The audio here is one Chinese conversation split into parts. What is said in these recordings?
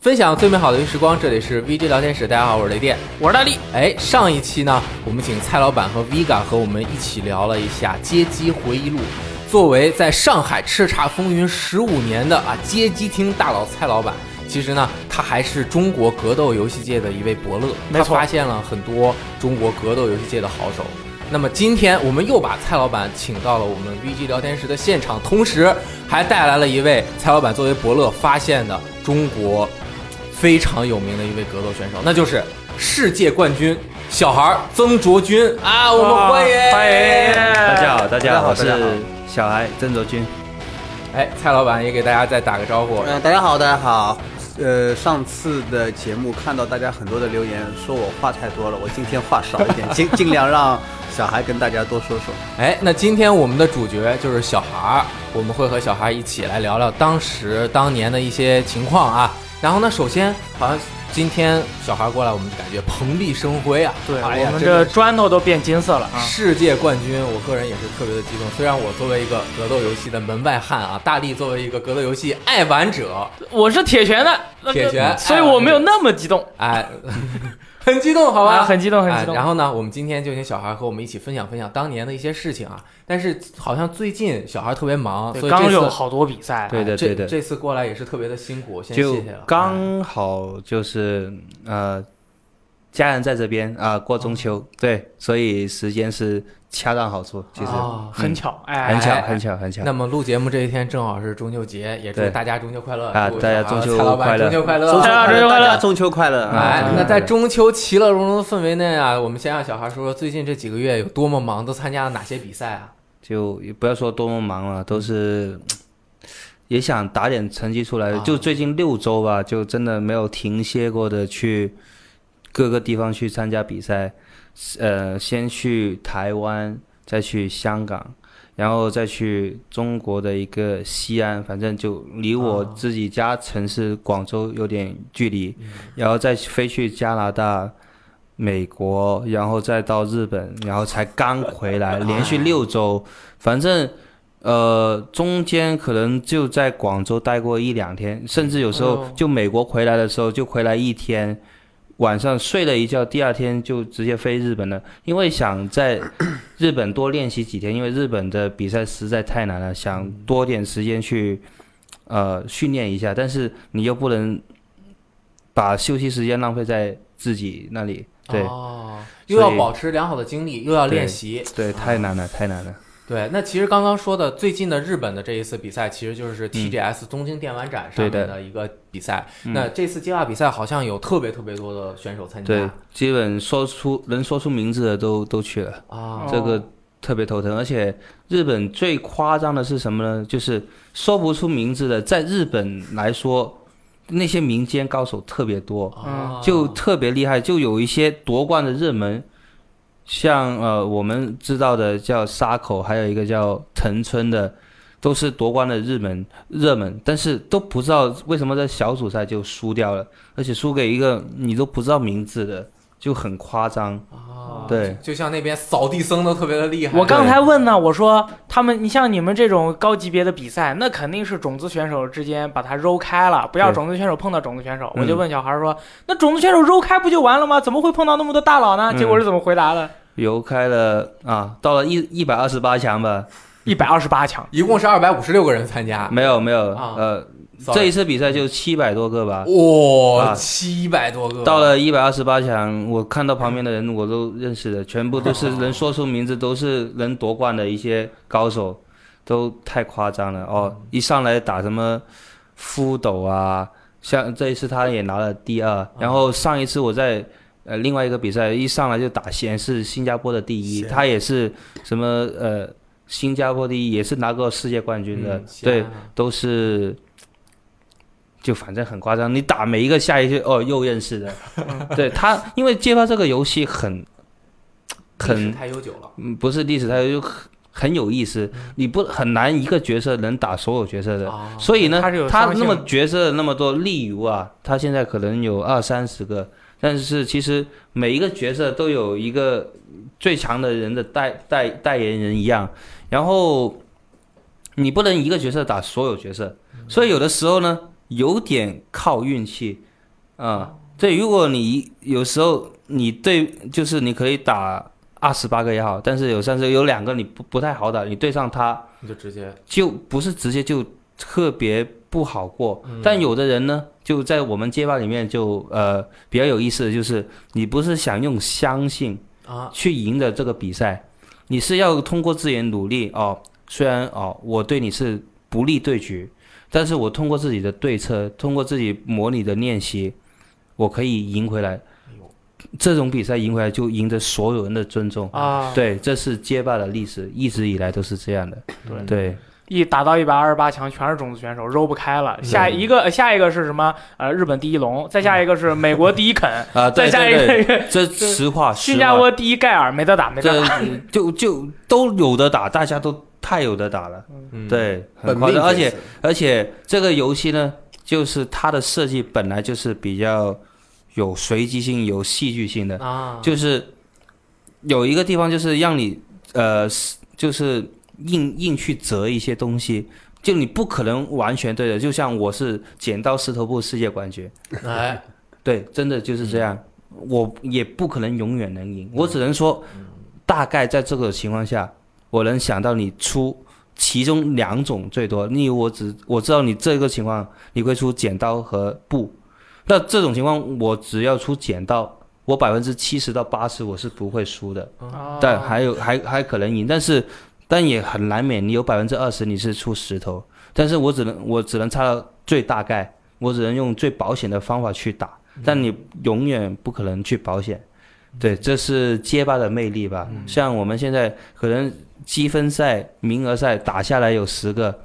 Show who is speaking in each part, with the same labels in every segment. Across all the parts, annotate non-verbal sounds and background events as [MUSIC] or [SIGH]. Speaker 1: 分享最美好的时光，这里是 VG 聊天室。大家好，我是雷电。
Speaker 2: 我是大力，
Speaker 1: 哎，上一期呢，我们请蔡老板和 Vega 和我们一起聊了一下《街机回忆录》。作为在上海叱咤风云十五年的啊街机厅大佬蔡老板，其实呢，他还是中国格斗游戏界的一位伯乐，
Speaker 2: 没
Speaker 1: 他
Speaker 2: 错
Speaker 1: 发现了很多中国格斗游戏界的好手。那么今天我们又把蔡老板请到了我们 VG 聊天室的现场，同时还带来了一位蔡老板作为伯乐发现的中国非常有名的一位格斗选手，那就是世界冠军小孩儿曾卓君啊！我们欢迎，
Speaker 2: 欢迎
Speaker 3: 大家好，大家好，我
Speaker 1: 大家好
Speaker 3: 是小孩郑卓君。
Speaker 1: 哎，蔡老板也给大家再打个招呼。
Speaker 4: 呃，大家好，大家好。呃，上次的节目看到大家很多的留言，说我话太多了，我今天话少一
Speaker 3: [LAUGHS]
Speaker 4: 点，尽尽量让小孩跟大家多说说。
Speaker 1: 哎，那今天我们的主角就是小孩儿，我们会和小孩儿一起来聊聊当时当年的一些情况啊。然后呢，首先好像今天小孩儿过来，我们就感觉蓬荜生辉啊。
Speaker 2: 对、
Speaker 1: 哎呀、
Speaker 2: 我们
Speaker 1: 真的
Speaker 2: 这
Speaker 1: 是
Speaker 2: 砖头都变金色了啊！
Speaker 1: 世界冠军，我个人也是特别的激动。虽然我作为一个格斗游戏的门外汉啊，大力作为一个格斗游戏爱玩者，
Speaker 2: 我是铁拳的，那个
Speaker 1: 铁拳
Speaker 2: 所以我没有那么激动，
Speaker 1: 哎，很激动，好吧？
Speaker 2: 啊很激动，很激
Speaker 1: 哎
Speaker 2: 动。
Speaker 1: 然后呢，我们今天就请小孩和我们一起分享分享当年的一些事情啊。但是好像最近小孩特别忙，所
Speaker 2: 对
Speaker 1: 以这
Speaker 2: 刚
Speaker 1: 次哎
Speaker 2: 有好多比赛，
Speaker 3: 对的，对
Speaker 1: 这
Speaker 3: 的，
Speaker 1: 这次过来也是特别的辛苦，先
Speaker 3: 就
Speaker 1: 谢谢了。哎
Speaker 3: 刚嗯好就是呃，家人在这边啊，过中秋，对，所以时间是恰到好处，其实
Speaker 2: 啊，
Speaker 3: 嗯
Speaker 2: 很巧，哎，
Speaker 3: 很巧
Speaker 1: 哎，
Speaker 3: 很巧，很巧
Speaker 1: 那。么录节目这一天正好是中秋节，也祝
Speaker 3: 对
Speaker 1: 大家中秋快乐
Speaker 3: 啊
Speaker 1: 祝
Speaker 3: 大家
Speaker 1: 小孩
Speaker 3: 中秋
Speaker 1: 蔡老板
Speaker 3: 快乐
Speaker 1: 中秋快乐，
Speaker 4: 中秋
Speaker 2: 大家
Speaker 4: 快
Speaker 2: 中秋
Speaker 4: 乐，呃
Speaker 2: 快
Speaker 4: 大
Speaker 2: 乐
Speaker 4: 家中秋快乐！
Speaker 3: 啊
Speaker 1: 哎
Speaker 3: 中，秋
Speaker 1: 那
Speaker 3: 快
Speaker 1: 在
Speaker 3: 乐
Speaker 1: 中秋其乐融融的氛围内啊，我们先让小孩说说最近这几个月有多么忙，都参加了哪些比赛啊？
Speaker 3: 就不要说多么忙了，都是也想打点成绩出来。
Speaker 1: 嗯啊
Speaker 3: 就最近六周吧，就真的没有停歇过的去各个地方去参加比赛。呃，先去台湾，再去香港，然后再去中国的一个西安，反正就离我
Speaker 1: 啊嗯
Speaker 3: 自己家城市广州有点距离，然后再飞去加拿大。美国，然后再到日本，然后才刚回
Speaker 1: [LAUGHS] 哎
Speaker 3: 来，连续六周，反正呃中间可能就在广州待过一两天，甚至有时
Speaker 2: 哎
Speaker 3: 候
Speaker 2: 呦
Speaker 3: 就美国回来的时候就回来一天，晚上睡了一觉，第二天就直接飞日本了，因为想在日本多练习几天，因为日本的比赛实在太难了，想多点时间去呃训练一下，但是你又不能把休息时间浪费在自己那里，对、
Speaker 1: 哦，又要
Speaker 3: 所以
Speaker 1: 保持良好的精力，又要练
Speaker 3: 对
Speaker 1: 习，
Speaker 3: 对，太难了，太难了，
Speaker 1: 对，那其实刚刚说的最近的日本的这一次比赛，其实就是 TGS 东京电玩展上
Speaker 3: 嗯对
Speaker 1: 面
Speaker 3: 的嗯
Speaker 1: 的一个比赛。那这次街霸比赛好像有特别特别多的啊选手参加
Speaker 3: 对，基本说出能说出名字的都都去了。
Speaker 1: 啊，
Speaker 3: 这
Speaker 2: 哦
Speaker 3: 个特别头疼。而且日本最夸张的是什么呢？就是说不出名字的，在日本来说，那些民间高手特别多，
Speaker 1: 啊
Speaker 3: 就特别厉害，就有一些夺冠的热门。像呃，我们知道的叫沙口，还有一个叫藤村的，都是夺冠的热门热门，但是都不知道为什么在小组赛就输掉了，而且输给一个你都不知道名字的，就很夸张。
Speaker 1: 啊，
Speaker 3: 对，
Speaker 1: 就像那边扫地僧都特别的厉害。
Speaker 2: 我刚才问呢，我说他们，你像你们这种高级别的比赛，那肯定是种子选手之间把它揉开了，不要
Speaker 3: 对
Speaker 2: 种子选手碰到种子选手。
Speaker 3: 嗯
Speaker 2: 我就问小孩说，那种子选手揉开不就完了吗？怎么会碰到那么多大佬呢？
Speaker 3: 嗯
Speaker 2: 结果是怎么回答的？
Speaker 3: 游开了啊，到了一一百二十八强吧？
Speaker 2: 一百二十八强，
Speaker 1: 一共是二百五十六个人参加，
Speaker 3: 没有没有，
Speaker 1: 啊
Speaker 3: 呃，这
Speaker 1: sorry
Speaker 3: 一次比赛就七百多个吧。
Speaker 1: 哇
Speaker 3: 啊
Speaker 1: 七百多个，
Speaker 3: 到了一百二十八强，我看到旁边的人我都认识的，全部都是能说出名字，都是能夺冠的一些高手，都太夸张了哦！一上来打什么夫斗啊，像这一次他也拿了第
Speaker 1: 啊
Speaker 3: 二，然后上一次我在呃另外一个比赛一上来就打先是新加坡的第一，
Speaker 4: 是
Speaker 3: 他也是什么呃新加坡第一，也是拿过世界冠军的，
Speaker 1: 嗯
Speaker 3: 对
Speaker 1: 行，啊
Speaker 3: 都是，就反正很夸张。你打每一个下一句，哦，又认识的。对他，因为街霸这个游戏很，
Speaker 1: 历史
Speaker 3: 很
Speaker 1: 太悠久了。
Speaker 3: 嗯不是历史，它就很很有意思。你不很难一个角色能打所有角色的，
Speaker 1: 啊，
Speaker 3: 所以呢
Speaker 2: 哦它是有，
Speaker 3: 他
Speaker 2: 创
Speaker 3: 那
Speaker 2: 新
Speaker 3: 么角色那么多，例如啊，他现在可能有二三十个，但是其实每一个角色都有一个最强的人的代代代言人一样，然后你
Speaker 2: 嗯
Speaker 3: 不能一个角色打所有角色，所以有的时候呢，有点靠运气。嗯，对，如果你有时候你对，就是你可以打二十八个也好，但是有三十有两个你不不太好打，你对上他
Speaker 1: 你就直接
Speaker 3: 就不是直接就特别不好过。
Speaker 1: 嗯
Speaker 3: 但有的人呢，就在我们街霸里面就呃比较有意思的就是，你不是想用相信
Speaker 1: 啊，
Speaker 3: 去赢得这个比赛，你是要通过自己的努力哦。虽然哦我对你是不利对局，但是我通过自己的对策，通过自己模拟的练习，我可以赢回来。
Speaker 1: 哎
Speaker 3: 这种比赛赢回来就赢得所有人的尊重。
Speaker 2: 啊，
Speaker 3: 对，这是街霸的历史，一直以来都是这样的。
Speaker 1: 对
Speaker 3: 对，
Speaker 2: 一打到一百二十八强全是种子选手，揉不开了。下一个呃下一个是什么？呃，日本第一龙，再下一个是美国第一肯，
Speaker 3: 啊，
Speaker 2: 再
Speaker 3: [LAUGHS] 对
Speaker 2: 下一
Speaker 3: 对对，
Speaker 2: 个
Speaker 3: 这实话，
Speaker 2: 新
Speaker 3: 实
Speaker 2: 加
Speaker 3: 话
Speaker 2: 坡第一盖尔，没得打，没得打。
Speaker 3: 这就就都有的打，大家都太有的打了，
Speaker 1: 嗯，
Speaker 3: 对，很
Speaker 4: 本
Speaker 3: 夸
Speaker 4: 命
Speaker 3: 张。而
Speaker 4: 角
Speaker 3: 且
Speaker 4: 色
Speaker 3: 而且这个游戏呢，就是它的设计本来就是比较有随机性、有戏剧性的，
Speaker 1: 啊，
Speaker 3: 就是有一个地方就是让你呃，是就是硬硬去折一些东西。就你不可能完全对的，就像我是剪刀石头布世界冠军，
Speaker 1: 哎，
Speaker 3: 对，真的就是这样。我也不可能永远能赢，我只能说，大概在这个情况下，我能想到你出其中两种最多。你我只我知道你这个情况你会出剪刀和布，那这种情况我只要出剪刀，我百分之七十到八十我是不会输的，
Speaker 2: 啊
Speaker 3: 但还有还还可能赢，但是但也很难免，你有百分之二十你是出石头，但是我只能我只能差到最大概，我只能用最保险的方法去打，
Speaker 2: 嗯
Speaker 3: 但你永远不可能去保险。对，这是街霸的魅力吧？
Speaker 2: 嗯
Speaker 3: 像我们现在可能积分赛、名额赛打下来有十个，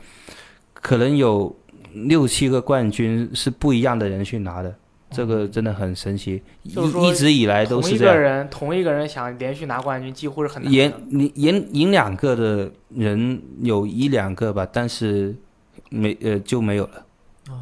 Speaker 3: 可能有六七个冠军是不一样的人去拿的，这个真的很神奇，一
Speaker 2: 哦就是说
Speaker 3: 一直以来都
Speaker 2: 同
Speaker 3: 是
Speaker 2: 一
Speaker 3: 这
Speaker 2: 个
Speaker 3: 样。
Speaker 2: 人，同一个人想连续拿冠军，几乎是很难
Speaker 3: 赢
Speaker 2: 的。
Speaker 3: 你赢赢两个的人有一两个吧，但是没呃就没有了，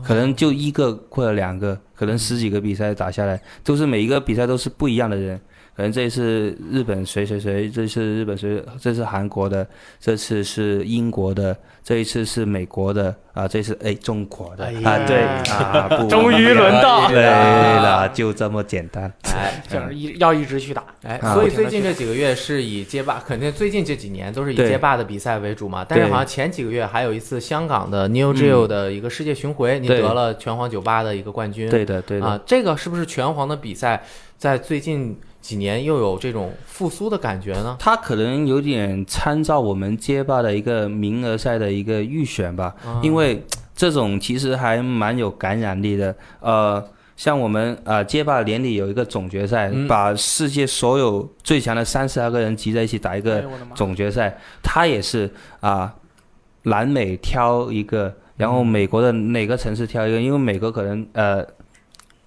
Speaker 3: 可能就一个或者两个，可能十几个比赛打下来，都是每一个比赛都是不一样的人。可能这一次日本谁谁谁，这次日本谁，这次韩国的，这次是英国的，这一次是美国的啊，这次哎中国的、
Speaker 1: 哎呀
Speaker 3: 啊，对啊，不
Speaker 2: 终于轮到
Speaker 3: 对了，就这么简单。
Speaker 1: 哎
Speaker 2: 就是一要一直去打，
Speaker 1: 哎，
Speaker 3: 啊
Speaker 1: 所以最近这几个月是以街霸，肯定最近这几年都是以
Speaker 3: 对
Speaker 1: 街霸的比赛为主嘛。但是好像前几个月还有一次香港的 Neo Geo 的一个世界巡回，你
Speaker 3: 嗯对
Speaker 1: 得了拳皇九八的一个冠军。
Speaker 3: 对的，对的，
Speaker 1: 啊，这个是不是拳皇的比赛在最近几年又有这种复苏的感觉呢？
Speaker 3: 他可能有点参照我们街霸的一个名额赛的一个预选吧，
Speaker 1: 啊
Speaker 3: 因为这种其实还蛮有感染力的。呃，像我们呃街霸年底有一个总决赛，
Speaker 1: 嗯
Speaker 3: 把世界所有最强的三十二个人集在一起打一
Speaker 2: 哎
Speaker 3: 个
Speaker 2: 呦我的妈！
Speaker 3: 总决赛，他也是啊、南美挑一个，然后美国的哪个城市挑一个，因为美国可能呃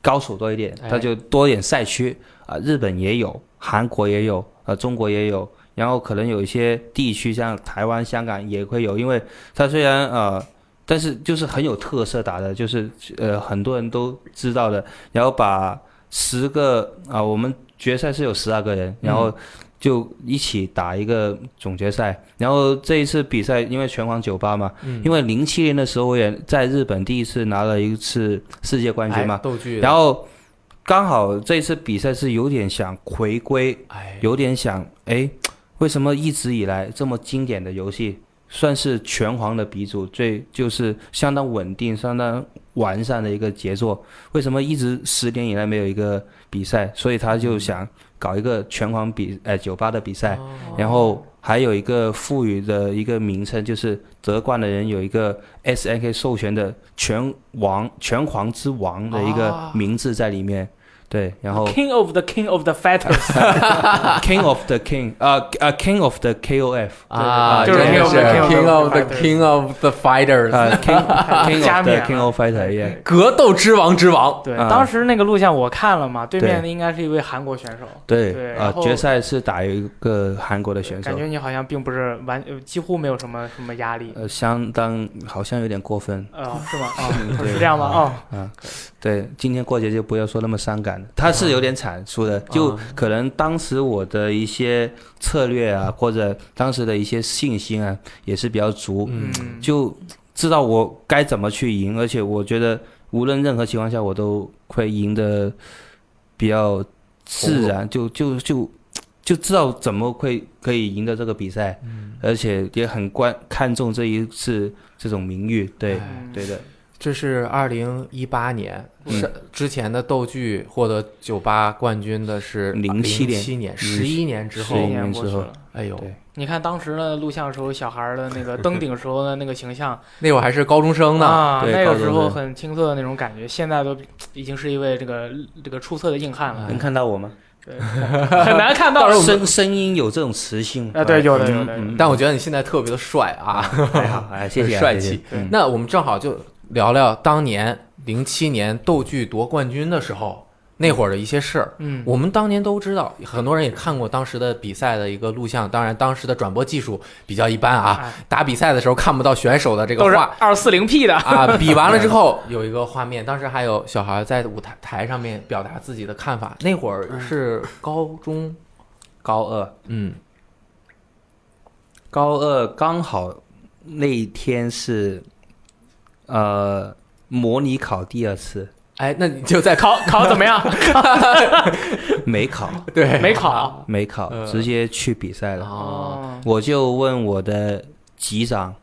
Speaker 3: 高手多一点，
Speaker 1: 哎
Speaker 3: 他就多一点赛区啊、日本也有，韩国也有，呃，中国也有，然后可能有一些地区像台湾、香港也会有，因为它虽然呃。但是就是很有特色打的，就是呃很多人都知道的，然后把十个啊、我们决赛是有十二个人，然后就一起打一个总决赛。然后这一次比赛，因为拳皇九八嘛，
Speaker 1: 嗯
Speaker 3: 因为零七年的时候我也在日本第一次拿了一次世界冠军
Speaker 1: 哎
Speaker 3: 嘛，
Speaker 1: 斗剧的，
Speaker 3: 然后刚好这一次比赛是有点想回归
Speaker 1: 哎，
Speaker 3: 有点想，哎，为什么一直以来这么经典的游戏，算是拳皇的鼻祖，最就是相当稳定、相当完善的一个杰作，为什么一直十年以来没有一个比赛？所以他就想搞一个拳皇比，呃，酒吧的比赛，然后还有一个赋予的一个名称，就是得冠的人有一个 S N K 授权的拳王、拳皇之王的一个
Speaker 2: 啊
Speaker 3: 名字在里面。对，然后
Speaker 2: King of the King of the
Speaker 3: [LAUGHS]
Speaker 2: Fighters，
Speaker 3: King of the King，啊啊，King of the KOF，
Speaker 2: [LAUGHS]
Speaker 1: 啊，
Speaker 2: 就是
Speaker 1: 真的
Speaker 2: King
Speaker 1: 是
Speaker 2: of the King
Speaker 1: King
Speaker 2: of
Speaker 1: of
Speaker 2: the
Speaker 1: the King of the Fighters，
Speaker 3: 啊，King
Speaker 2: [LAUGHS]
Speaker 3: King
Speaker 2: 加
Speaker 3: of the
Speaker 2: 冕
Speaker 3: King
Speaker 2: 了
Speaker 3: of Fighter，耶，
Speaker 1: 格斗之王之王。
Speaker 2: 对，
Speaker 3: 啊
Speaker 2: 当时那个录像我看了嘛，对面
Speaker 3: 对
Speaker 2: 的应该是一位韩国选手，对
Speaker 3: 对，
Speaker 2: 然
Speaker 3: 啊，
Speaker 2: 后
Speaker 3: 决赛是打一个韩国的选手
Speaker 2: 感，觉你好像并不是完，呃几乎没有什么什么压力，
Speaker 3: 呃，相当好像有点过分，
Speaker 2: 呃，是吗？啊、
Speaker 3: [LAUGHS] 对
Speaker 2: 是这样吗？哦，
Speaker 3: 对，今天过节就不要说那么伤感了，他是有点惨输的，就可能当时我的一些策略啊，或者当时的一些信心啊，也是比较足，
Speaker 1: 嗯
Speaker 2: 嗯，
Speaker 3: 就知道我该怎么去赢，而且我觉得无论任何情况下，我都会赢得比较自然，就就就就知道怎么会可以赢得这个比赛，而且也很关看重这一次这种名誉，对
Speaker 2: 嗯
Speaker 3: 对的，
Speaker 1: 这是二零一八年，
Speaker 3: 嗯
Speaker 1: 是之前的斗剧获得九八冠军的是
Speaker 3: 07年
Speaker 1: 七年，十一年之
Speaker 3: 11
Speaker 1: 后
Speaker 2: 十一，
Speaker 3: 年
Speaker 2: 年过去
Speaker 3: 之后
Speaker 2: 了。
Speaker 1: 哎呦，
Speaker 3: 对
Speaker 2: 你看当时的录像时候，小孩儿的那个登顶时候的那个形
Speaker 3: [LAUGHS]
Speaker 2: 象
Speaker 1: 那会儿还是高中生呢，
Speaker 2: 啊，
Speaker 3: 对
Speaker 2: 那
Speaker 3: 高
Speaker 2: 个
Speaker 3: 中
Speaker 2: 时候
Speaker 3: 生
Speaker 2: 很青涩的那种感觉，现在都已经是一位这个这个出色的硬汉了，
Speaker 3: 能看到我吗？
Speaker 2: 对很难看到。
Speaker 3: 声声音有这种磁性
Speaker 2: 啊对有的
Speaker 3: 嗯
Speaker 2: 有的有的
Speaker 3: 嗯
Speaker 1: 但我觉得你现在特别的帅啊。
Speaker 3: 还好，哎，谢谢啊，
Speaker 1: 帅
Speaker 3: 谢谢
Speaker 1: 气。
Speaker 3: 嗯
Speaker 1: 那我们正好就聊聊当年零七年斗剧夺冠军的时候，那会儿的一些事儿。
Speaker 2: 嗯，
Speaker 1: 我们当年都知道，很多人也看过当时的比赛的一个录像，当然当时的转播技术比较一般啊
Speaker 2: 哎，
Speaker 1: 打比赛的时候看不到选手的这个
Speaker 2: 都是
Speaker 1: 画。
Speaker 2: 二四零 P
Speaker 3: [LAUGHS]
Speaker 2: 的，
Speaker 1: 啊，比完了之后有一个画面，当时还有小孩在舞台台上面表达自己的看法。那会儿是高中，
Speaker 3: 高二，
Speaker 1: 嗯，
Speaker 3: 高二刚好那一天是呃模拟考第二次， [LAUGHS]
Speaker 1: 哎，那你就在考
Speaker 2: 考考怎么样？
Speaker 3: 没考，
Speaker 1: 对
Speaker 2: 没考。
Speaker 3: 没考
Speaker 2: 嗯
Speaker 1: 呃，
Speaker 3: 直接去比赛了。
Speaker 1: 哦，，
Speaker 3: 我就问我的级长，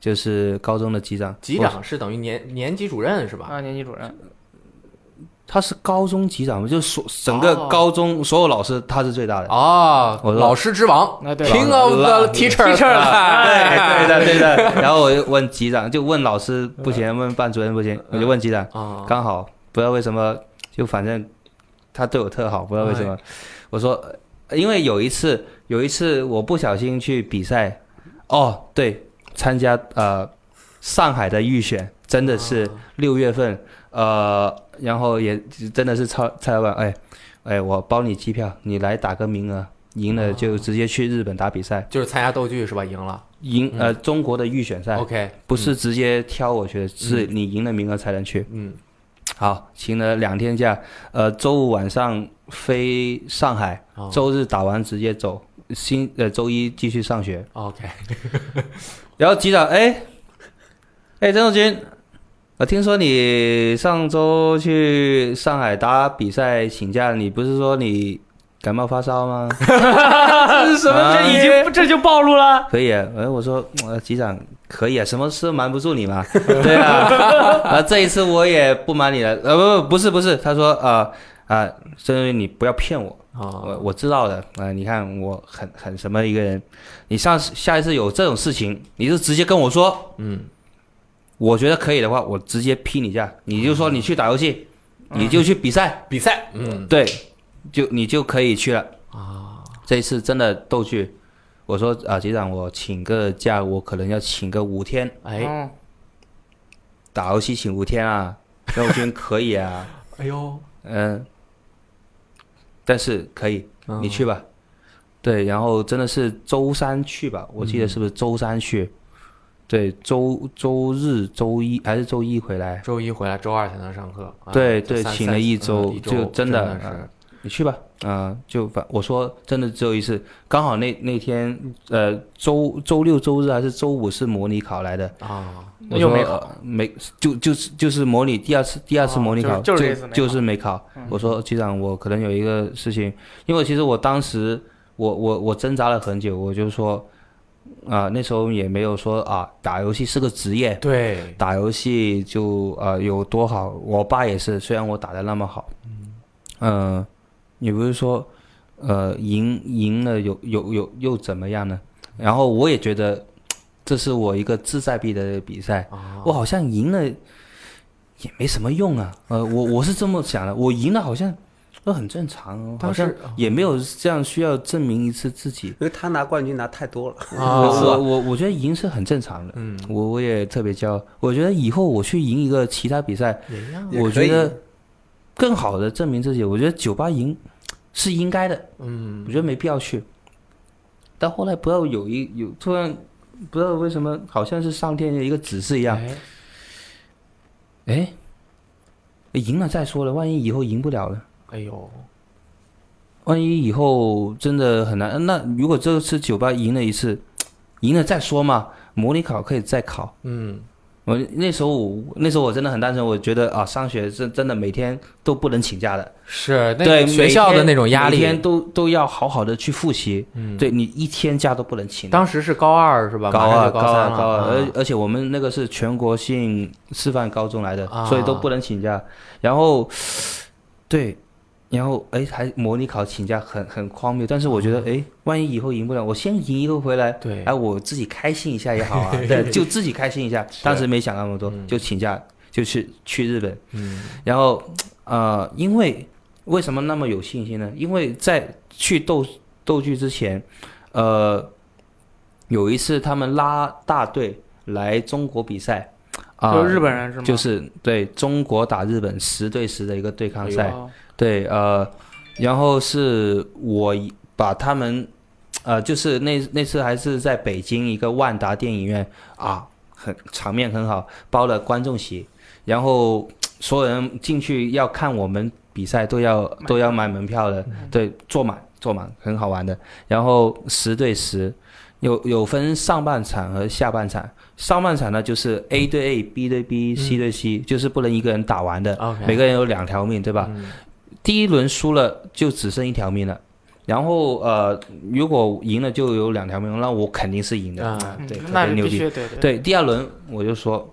Speaker 3: 就是高中的级长，
Speaker 1: 级
Speaker 3: 我
Speaker 1: 长是等于年年级主任是吧？
Speaker 2: 啊，年级
Speaker 3: [LAUGHS]
Speaker 2: 主任，
Speaker 3: 他是高中级长，就是所整个
Speaker 2: 哦
Speaker 3: 高中所有老师他是最大的。
Speaker 1: 哦，
Speaker 3: 我说
Speaker 1: 老师之王
Speaker 2: 那对
Speaker 1: ，King of the
Speaker 3: 老
Speaker 1: Teacher，哎
Speaker 2: teacher
Speaker 3: 哎对对的对
Speaker 2: [LAUGHS]
Speaker 3: 的，然后我就问级长，就问老师不
Speaker 2: 嗯
Speaker 3: 行，问班主任不行，我就问级长，
Speaker 1: 啊，
Speaker 3: 刚好不知道为什么，就反正他对我特好，不知道为什么。哎我说，呃因为有一次，有一次我不小心去比赛，哦，对，参加呃上海的预选，真的是六月份，呃，然后也真的是蔡蔡老板，哎哎，我包你机票，你来打个名额，赢了就直接去日本打比赛，
Speaker 1: 就是参加斗剧是吧？赢了
Speaker 3: 赢呃中国的预选赛，
Speaker 1: ，OK，
Speaker 3: 不是直接挑我去的，是你赢了名额才能去。
Speaker 1: 嗯，
Speaker 3: 好，请了两天假，呃，周五晚上飞上海，
Speaker 1: 哦
Speaker 3: 周日打完直接走，星呃周一继续上学。
Speaker 1: OK，
Speaker 3: 然后机长，哎，哎，曾仲军，我听说你上周去上海打比赛请假，你不是说你感冒发烧吗？
Speaker 2: 这是什
Speaker 3: 么
Speaker 2: 这已
Speaker 3: 哎
Speaker 2: 经这就暴露了。
Speaker 3: 可以，哎，我说，呃，机长可以啊，什么事都瞒不住你嘛， [LAUGHS] 对啊，啊，这一次我也不瞒你了，呃，不不不是不是，他说，啊、呃、啊，郑、呃、你不要骗我，我
Speaker 1: 啊，
Speaker 3: 我知道的，啊、你看我很很什么一个人，你上次下一次有这种事情，你就直接跟我说，
Speaker 1: 嗯，
Speaker 3: 我觉得可以的话，我直接批你假，你就说你去打游戏，你就去比赛，
Speaker 1: 比赛，嗯
Speaker 3: 对，就你就可以去了。
Speaker 1: 啊，
Speaker 3: 这一次真的逗趣，我说啊，局长，我请个假，我可能要请个五天，
Speaker 1: 哎，
Speaker 2: 嗯
Speaker 3: 打游戏请五天啊， [LAUGHS] 那我觉得可以啊，
Speaker 1: 哎呦，
Speaker 3: 嗯，但是可以，
Speaker 1: 嗯
Speaker 3: 你去吧。对，然后真的是周三去吧，我记得是不是周三去？对，周周日、周一还是周一回来？
Speaker 1: 周一回来，周二才能上课，啊
Speaker 3: 对对
Speaker 1: 三
Speaker 3: 请了
Speaker 1: 三
Speaker 3: 一
Speaker 1: 嗯
Speaker 3: 周
Speaker 1: 一
Speaker 3: 就
Speaker 1: 真
Speaker 3: 真的
Speaker 1: 是
Speaker 3: 你去吧，嗯、就反我说真的只有一次，刚好那那天呃周周六、周日还是周五是模拟考来的，
Speaker 1: 啊，
Speaker 2: 那又没考
Speaker 3: 我说，呃没就就是就是模拟第二次第二次
Speaker 2: 哦
Speaker 3: 模拟考，
Speaker 2: 就是就是这次
Speaker 3: 就
Speaker 2: 没考嗯
Speaker 3: 就是没考。我说局长，我可能有一个事情，因为其实我当时我我我挣扎了很久，我就说啊、那时候也没有说啊打游戏是个职业，
Speaker 1: 对，
Speaker 3: 打游戏就呃有多好。我爸也是，虽然我打的那么好，嗯，呃，也不是说呃赢赢了有有有又怎么样呢？然后我也觉得这是我一个志在必得的比赛，
Speaker 1: 啊
Speaker 3: 我好像赢了也没什么用啊。呃，我我是这么想的，我赢了好像都很正常哦，好
Speaker 1: 当时
Speaker 3: 像也没有这样需要证明一次自己。
Speaker 4: 因为他拿冠军拿太多了。 [LAUGHS]
Speaker 1: 啊
Speaker 3: 我我我我觉得赢是很正常的，
Speaker 1: 嗯，
Speaker 3: 我我也特别骄傲。我觉得以后我去赢一个其他比赛，
Speaker 1: 也一样，
Speaker 4: 也
Speaker 3: 我
Speaker 4: 可
Speaker 3: 觉
Speaker 4: 以
Speaker 3: 得更好的证明自己。我觉得酒吧赢是应该的，
Speaker 1: 嗯
Speaker 3: 我觉得没必要去。但后来不知道有一有突然不知道为什么，好像是上天的一个指示一样，
Speaker 1: 哎
Speaker 3: 哎，赢了再说了，万一以后赢不了了。
Speaker 1: 哎呦，
Speaker 3: 万一以后真的很难，那如果这次酒吧赢了一次，赢了再说嘛，模拟考可以再考，
Speaker 1: 嗯，
Speaker 3: 我那时候我那时候我真的很单纯，我觉得啊，上学是真的每天都不能请假的，
Speaker 1: 是那
Speaker 3: 对
Speaker 1: 个学校的
Speaker 3: 每天
Speaker 1: 那种压
Speaker 3: 每天
Speaker 1: 力，
Speaker 3: 都都要好好的去复习。
Speaker 1: 嗯，
Speaker 3: 对你一天假都不能请的。
Speaker 1: 当时是高二是吧？
Speaker 3: 高
Speaker 1: 马上
Speaker 3: 二、
Speaker 1: 就
Speaker 3: 高
Speaker 1: 三
Speaker 3: 二、
Speaker 1: 了
Speaker 3: 高二，呃而
Speaker 1: 嗯
Speaker 3: 而且我们那个是全国性示范高中来的，
Speaker 1: 啊
Speaker 3: 所以都不能请假。然后，对，然后哎，还模拟考请假很很荒谬。但是我觉得，
Speaker 1: 嗯
Speaker 3: 哎，万一以后赢不了，我先赢一个回来，
Speaker 1: 对
Speaker 3: 哎，我自己开心一下也
Speaker 2: [LAUGHS]
Speaker 3: 好啊，对，就自己开心一下。当时没想那么多，
Speaker 1: 嗯
Speaker 3: 就请假就去去日本，
Speaker 1: 嗯
Speaker 3: 然后呃，因为为什么那么有信心呢？因为在去斗斗剧之前，呃，有一次他们拉大队来中国比赛，啊、
Speaker 2: 就日本人是吗？
Speaker 3: 就是对中国打日本十对十的一个对抗赛，
Speaker 2: 哦
Speaker 3: 对呃，然后是我把他们，呃，就是那那次还是在北京一个万达电影院啊，很场面很好，包了观众席，然后所有人进去要看我们比赛都要
Speaker 2: 买
Speaker 3: 都要买门票的，对，坐满坐满，很好玩的。然后十对十，有有分上半场和下半场，上半场呢就是 A 对 A，B 对 B，C 对 C，、就是不能一个人打完的。
Speaker 1: ，OK，
Speaker 3: 每个人有两条命，对吧？
Speaker 1: 嗯
Speaker 3: 第一轮输了就只剩一条命了，然后呃，如果赢了就有两条命，那我肯定是赢的。
Speaker 1: 啊
Speaker 2: 嗯
Speaker 3: 对，特
Speaker 2: 那
Speaker 3: 别牛
Speaker 2: 必
Speaker 3: 逼。
Speaker 2: 须对对
Speaker 3: 对，第二轮我就说，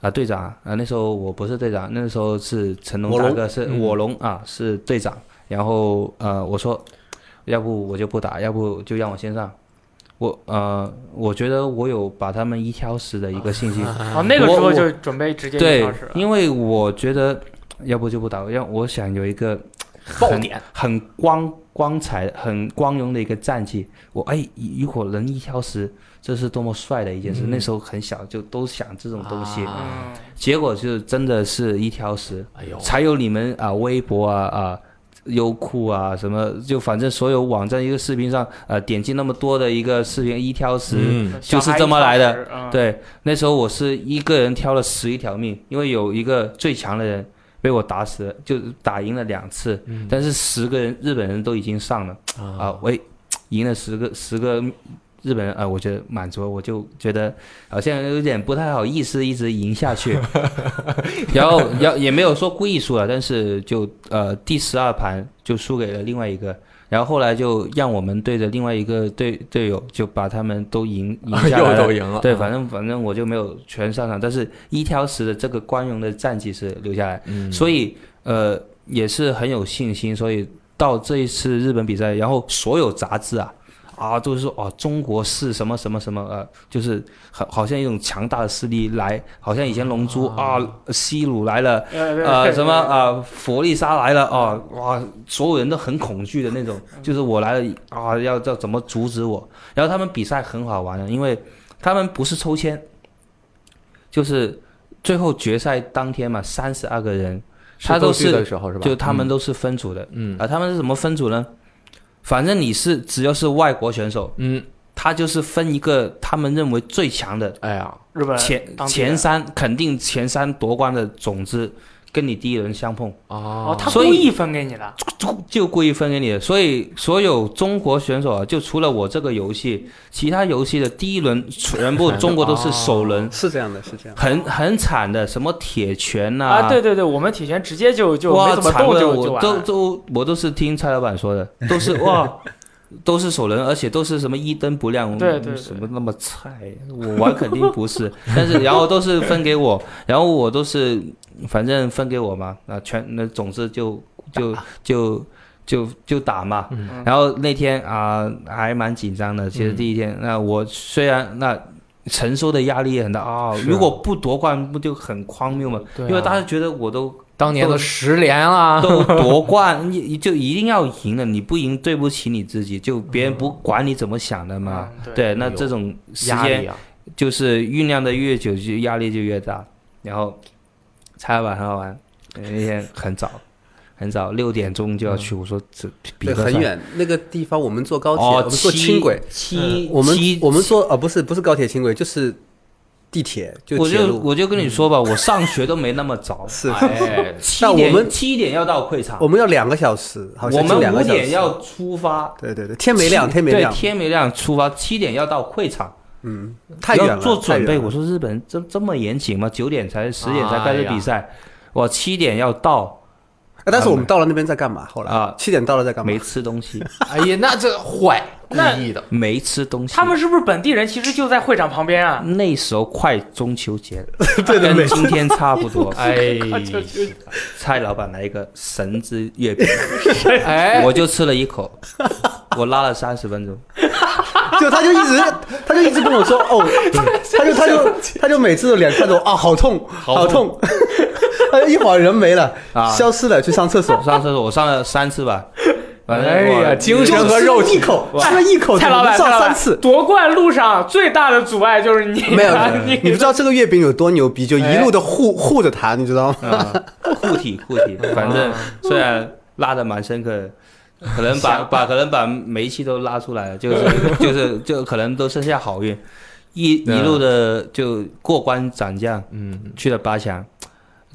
Speaker 3: 啊、队长啊、那时候我不是队长，那时候是成龙
Speaker 4: 我
Speaker 3: 大
Speaker 4: 龙
Speaker 3: 哥，是
Speaker 1: 嗯
Speaker 3: 我龙啊，是队长。然后呃，我说，要不我就不打，要不就让我先上。我呃，我觉得我有把他们一挑十的一个信心。
Speaker 1: 啊
Speaker 2: 哦，那个时
Speaker 3: 我
Speaker 2: 候
Speaker 3: 我
Speaker 2: 就准备直接一
Speaker 3: 对
Speaker 2: 小时，
Speaker 3: 因为我觉得，要不就不打，让我想有一个
Speaker 1: 爆
Speaker 3: 很
Speaker 1: 点，
Speaker 3: 很光光彩、很光荣的一个战绩。我哎，如果能一挑十，这是多么帅的一件事。
Speaker 1: 嗯
Speaker 3: 那时候很小，就都想这种东西，
Speaker 1: 啊
Speaker 2: 嗯，
Speaker 3: 结果就真的是一挑十，
Speaker 1: 哎呦，
Speaker 3: 才有你们啊，微博啊啊。优酷啊，什么就反正所有网站一个视频上，呃，点击那么多的一个视频一挑十，
Speaker 1: 嗯
Speaker 3: 就是这么来的
Speaker 2: 呃小
Speaker 1: 啊
Speaker 2: 孩一小时，嗯，
Speaker 3: 对，那时候我是一个人挑了十一条命，因为有一个最强的人被我打死了，就打赢了两次，
Speaker 1: 嗯
Speaker 3: 但是十个人日本人都已经上了啊，
Speaker 1: 啊，
Speaker 3: 喂，赢了十个十个日本人啊，我觉得满足了，我就觉得好像有点不太好意思一直赢
Speaker 1: [LAUGHS]
Speaker 3: 下去，然后要也没有说故意输了，但是就呃第十二盘就输给了另外一个。然后后来就让我们队的另外一个队队友就把他们都赢 [LAUGHS] 赢
Speaker 1: [LAUGHS]
Speaker 3: 下来
Speaker 1: 又
Speaker 3: 了
Speaker 1: 都，赢了，啊
Speaker 3: 对，反正反正我就没有全上场，但是一挑十的这个光荣的战绩是留下来，
Speaker 1: 嗯
Speaker 3: 所以呃也是很有信心，所以到这一次日本比赛，然后所有杂志啊啊都是说哦中国是什么什么什么呃，就是好好像一种强大的势力来，好像以前龙珠啊西鲁来了。
Speaker 2: 呃
Speaker 3: [LAUGHS] 呃，
Speaker 1: [LAUGHS]
Speaker 3: 什么？啊，佛利萨来了啊，哇，所有人都很恐惧的那种，
Speaker 1: 嗯
Speaker 3: 就是我来了啊，要要怎么阻止我？然后他们比赛很好玩的，因为他们不是抽签，就是最后决赛当天嘛，三十二个人，他都
Speaker 1: 斗剧
Speaker 3: 是
Speaker 1: 的时候是吧？
Speaker 3: 就他们都是分组的、
Speaker 1: 嗯
Speaker 3: 啊，他们是怎么分组呢？反正你是只要是外国选手，
Speaker 1: 嗯，
Speaker 3: 他就是分一个他们认为最强的
Speaker 1: 哎呀，
Speaker 2: 日本
Speaker 3: 前
Speaker 2: 当地
Speaker 3: 前
Speaker 2: 人
Speaker 3: 三，肯定前三夺冠的种子跟你第一轮相碰。 [COUGHS]
Speaker 1: 哦
Speaker 2: 哦，他故
Speaker 3: 所以
Speaker 2: 意分给你的，
Speaker 3: 就就故意分给你的。所以所有中国选手啊，就除了我这个游戏，其他游戏的第一轮全部中国都是首轮，
Speaker 4: 是这样的，是这样的。
Speaker 3: 很很惨的，什么铁拳呐、
Speaker 2: 啊，对对对，我们体拳直接就就
Speaker 3: 哇，
Speaker 2: 没怎么
Speaker 3: 惨
Speaker 2: 动
Speaker 3: 了，
Speaker 2: 就就
Speaker 3: 我
Speaker 2: 完了
Speaker 3: 都都我都是听蔡老板说的，都
Speaker 2: [LAUGHS]
Speaker 3: 是哇。都是首轮，而且都是什么一灯不亮，
Speaker 2: 对对对
Speaker 3: 什么那么菜，我玩肯定
Speaker 2: [LAUGHS]
Speaker 3: 不是。但是然后都是分给我，然后我都是反正分给我嘛，啊全那总之就就就就就打嘛。
Speaker 1: 嗯
Speaker 3: 然后那天啊、还蛮紧张的，其实
Speaker 1: 嗯
Speaker 3: 第一天、那我虽然那承受的压力也很大啊、
Speaker 1: 是啊
Speaker 3: 如果不夺冠不就很荒谬嘛？
Speaker 1: 对啊
Speaker 3: 因为大家觉得我都
Speaker 1: 当年都十连啊了，
Speaker 3: 都夺冠，你就一定要赢了，你不赢对不起你自己，就别人不管你怎么想的嘛。
Speaker 2: 嗯对
Speaker 3: 对，
Speaker 1: 有
Speaker 3: 那这种时
Speaker 1: 压
Speaker 3: 间
Speaker 1: 力啊，
Speaker 3: 就是酝酿的越久，就压力就越大。然后，猜晚很好玩，那天很早，很早六点钟就要去。我说这比
Speaker 4: 对，
Speaker 3: 个
Speaker 4: 很
Speaker 3: 赛
Speaker 4: 远，那个地方我们坐高铁，
Speaker 3: 哦
Speaker 4: 我，们坐
Speaker 3: 七
Speaker 4: 轻轨，
Speaker 3: 七
Speaker 4: 我们
Speaker 3: 七
Speaker 4: 我们坐呃不是不是高铁轻轨，就是地铁，就
Speaker 3: 我
Speaker 4: 铁
Speaker 3: 就
Speaker 4: 路。
Speaker 3: 我就跟你说吧，我上学都没那么早，
Speaker 4: 是，
Speaker 1: 哎，
Speaker 3: 七
Speaker 4: 但我
Speaker 3: 点
Speaker 4: 们
Speaker 3: 七点要到会场，
Speaker 4: 我们要两个小时，好
Speaker 3: 我
Speaker 4: 像是
Speaker 3: 们
Speaker 4: 两
Speaker 3: 五
Speaker 4: 个小时。
Speaker 3: 点要出发，
Speaker 4: 对对对，天没亮，天没亮
Speaker 3: 对，。天没亮出发，七点要到会场，
Speaker 4: 嗯，太远
Speaker 3: 要
Speaker 4: 了，
Speaker 3: 做准
Speaker 4: 太
Speaker 3: 备。
Speaker 4: 远了
Speaker 3: 我说日本这这么严谨吗？九点才十点才
Speaker 1: 哎
Speaker 3: 开始
Speaker 1: 呀
Speaker 3: 比赛，我七点要到，
Speaker 4: 哎但是我们到了那边在干嘛？后来
Speaker 3: 啊
Speaker 4: 七点到了在干嘛
Speaker 3: 没？吃东西， [LAUGHS]
Speaker 1: 哎呀，那这坏，故
Speaker 2: 那
Speaker 1: 意的。。
Speaker 3: 没吃东西。
Speaker 2: 他们是不是本地人？其实就在会场旁边啊。
Speaker 3: 那时候快中秋节了，
Speaker 4: [LAUGHS] 对对
Speaker 3: 跟
Speaker 4: 对，
Speaker 3: 今天差不多 [LAUGHS]
Speaker 1: 哎，
Speaker 2: [LAUGHS]
Speaker 3: 蔡老板来一个神之
Speaker 4: [LAUGHS]
Speaker 3: 月饼，
Speaker 1: 哎，
Speaker 3: [LAUGHS] 我就吃了一口，我拉了三十分钟。
Speaker 4: [LAUGHS] 就他就一直他就一直跟我说哦，他就他就他就每次都脸看着我啊，好痛，好痛， [LAUGHS] 他就一会儿人没了
Speaker 3: 啊，
Speaker 4: 消失了，去上厕所
Speaker 3: 我，上厕所，我上了三次吧。反正
Speaker 1: 哎呀
Speaker 3: 我
Speaker 1: 精神
Speaker 4: 就
Speaker 1: 和
Speaker 4: 吃
Speaker 1: 肉
Speaker 4: 了
Speaker 1: 体
Speaker 4: 一口，吃了一口，
Speaker 2: 蔡老板，
Speaker 4: 上
Speaker 2: 蔡老
Speaker 4: 三
Speaker 2: 板，
Speaker 4: 次，
Speaker 2: 夺冠路上最大的阻碍就是你，啊
Speaker 4: 没有，
Speaker 2: 你
Speaker 4: [LAUGHS] 你不知道这个月饼有多牛逼，就一路的护护着他，你知道吗？
Speaker 3: 啊，护体护体，
Speaker 1: 嗯
Speaker 3: 反正虽然拉的蛮深刻的，可能把把可能把每一期都拉出来了，就是
Speaker 1: 嗯
Speaker 3: [LAUGHS] 就是就可能都剩下好运，一一路的就过关斩将
Speaker 1: 嗯，
Speaker 3: 去了八强，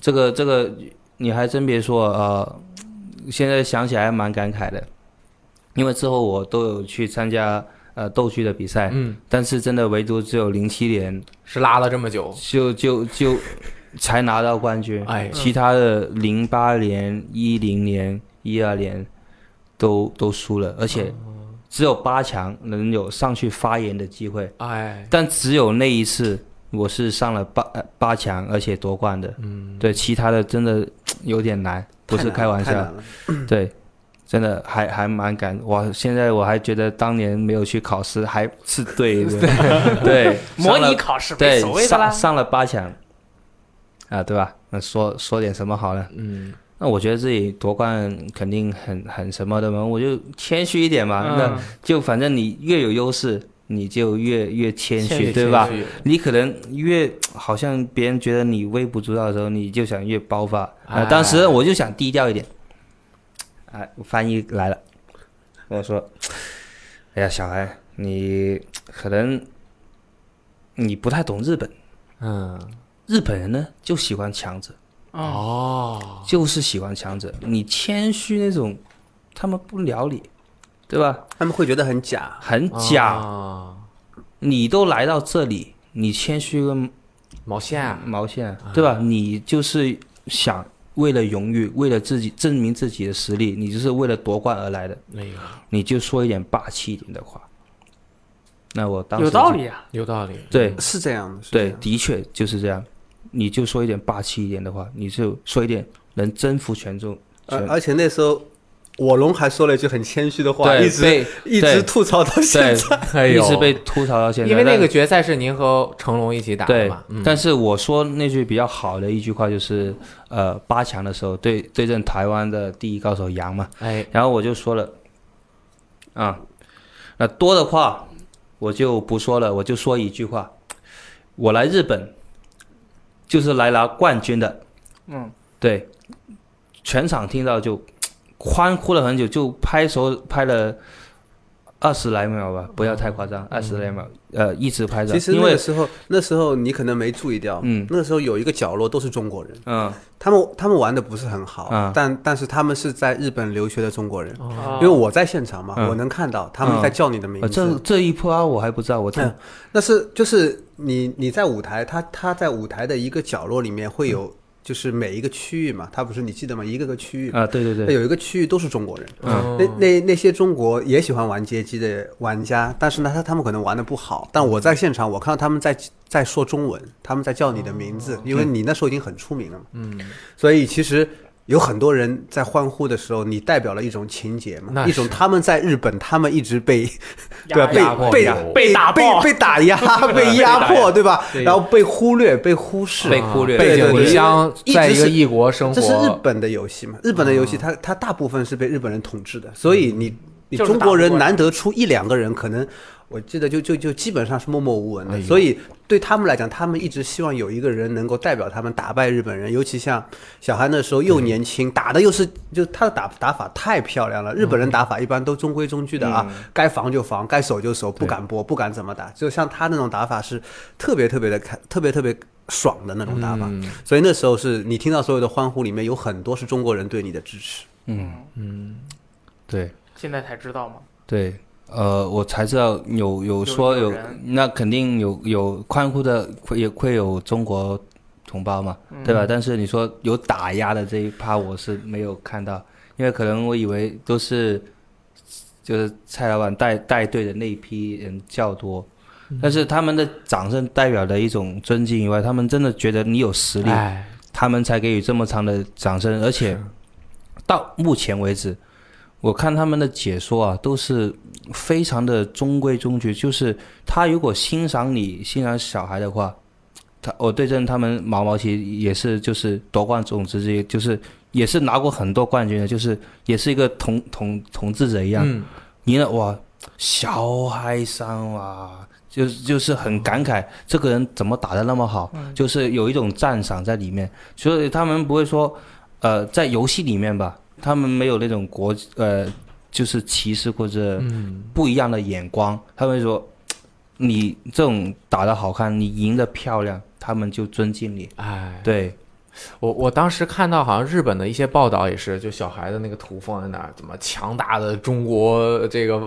Speaker 3: 这个这个你还真别说，呃，现在想起来还蛮感慨的，因为之后我都有去参加呃斗剧的比赛，
Speaker 1: 嗯，
Speaker 3: 但是真的唯独只有零七年
Speaker 1: 是拉了这么久，
Speaker 3: 就就就才拿到冠军。
Speaker 1: 哎
Speaker 3: 其他的零八年、一零年、一二年都都输了，而且只有八强能有上去发言的机会，
Speaker 1: 哎，
Speaker 3: 但只有那一次我是上了八呃八强，而且夺冠的。
Speaker 1: 嗯，
Speaker 3: 对，其他的真的有点难，不是开玩
Speaker 4: 太难了。。
Speaker 3: 笑
Speaker 4: 太难了
Speaker 3: 对。真的还还蛮感哇！现在我还觉得当年没有去考试还是对的，对，
Speaker 2: [LAUGHS] 模
Speaker 3: 上了
Speaker 2: 拟考试没
Speaker 3: 对，
Speaker 2: 所谓的啦
Speaker 3: 上。上了八强，啊，对吧？那说说点什么好呢？
Speaker 1: 嗯，
Speaker 3: 那我觉得自己夺冠肯定很很什么的嘛，我就谦虚一点嘛。
Speaker 2: 嗯
Speaker 3: 那就反正你越有优势，你就越越谦
Speaker 2: 谦虚
Speaker 3: 虚，对吧
Speaker 1: 谦虚？
Speaker 3: 你可能越好像别人觉得你微不足道的时候，你就想越爆发。
Speaker 1: 哎
Speaker 3: 啊，当时我就想低调一点。啊，翻译来了，跟我说：“哎呀，小孩，你可能你不太懂日本，
Speaker 1: 嗯，
Speaker 3: 日本人呢就喜欢强者，
Speaker 2: 嗯
Speaker 1: 哦，
Speaker 3: 就是喜欢强者。你谦虚那种，他们不了你，对吧？
Speaker 4: 他们会觉得很假，
Speaker 3: 很假。
Speaker 1: 啊
Speaker 3: 你都来到这里，你谦虚个
Speaker 1: 毛线啊，
Speaker 3: 毛线，对吧？你就是想为了荣誉，为了自己证明自己的实力，你就是为了夺冠而来的，
Speaker 1: 那个
Speaker 3: 你就说一点霸气一点的话。那我当时
Speaker 2: 有道理啊。
Speaker 1: 有道理，嗯
Speaker 3: 对
Speaker 4: 是这样的。是这
Speaker 3: 就，对，
Speaker 4: 样的，
Speaker 3: 的确就是这样。你就说一点霸气一点的话，你就说一点能征服全中全
Speaker 1: 呃
Speaker 4: 而而且那时候我龙还说了一句很谦虚的话，
Speaker 3: 对
Speaker 4: 一直
Speaker 3: 被
Speaker 4: 一
Speaker 3: 对
Speaker 4: 直吐槽到现
Speaker 3: 对
Speaker 4: 在。
Speaker 1: 哎
Speaker 3: 一
Speaker 1: 呦
Speaker 3: 直被吐槽到现在。
Speaker 1: 因为那
Speaker 3: 但
Speaker 1: 个决赛是您和成龙一起打的
Speaker 3: 对
Speaker 1: 嘛，，嗯
Speaker 3: 但是我说那句比较好的一句话就是，呃，八强的时候对对阵台湾的第一高手杨嘛，
Speaker 1: 哎，
Speaker 3: 然后我就说了，啊，那多的话我就不说了，我就说一句话，我来日本就是来拿冠军的，
Speaker 2: 嗯，
Speaker 3: 对，全场听到就欢呼了很久，就拍手拍了二十来秒吧，不要太夸张，二十来秒，呃，一直拍
Speaker 4: 嗯
Speaker 3: 着
Speaker 4: [LAUGHS] 其，实
Speaker 3: 因
Speaker 4: 那
Speaker 3: 为
Speaker 4: 个时候，那时候你可能没注意掉，
Speaker 3: 嗯
Speaker 4: 那个时候有一个角落都是中国人，
Speaker 3: 嗯，
Speaker 4: 他们他们玩的不是很好，
Speaker 3: 啊
Speaker 4: 但但是他们是在日本留学的中国人，
Speaker 2: 哦
Speaker 4: 因为我在现场嘛，
Speaker 3: 嗯
Speaker 4: 我能看到他们在叫你的名
Speaker 3: 呃
Speaker 4: 字，
Speaker 3: 这这一波啊，我还不知道，我听
Speaker 4: 嗯那是就是你你在舞台，他他在舞台的一个角落里面会
Speaker 3: 嗯
Speaker 4: 有，就是每一个区域嘛，他不是你记得吗？一个个区域，
Speaker 3: 啊，对对哦对，
Speaker 4: 有一个区域都是中国人。
Speaker 1: 嗯
Speaker 4: 那那那些中国也喜欢玩街机的玩家，但是呢，他他们可能玩的不好。但我在现场，我看到他们在在说中文，他们在叫你的名字，
Speaker 3: 哦
Speaker 4: 因为你那时候已经很出名了嘛。
Speaker 1: 嗯，
Speaker 4: 所以其实有很多人在欢呼的时候，你代表了一种情节
Speaker 1: 那
Speaker 4: 嘛，
Speaker 1: 是
Speaker 4: 一种他们在日本，他们一直被对
Speaker 3: 啊
Speaker 2: 压
Speaker 1: 压
Speaker 4: 吧？
Speaker 1: 迫
Speaker 4: 被
Speaker 1: 压
Speaker 4: 被
Speaker 2: 被打
Speaker 4: 被
Speaker 2: 爆
Speaker 4: 被打压、被压
Speaker 3: 被打压
Speaker 4: 迫，对吧？
Speaker 3: 对
Speaker 4: 然后被忽略、被忽视，啊
Speaker 3: 被哎忽略
Speaker 1: 啊背
Speaker 4: 对对
Speaker 1: 井离
Speaker 4: 对
Speaker 1: 乡，
Speaker 4: 一直
Speaker 1: 在一个
Speaker 4: 是
Speaker 1: 异国生活，
Speaker 4: 这是日本的游戏嘛？日本的游戏它，它大部分是被日本人统治的，所以你你
Speaker 2: 就是
Speaker 4: 中
Speaker 2: 打不
Speaker 4: 国人
Speaker 2: 过
Speaker 4: 难得出一两个人，可能我记得就就就基本上是默默无闻
Speaker 1: 哎
Speaker 4: 的，
Speaker 1: 呦
Speaker 4: 所以对他们来讲，他们一直希望有一个人能够代表他们打败日本人，尤其像小韩那时候又年轻，打的又是就他的打打法太漂亮
Speaker 2: 嗯
Speaker 4: 了，日本人打法一般都中规中矩的啊，该防就防，该守就守，不敢搏，不敢怎么打，就像他那种打法是特别特别的开，特别特别爽的那种打法。
Speaker 1: 嗯
Speaker 4: 所以那时候是你听到所有的欢呼里面有很多是中国人对你的支持。
Speaker 3: 嗯，对
Speaker 2: 现在才知道吗？
Speaker 3: 对，呃，我才知道有有说
Speaker 2: 有
Speaker 3: 有
Speaker 2: 人
Speaker 3: 那肯定有有宽呼的，会也会有中国同胞嘛，对吧？但是你说有打压的这一趴，我是没有看到，因为可能我以为都是就是蔡老板带带队的那一批人较多。但是他们的掌声代表了一种尊敬以外，他们真的觉得你有实力，
Speaker 2: 哎，
Speaker 3: 他们才给予这么长的掌声，而且到目前为止，我看他们的解说啊，都是非常的中规中矩。就是他如果欣赏你、欣赏小孩的话，他我对阵他们毛毛其实也是就是夺冠种子之一，就是也是拿过很多冠军的，就是也是一个统统统治者一样。
Speaker 1: 嗯，
Speaker 3: 你呢？哇，小海桑哇，就是就是很感慨，这个人怎么打得那么好，就是有一种赞赏在里面。所以他们不会说，呃，在游戏里面吧，他们没有那种国呃，就是歧视或者不一样的眼光，他们会说。你这种打得好看，你赢得漂亮，他们就尊敬你。
Speaker 1: 哎，
Speaker 3: 对，
Speaker 1: 我我当时看到好像日本的一些报道也是，就小孩的那个图放在那儿，怎么强大的中国这个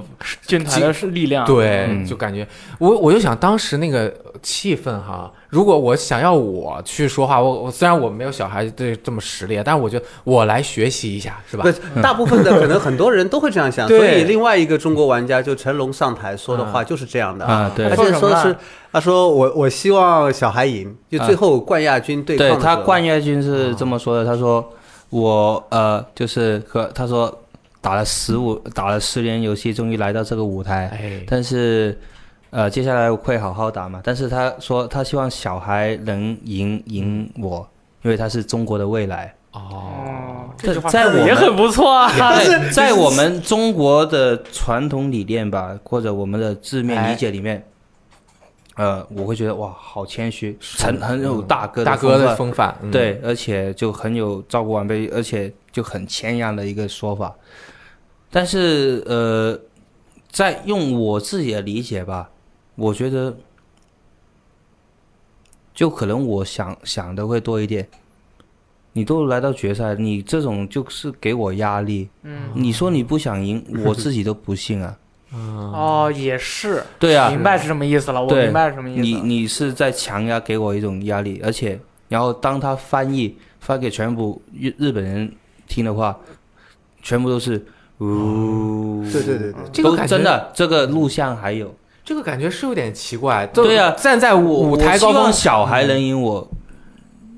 Speaker 2: 军团的是力量，
Speaker 1: 对，
Speaker 3: 嗯
Speaker 1: 就感觉我我就想当时那个气氛哈，如果我想要我去说话，我我虽然我没有小孩对这么实力，但是我觉得我来学习一下是吧嗯
Speaker 4: 不？是，大部分的可能很多人都会这样想，所
Speaker 1: 对
Speaker 4: 以另外一个中国玩家就成龙上台说的话就是这样的
Speaker 3: 啊对
Speaker 4: 而且
Speaker 2: 他
Speaker 4: 说
Speaker 2: 说什么
Speaker 4: 是他说我我希望小孩赢，就最后
Speaker 1: 啊
Speaker 4: 冠亚军对抗
Speaker 3: 对
Speaker 4: 的时
Speaker 3: 他
Speaker 4: 候
Speaker 3: 冠亚军是这么说的，他说我呃就是和他说打了十五打了十年游戏，终于来到这个舞台，
Speaker 1: 哎，
Speaker 3: 但是呃接下来我会好好打嘛。但是他说他希望小孩能赢赢我，因为他是中国的未来。
Speaker 1: 哦，
Speaker 2: 哦，这句话
Speaker 3: 在在我们
Speaker 2: 也很不错啊，
Speaker 3: 在在我们中国的传统理念吧，或者我们的字面理解里面。呃，我会觉得哇，好谦虚，很很有大哥的
Speaker 1: 大哥
Speaker 3: 风范
Speaker 1: 的风范，嗯，
Speaker 3: 对，而且就很有照顾晚辈，而且就很谦让的一个说法。但是呃，在用我自己的理解吧，我觉得就可能我想想的会多一点。你都来到决赛，你这种就是给我压力。
Speaker 2: 嗯，
Speaker 3: 你说你不想 [LAUGHS] 赢，我自己都不信啊。
Speaker 1: 嗯
Speaker 2: 哦，也是，
Speaker 3: 对啊，
Speaker 2: 明白是什么意思了，我
Speaker 3: 对
Speaker 2: 明白是什么意思
Speaker 3: 你
Speaker 2: 了，
Speaker 3: 你是在强压给我一种压力，而且然后当他翻译发给全部日日本人听的话，全部都是呜、
Speaker 4: 对对对对，
Speaker 1: 这个
Speaker 3: 都
Speaker 1: 感觉
Speaker 3: 真的这个录像还有，
Speaker 1: 这个感觉是有点奇怪。
Speaker 3: 对啊
Speaker 1: 就站在舞舞台
Speaker 3: 我希
Speaker 1: 高
Speaker 3: 望
Speaker 1: 峰，
Speaker 3: 小孩能赢我。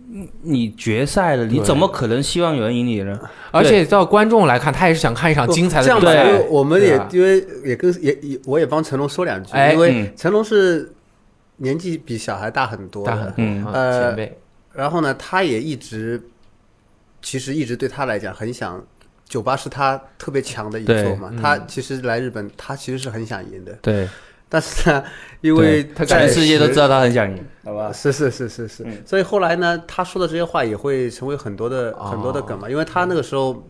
Speaker 3: 你你决赛了，你
Speaker 1: 对
Speaker 3: 怎么可能希望有人赢你呢？
Speaker 1: 而且到观众来看，他也是想看一场精彩
Speaker 4: 这
Speaker 1: 的
Speaker 4: 样
Speaker 1: 比
Speaker 4: 吧，因
Speaker 1: 赛
Speaker 4: 为。我们
Speaker 1: 对
Speaker 4: 也
Speaker 1: 啊
Speaker 4: 因为也跟也也我也帮成龙说两句，
Speaker 1: 哎
Speaker 4: 因为
Speaker 3: 嗯
Speaker 4: 成龙是年纪比小孩大很多的，
Speaker 1: 大很
Speaker 3: 嗯
Speaker 1: 多啊
Speaker 4: 呃
Speaker 1: 前辈，
Speaker 4: 然后呢，他也一直，其实一直对他来讲很想，酒吧是他特别强的一座嘛。他其实来日本，他其实是很想赢的，
Speaker 3: 嗯对，
Speaker 4: 但是呢，因为
Speaker 1: 对他
Speaker 4: 在
Speaker 3: 全世界都
Speaker 4: 十
Speaker 3: 知道他很想赢，好吧？嗯
Speaker 4: 是是是是是，所以后来呢，他说的这些话也会成为很多的、
Speaker 1: 哦
Speaker 4: 很多的梗嘛，因为他那个时候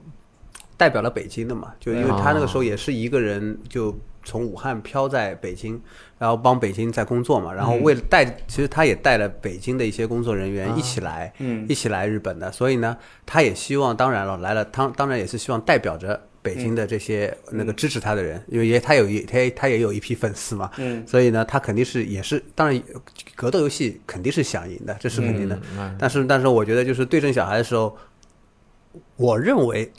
Speaker 4: 代表了北京的嘛，就因为
Speaker 3: 嗯
Speaker 4: 他那个时候也是一个人就。从武汉飘在北京，然后帮北京在工作嘛，然后为了带，其实他也带了北京的一些工作人员一起来，
Speaker 3: 嗯嗯
Speaker 4: 一起来日本的，所以呢，他也希望，当然了，来了，当当然也是希望代表着北京的这些、那个支持他的人，因为也他有一他他也有一批粉丝嘛，
Speaker 3: 嗯，
Speaker 4: 所以呢，他肯定是也是，当然格斗游戏肯定是想赢的，这是肯定的。
Speaker 1: 嗯
Speaker 4: 但是但是我觉得就是对阵小孩的时候，我认为，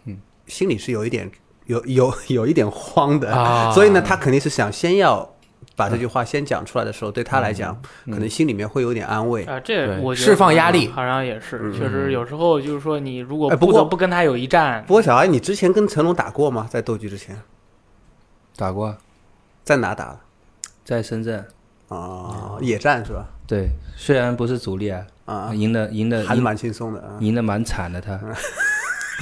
Speaker 4: 心里是有一点有有有一点慌的，
Speaker 1: 啊
Speaker 4: 所以呢，他肯定是想先要。把这句话先讲出来的时候，对他来讲，可能心里面会有点安慰。
Speaker 2: 啊，这
Speaker 1: 对
Speaker 2: 我觉得
Speaker 1: 释放压力嗯
Speaker 2: 好像也是，确实有时候就是说，你如果
Speaker 4: 哎不
Speaker 2: 不得
Speaker 4: 过
Speaker 2: 不跟他有一战，
Speaker 4: 不过，小孩，你之前跟成龙打过吗？在斗剧之前，
Speaker 3: 打过啊，
Speaker 4: 在哪打的？
Speaker 3: 在深圳，
Speaker 4: 啊，野战是吧？
Speaker 3: 对，虽然不是主力啊，
Speaker 4: 啊，
Speaker 3: 赢的赢
Speaker 1: 呃
Speaker 3: 的
Speaker 4: 还是蛮轻松的啊。
Speaker 3: 赢的蛮惨的他，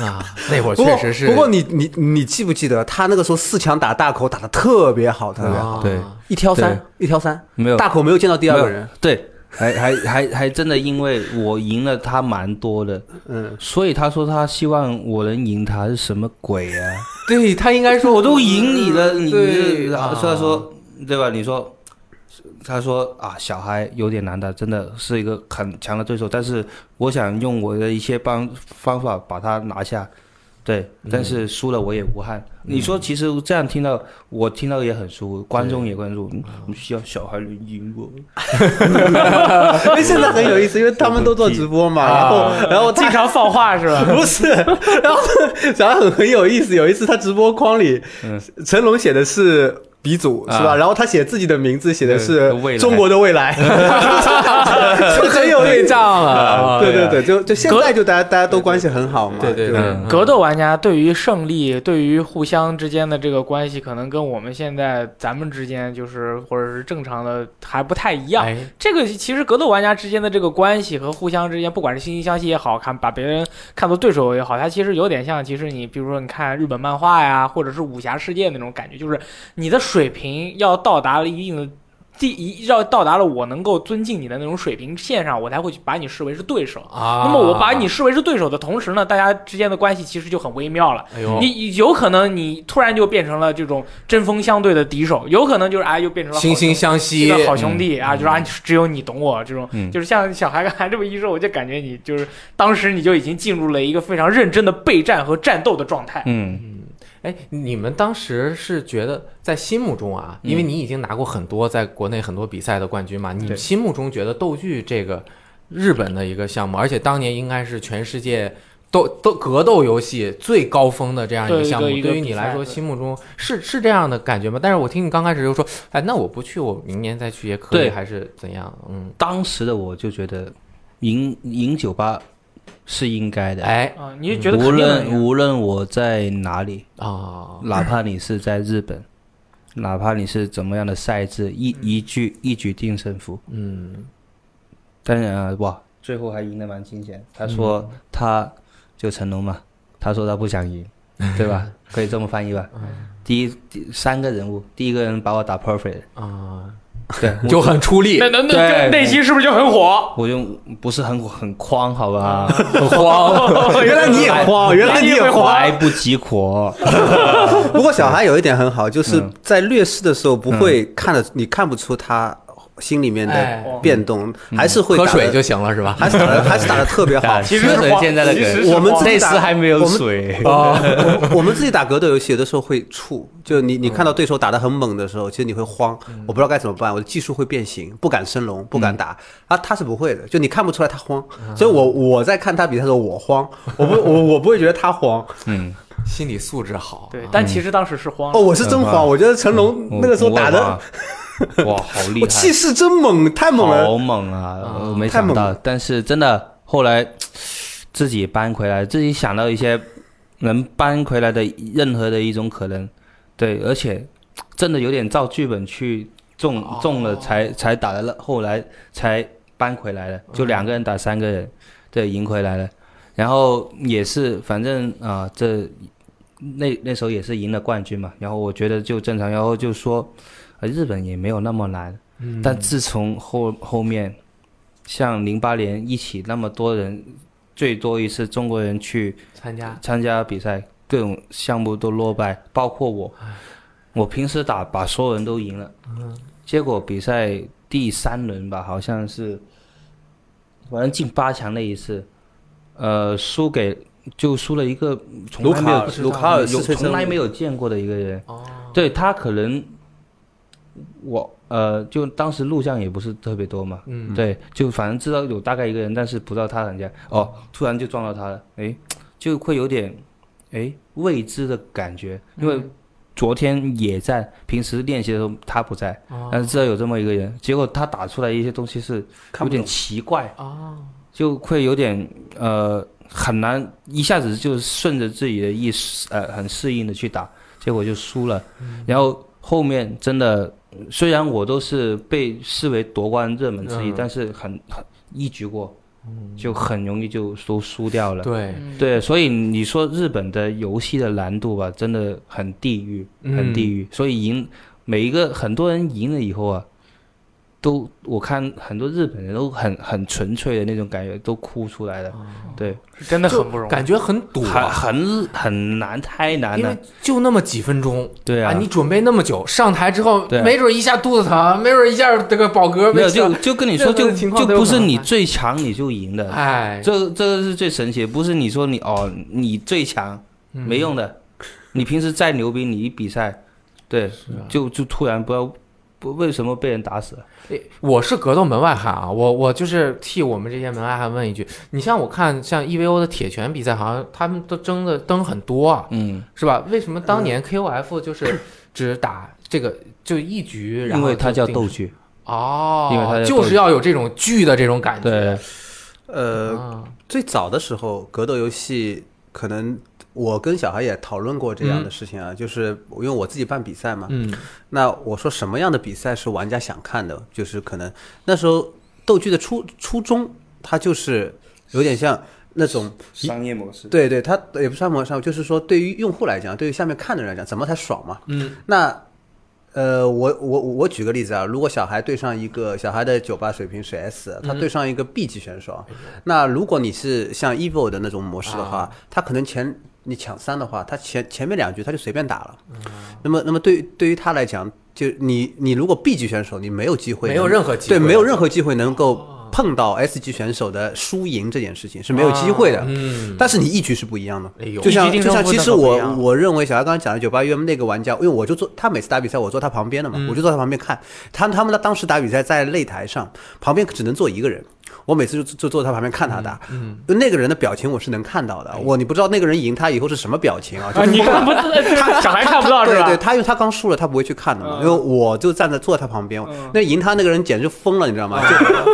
Speaker 1: 啊，那会儿
Speaker 4: 不
Speaker 1: 确
Speaker 4: 过
Speaker 1: 实是，
Speaker 4: 不过你你你记不记得他那个时候四强打大口打的特别好，特别好，
Speaker 1: 啊
Speaker 3: 对
Speaker 4: 一挑三，一挑三，
Speaker 3: 没有
Speaker 4: 大口没有见到第二个
Speaker 3: 没有
Speaker 4: 人，，
Speaker 3: 对，还还还还真的因为我赢了他蛮多的，
Speaker 4: 嗯， [LAUGHS]
Speaker 3: 所以他说他希望我能赢他是什么鬼啊？
Speaker 1: 对他应该说
Speaker 3: 我都赢你了，你
Speaker 1: 对
Speaker 3: 你然后
Speaker 1: 啊
Speaker 3: 所以他说对吧？你说。他说啊，小孩有点难打，真的是一个很强的对手。但是我想用我的一些帮方法把他拿下，对，
Speaker 1: 嗯
Speaker 3: 但是输了我也无憾。你说，其实这样听到我听到也很舒服，观众也关注，嗯需要小孩能赢我。
Speaker 4: 因为现在很有意思，因为他们都做直播
Speaker 1: [LAUGHS]
Speaker 4: 嘛，
Speaker 1: 啊
Speaker 4: 然后然后
Speaker 2: 经常放话是吧？
Speaker 4: 不是，然后然后很很有意思。有一次他直播框里，成龙写的是。鼻祖是吧？
Speaker 3: 啊
Speaker 4: 然后他写自己的名字，写的是
Speaker 3: 对未来
Speaker 4: 中国的未来，就很有
Speaker 1: 对
Speaker 4: 印象。
Speaker 1: 账了，
Speaker 4: 对对
Speaker 3: 对
Speaker 4: 对，就就现在就大家大家都关系很好嘛。
Speaker 1: 对对
Speaker 4: 就
Speaker 1: 对，
Speaker 4: 是
Speaker 1: 嗯
Speaker 2: 格斗玩家对于胜利，对于互相之间的这个关系，可能跟我们现在咱们之间就是或者是正常的还不太一样。
Speaker 1: 哎
Speaker 2: 这个其实格斗玩家之间的这个关系和互相之间，不管是惺惺相惜也好看，把别人看作对手也好，它其实有点像，其实你比如说你看日本漫画呀，或者是武侠世界那种感觉，就是你的水平要到达了一定的第一，要到达了我能够尊敬你的那种水平线上，我才会去把你视为是对手。
Speaker 1: 啊，
Speaker 2: 那么我把你视为是对手的同时呢，大家之间的关系其实就很微妙了。
Speaker 1: 哎呦，
Speaker 2: 你有可能你突然就变成了这种针锋相对的敌手，有可能就是哎又变成了好
Speaker 1: 惺
Speaker 2: 兄
Speaker 1: 惺
Speaker 2: 弟
Speaker 1: 相
Speaker 2: 一
Speaker 1: 惜，
Speaker 2: 个
Speaker 4: 嗯
Speaker 2: 好兄弟啊，就是啊，只有你懂我这种，
Speaker 3: 嗯
Speaker 2: 就是像小孩刚才这么一说，我就感觉你就是当时你就已经进入了一个非常认真的备战和战斗的状态。
Speaker 3: 嗯，
Speaker 1: 哎，你们当时是觉得在心目中啊，因为
Speaker 2: 嗯
Speaker 1: 你已经拿过很多在国内很多比赛的冠军嘛，你
Speaker 3: 对
Speaker 1: 心目中觉得斗剧这个日本的一个项目，而且当年应该是全世界斗斗格斗游戏最高峰的这样一个
Speaker 2: 对
Speaker 1: 项目，
Speaker 2: 一个一个
Speaker 1: 对于你
Speaker 2: 比赛
Speaker 1: 来说，
Speaker 2: 对
Speaker 1: 心目中是是这样的感觉吗？但是我听你刚开始就说，哎，那我不去，我明年再去也可以，
Speaker 3: 对
Speaker 1: 还是怎样？嗯，
Speaker 3: 当时的我就觉得赢赢酒吧是应该的，
Speaker 1: 哎
Speaker 4: 嗯
Speaker 2: 啊，你就觉得
Speaker 3: 无
Speaker 2: 肯定哦能啊赢
Speaker 3: 论无论我在哪里，
Speaker 1: 啊，
Speaker 3: 哪怕你是在
Speaker 2: [LAUGHS]
Speaker 3: 日本，哪怕你是怎么样的赛制，
Speaker 2: 嗯
Speaker 3: 一一举一举定胜负。
Speaker 1: 嗯，
Speaker 3: 当然啊，哇，最后还赢得蛮惊险。他说
Speaker 2: 嗯
Speaker 3: 他就成龙嘛，他说他不想
Speaker 2: [LAUGHS]
Speaker 3: 赢，对吧？可以这么翻译
Speaker 2: 嗯
Speaker 3: 吧。第一第三个人物，第一个人把我
Speaker 2: [LAUGHS]
Speaker 3: 打 perfect，
Speaker 1: 啊，
Speaker 3: 对，
Speaker 1: 就很出力
Speaker 2: 那，那那
Speaker 3: 对
Speaker 2: 就内心是不是就很火？
Speaker 3: 我就不是很很慌，好
Speaker 2: 啊
Speaker 3: 吧？
Speaker 1: 很慌，
Speaker 4: 哦
Speaker 2: [LAUGHS]
Speaker 4: 原来你也慌，原来你也慌。
Speaker 3: 来不及火，
Speaker 4: 不过小孩有一点很好，就是
Speaker 3: 嗯。
Speaker 4: 在劣势的时候不会看得你看不出他心里面
Speaker 1: 哎
Speaker 4: 的变动，还是会
Speaker 1: 喝
Speaker 4: 打
Speaker 1: 水
Speaker 4: 得
Speaker 1: 就行了是吧？
Speaker 4: 还是打的还是啊打的特 [LAUGHS] 别好
Speaker 3: [LAUGHS]
Speaker 2: 其实是
Speaker 3: 喝水
Speaker 2: 慌
Speaker 3: 现在的
Speaker 2: 其
Speaker 3: 梗
Speaker 2: 实是
Speaker 4: 我们
Speaker 2: 慌
Speaker 4: 自己
Speaker 3: 这
Speaker 4: 打
Speaker 3: 次还没有
Speaker 4: 我们
Speaker 3: 水，
Speaker 4: [LAUGHS] 我我们自己打格斗游戏，有的时候会怵，就你你看到对手打得很猛的时候，其实你会慌，
Speaker 3: 嗯
Speaker 4: 我不知道该怎么办，我的技术会变形，不敢升龙，不敢打。啊，他是不会的，就你看不出来他慌，
Speaker 3: 嗯
Speaker 4: 所以我我在看他比赛的时候，我慌，我不我我不会觉得他慌，
Speaker 3: 嗯，
Speaker 1: 心理素质好，啊
Speaker 2: 对，但其实当时是慌
Speaker 4: 哦，。我是真
Speaker 3: 嗯
Speaker 4: 慌，我觉得成龙
Speaker 3: 我
Speaker 4: 那个时候
Speaker 3: 不会
Speaker 4: 打的 [LAUGHS]
Speaker 3: 吧，哇，好厉
Speaker 4: 我
Speaker 3: 害，
Speaker 4: 气势真猛，太猛了，
Speaker 3: 好猛啊！我没
Speaker 4: 太
Speaker 3: 想
Speaker 4: 猛
Speaker 3: 到
Speaker 4: 了，
Speaker 3: 但是真的后来自己搬回来，自己想到一些能搬回来的任何的一种可能，对，而且真的有点照剧本去中
Speaker 1: 哦
Speaker 3: 中了才才打了，后来才搬回来了，就两个人打三个人，对，赢回来了。然后也是，反正啊、这那那时候也是赢了冠军嘛。然后我觉得就正常，然后就说，呃，日本也没有那么难。
Speaker 1: 嗯
Speaker 3: 但自从后后面，像零八年一起那么多人，最多一次中国人去
Speaker 1: 参加
Speaker 3: 参加比赛，各种项目都落败，包括我。我平时打把所有人都赢了，结果比赛第三轮吧，好像是，反正进八强那一次，呃，输给就输了一个从
Speaker 4: 卢
Speaker 3: 来没
Speaker 4: 卡
Speaker 3: 有
Speaker 4: 尔卢卡尔
Speaker 3: 有
Speaker 4: 斯
Speaker 3: 从来没有见过的一个人，
Speaker 1: 哦。
Speaker 3: 对他可能我呃，就当时录像也不是特别多嘛，
Speaker 1: 嗯，
Speaker 3: 对，就反正知道有大概一个人，但是不知道他人家哦，突然就撞到他了，诶，就会有点诶未知的感觉，因为昨天也在，平时练习的时候他不在，但是知道有这么一个人，结果他打出来一些东西是
Speaker 4: 看
Speaker 3: 有
Speaker 4: 不
Speaker 3: 点
Speaker 4: 懂
Speaker 3: 奇怪，
Speaker 1: 哦，
Speaker 3: 就会有点呃很难一下子就顺着自己的意识呃很适应的去打，结果就输了。
Speaker 4: 嗯
Speaker 3: 然后后面真的虽然我都是被视为夺冠热门之一，
Speaker 1: 嗯
Speaker 3: 但是很很一局过，
Speaker 4: 嗯
Speaker 3: 就很容易就都输掉了。
Speaker 1: 对，
Speaker 3: 对，所以你说日本的游戏的难度吧，真的很地狱，很
Speaker 1: 嗯
Speaker 3: 地狱。所以赢每一个很多人赢了以后啊，都我看很多日本人都很很纯粹的那种感觉，都哭出来了。对，
Speaker 2: 是真的很不容易。
Speaker 1: 感觉很堵
Speaker 3: 很
Speaker 1: 啊，
Speaker 3: 很很难，太难
Speaker 1: 因
Speaker 3: 了
Speaker 1: 为。就那么几分钟。
Speaker 3: 对啊，
Speaker 1: 你准备那么久，上台之后，
Speaker 3: 对啊
Speaker 1: 没准一下肚子疼，没准一下这个饱嗝
Speaker 3: 没有
Speaker 1: 被
Speaker 3: 就
Speaker 1: 呛，
Speaker 3: 就跟你说，
Speaker 1: 任何
Speaker 3: 就
Speaker 1: 的情况
Speaker 3: 就
Speaker 1: 都有
Speaker 3: 不是
Speaker 1: 可能
Speaker 3: 你
Speaker 1: 发生
Speaker 3: 最强你就赢的，
Speaker 1: 哎，
Speaker 3: 这这个是最神奇的，不是你说你哦你最强没用的。你平时再牛逼，你一比赛，对，就就突然不知道不为什么被人打死了。啊
Speaker 1: 诶我是格斗门外汉啊，我我就是替我们这些门外汉问一句，你像我看像 EVO 的铁拳比赛，好像他们都争的争很多啊，
Speaker 3: 嗯，
Speaker 1: 是吧？为什么当年 KOF 就是只打这个就一局，然
Speaker 3: 因
Speaker 1: 后
Speaker 3: 为它叫
Speaker 1: 就定
Speaker 3: 斗剧，
Speaker 1: 哦，
Speaker 3: 因为它叫斗
Speaker 1: 就是要有这种剧的这种感觉，
Speaker 3: 对，
Speaker 4: 呃，
Speaker 1: 啊，
Speaker 4: 最早的时候格斗游戏可能。我跟小孩也讨论过这样的事情啊，就是因为我自己办比赛嘛，
Speaker 1: 嗯
Speaker 4: 那我说什么样的比赛是玩家想看的？就是可能那时候斗剧的初初衷，它就是有点像那种
Speaker 3: 商业模式。
Speaker 4: 对对，它也不算模上，就是说对于用户来讲，对于下面看的人来讲，怎么才爽嘛？
Speaker 1: 嗯，
Speaker 4: 那呃，我我我举个例子啊，如果小孩对上一个小孩的酒吧水平是 S，他啊
Speaker 1: 嗯
Speaker 4: 对上一个 B 级选手，那如果你是像 EVO 的那种模式的
Speaker 1: 啊
Speaker 4: 话，他可能前你抢三的话，他前前面两局他就随便打了。
Speaker 1: 嗯
Speaker 4: 那么那么对对于他来讲，就你你如果 B 级选手，你没有机会能，
Speaker 1: 没有任何机会
Speaker 4: 对，没有任何机会能够。碰到 S 级选手的输赢这件事情是没有机会的，
Speaker 1: 嗯，
Speaker 4: 但是你一局是不一样的，
Speaker 1: 哎呦
Speaker 4: 就
Speaker 2: 一
Speaker 4: 像
Speaker 2: 局定
Speaker 4: 就像
Speaker 2: 胜负
Speaker 4: 其
Speaker 2: 那
Speaker 4: 实
Speaker 2: 可不一
Speaker 4: 我
Speaker 2: 样
Speaker 4: 我认为小孩刚才讲的九八 UM 那个玩家，因为我就坐他每次打比赛，我坐他旁边的嘛，
Speaker 2: 嗯
Speaker 4: 我就坐他旁边看。他们他们的当时打比赛在擂台上，旁边只能坐一个人。我每次就就坐他旁边看他打，
Speaker 2: 嗯
Speaker 4: 就那个人的表情我是能看到
Speaker 2: 哎
Speaker 4: 的。我你不知道那个人赢他以后是什么表情啊？就
Speaker 2: 啊，
Speaker 4: 是
Speaker 2: 你看不到， [LAUGHS] 小孩看不到是
Speaker 4: 对
Speaker 2: 吧？
Speaker 4: 对，他因为他刚输了，他不会去看的嘛，因
Speaker 2: 嗯
Speaker 4: 为我就站在坐在他旁边
Speaker 2: 嗯，
Speaker 4: 那赢他那个人简直疯了，你知道吗？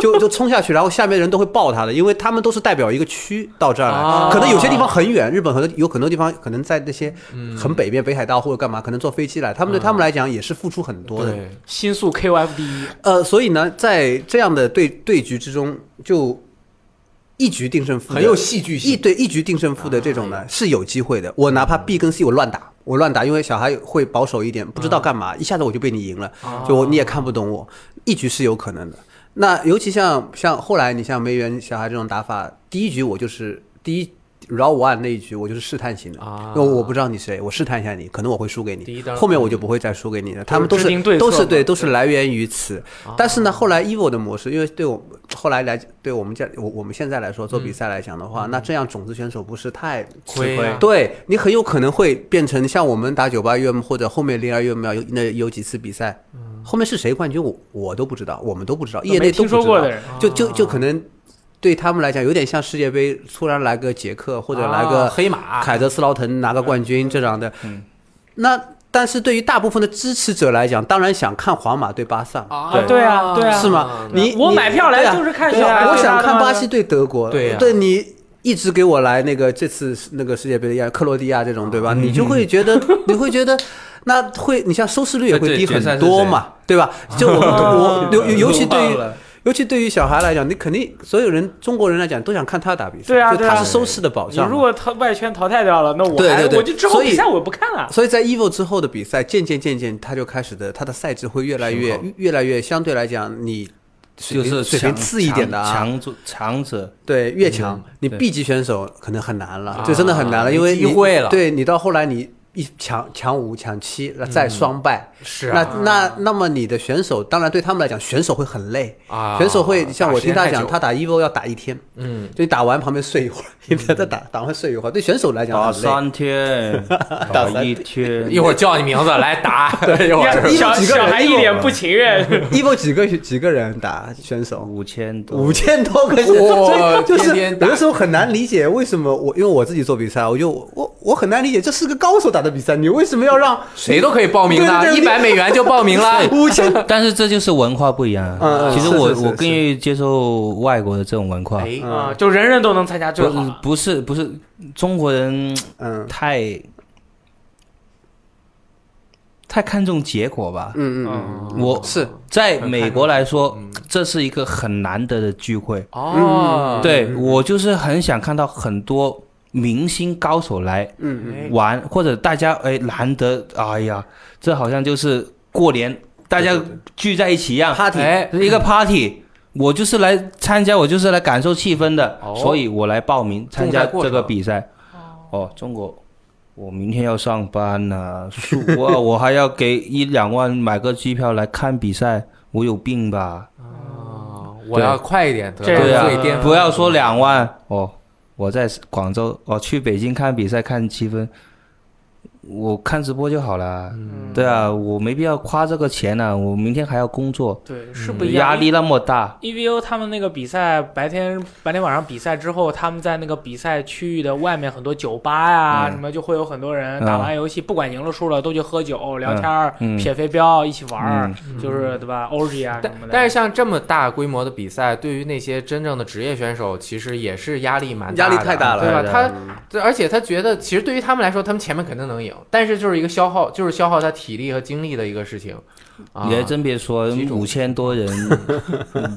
Speaker 4: 就就就冲下去，然后下面人都会抱他的，因为他们都是代表一个区到这儿
Speaker 1: 啊
Speaker 4: 来，可能有些地方很远，日本很多有很多地方可能在那些
Speaker 2: 嗯
Speaker 4: 很北边北海道或者干嘛，可能坐飞机来，他们对他们来讲也是付出很多的。
Speaker 1: 对，
Speaker 2: 新宿 KOF 第一，
Speaker 4: 呃，所以呢，在这样的对对局之中，就一局定胜负的，
Speaker 1: 很有戏剧
Speaker 4: 一
Speaker 1: 性，
Speaker 4: 对一局定胜负的这种
Speaker 2: 哎
Speaker 4: 呢是有机会的。我哪怕 B 跟 C 我乱打，我乱打，因为小孩会保守一点，不知
Speaker 2: 嗯
Speaker 4: 道干嘛，一下子我就被你赢了，
Speaker 2: 啊
Speaker 4: 就我你也看不懂我，一局是有可能的。那尤其像像后来你像梅园小孩这种打法，第一局我就是第一。饶我 n 那一局，我就是试探型的，
Speaker 1: 啊
Speaker 4: 因为我不知道你谁，我试探一下你，可能我会输给
Speaker 1: 第一
Speaker 4: 你
Speaker 1: 张，
Speaker 4: 后面我就不会再输给你了。他们都
Speaker 2: 就是是制定对策
Speaker 4: 都是
Speaker 2: 嘛
Speaker 4: 对，都是来源于此。
Speaker 2: 哦
Speaker 1: 啊
Speaker 4: 但是呢，后来 EVO 的模式，因为对我后来来对我们这我我们现在来说做比赛来讲的
Speaker 2: 嗯
Speaker 4: 话，那这样种子选手不是太
Speaker 1: 亏啊
Speaker 4: 对你很有可能会变成像我们打九八 UM 或者后面零二 UM 有那有几次比赛，后面是谁冠军我我都不知道，我们都不知道，
Speaker 2: 嗯没
Speaker 4: 业内呃都不知道
Speaker 2: 听说过的人
Speaker 1: 啊
Speaker 2: 啊
Speaker 4: 就就就可能对他们来讲有点像世界杯突然来个捷克或者来个
Speaker 1: 啊黑马，
Speaker 4: 凯泽斯劳滕拿个冠
Speaker 2: 嗯
Speaker 4: 军这样的。那但是对于大部分的支持者来讲，当然想看皇马对巴萨，
Speaker 2: 啊对啊对啊
Speaker 4: 是吗？你
Speaker 2: 我
Speaker 4: 你
Speaker 2: 买票
Speaker 4: 对啊
Speaker 2: 来就是看
Speaker 4: 对
Speaker 2: 小
Speaker 4: 啊
Speaker 2: 孩。
Speaker 4: 嗯我想看巴西，对德国，
Speaker 1: 对呀
Speaker 4: 你一直给我来那个这次那个世界杯的亚克罗地亚这种，对吧？你就会觉得，你会觉得。那会，你像收视率也会
Speaker 3: 对
Speaker 4: 低
Speaker 3: 决赛
Speaker 4: 很
Speaker 3: 是
Speaker 4: 多
Speaker 3: 谁
Speaker 4: 嘛，对吧？就
Speaker 2: [LAUGHS]
Speaker 4: 我们，我尤尤其对于
Speaker 3: 忘了
Speaker 4: 尤其对于小孩来讲，你肯定所有人中国人来讲都想看他打比赛，
Speaker 2: 对啊
Speaker 4: 就
Speaker 2: 对
Speaker 4: 他
Speaker 2: 啊
Speaker 4: 是收视的保
Speaker 2: 你
Speaker 4: 障嘛。
Speaker 2: 如果他外圈淘汰掉了，那我
Speaker 4: 对对
Speaker 2: 还
Speaker 4: 对
Speaker 2: 我就之后
Speaker 4: 所以
Speaker 2: 比赛我不看了。
Speaker 4: 所以在 EVO 之后的比赛，渐渐渐渐，他就开始的，他的赛制会越来越越来越相对来讲，你水
Speaker 3: 就
Speaker 4: 平
Speaker 3: 是
Speaker 4: 水平
Speaker 3: 强
Speaker 4: 次一点的啊，
Speaker 3: 强强强者，
Speaker 4: 对越强，你
Speaker 3: 对
Speaker 4: B 级选手可能很难了
Speaker 1: 嗯啊，
Speaker 4: 这真的很难了，
Speaker 1: 没
Speaker 4: 因为
Speaker 1: 机
Speaker 4: 你
Speaker 1: 会了
Speaker 4: 对你到后来你一强强五强七，那再双败，
Speaker 1: 是
Speaker 4: 那
Speaker 1: 啊
Speaker 4: 那那么你的选手，当然对他们来讲，选手会很累
Speaker 1: 啊
Speaker 4: 选手会像我听他
Speaker 1: 打时间太
Speaker 4: 讲，
Speaker 1: 久
Speaker 4: 他打 EVO 要打一天，
Speaker 1: 嗯，
Speaker 4: 就你打完旁边睡一会儿， [LAUGHS] 你再打打完睡一会儿，对选手来讲
Speaker 3: 打
Speaker 4: 很累。
Speaker 3: 三天，打一天，
Speaker 1: 一会儿叫你名字来答，对，
Speaker 2: [LAUGHS]
Speaker 1: 一会 [LAUGHS] 儿
Speaker 4: 一
Speaker 2: 小
Speaker 4: 几个人啊嗯
Speaker 2: 小孩一
Speaker 4: 一
Speaker 2: 脸不情愿，
Speaker 4: EVO 几个几个人打选手？
Speaker 3: 五千
Speaker 4: [LAUGHS]
Speaker 3: 多，
Speaker 4: 五千多个选手，
Speaker 1: 哇
Speaker 4: [LAUGHS] 就是
Speaker 1: 天天
Speaker 4: 有
Speaker 1: 打
Speaker 4: 的时候很难理解为什么我，因为我自己做比赛，我就我我很难理解，这是个高手打的比赛，你为什么要让
Speaker 1: 谁都可以报名
Speaker 4: 对
Speaker 1: 的，
Speaker 4: 对
Speaker 1: 一
Speaker 4: 对
Speaker 1: 百美元就报名了。
Speaker 4: [LAUGHS] 五千？
Speaker 3: 但是这就是文化不一样
Speaker 4: 嗯
Speaker 3: 啊。
Speaker 4: 嗯
Speaker 3: 其实我
Speaker 4: 是是是
Speaker 3: 我更愿意接受外国的这种文化，
Speaker 1: 哎，
Speaker 2: [LAUGHS] 啊，就人人都能参加最
Speaker 3: 不
Speaker 2: 好了。嗯
Speaker 3: 不是不是中国人
Speaker 4: 嗯
Speaker 3: 太太看重结果吧。
Speaker 4: 嗯嗯
Speaker 2: 嗯，
Speaker 3: 我
Speaker 4: 是嗯
Speaker 3: 在美国来说，这是一个很难得的聚会。
Speaker 1: 哦，
Speaker 4: 嗯
Speaker 3: 对我就是很想看到很多明星高手来
Speaker 4: 嗯嗯，
Speaker 1: 哎
Speaker 3: 玩，或者大家哎难得，哎呀，这好像就是过年大家聚在一起一样
Speaker 4: Party
Speaker 1: 哎
Speaker 3: 一个 party。我就是来参加，我就是来感受气氛的，
Speaker 1: 哦
Speaker 3: 所以我来报名参加
Speaker 1: 重在过程
Speaker 3: 这个比赛。哦，中国，我明天要上班呐、数哇， [LAUGHS] 我还要给一两万买个机票来看比赛，我有病吧？
Speaker 1: 哦我要快一点得
Speaker 2: 这
Speaker 1: 到
Speaker 2: 个
Speaker 3: 对
Speaker 1: 最巅峰
Speaker 3: 啊，哦不要说两万哦，我在广州，我去北京看比赛看气氛，我看直播就好了。
Speaker 2: 嗯
Speaker 3: 对啊，我没必要花这个钱呢、我明天还要工作，
Speaker 2: 对，
Speaker 4: 嗯
Speaker 2: 是不一样。
Speaker 3: 压力那么大。
Speaker 2: EVO ，E 他们那个比赛，白天白天晚上比赛之后，他们在那个比赛区域的外面很多酒吧呀、
Speaker 3: 嗯
Speaker 2: 什么，就会有很多人
Speaker 3: 嗯
Speaker 2: 打完游戏，不管赢了输了，都去喝酒、聊天儿、
Speaker 3: 嗯
Speaker 2: 撇飞镖、一起玩儿，
Speaker 3: 嗯
Speaker 2: 就是对吧？orgy 啊什
Speaker 1: 但
Speaker 2: 么的。
Speaker 1: 但是像这么大规模的比赛，对于那些真正的职业选手，其实也是压力蛮大
Speaker 4: 压
Speaker 1: 的
Speaker 4: 力太大了，嗯
Speaker 1: 对吧？
Speaker 3: 对
Speaker 1: 他对，而且他觉得，其实对于他们来说，他们前面肯定能赢，但是就是一个消耗，就是消耗他体力和精力的一个事情。啊、
Speaker 3: 你还真别说
Speaker 1: 几，种
Speaker 3: 五千
Speaker 4: [LAUGHS]
Speaker 3: 多人，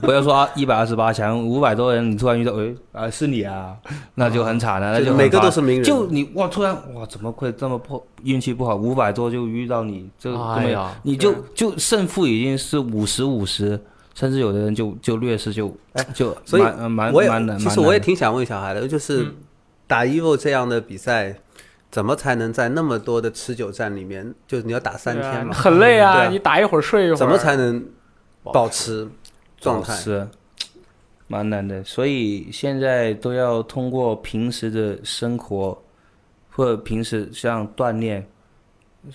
Speaker 3: 不要说一百二十八强，五百多人，你突然遇到，哎，啊，是你啊，那就很惨了，那
Speaker 4: 啊就
Speaker 3: 就很
Speaker 4: 每个
Speaker 3: 烦
Speaker 4: 都是名人，
Speaker 3: 就你哇，突然哇，怎么会这么破？运气不好，五百多就遇到你，这根
Speaker 1: 哎
Speaker 3: 本、
Speaker 1: 呀，
Speaker 3: 你就就胜负已经是五十五十，甚至有的人就就劣势就就
Speaker 4: 哎所以
Speaker 3: 蛮呃蛮
Speaker 4: 我也
Speaker 3: 蛮难。
Speaker 4: 其实
Speaker 3: 蛮
Speaker 4: 我也
Speaker 3: 难
Speaker 4: 挺想问小孩的，就是
Speaker 1: 嗯
Speaker 4: 打 EVO 这样的比赛，怎么才能在那么多的持久战里面，就是你要打三
Speaker 2: 对啊
Speaker 4: 天嘛，
Speaker 2: 很累啊，
Speaker 4: 对啊
Speaker 2: 你打一会儿睡一会儿，
Speaker 4: 怎么才能保持状态？
Speaker 3: 是蛮难的，所以现在都要通过平时的生活或者平时像锻炼、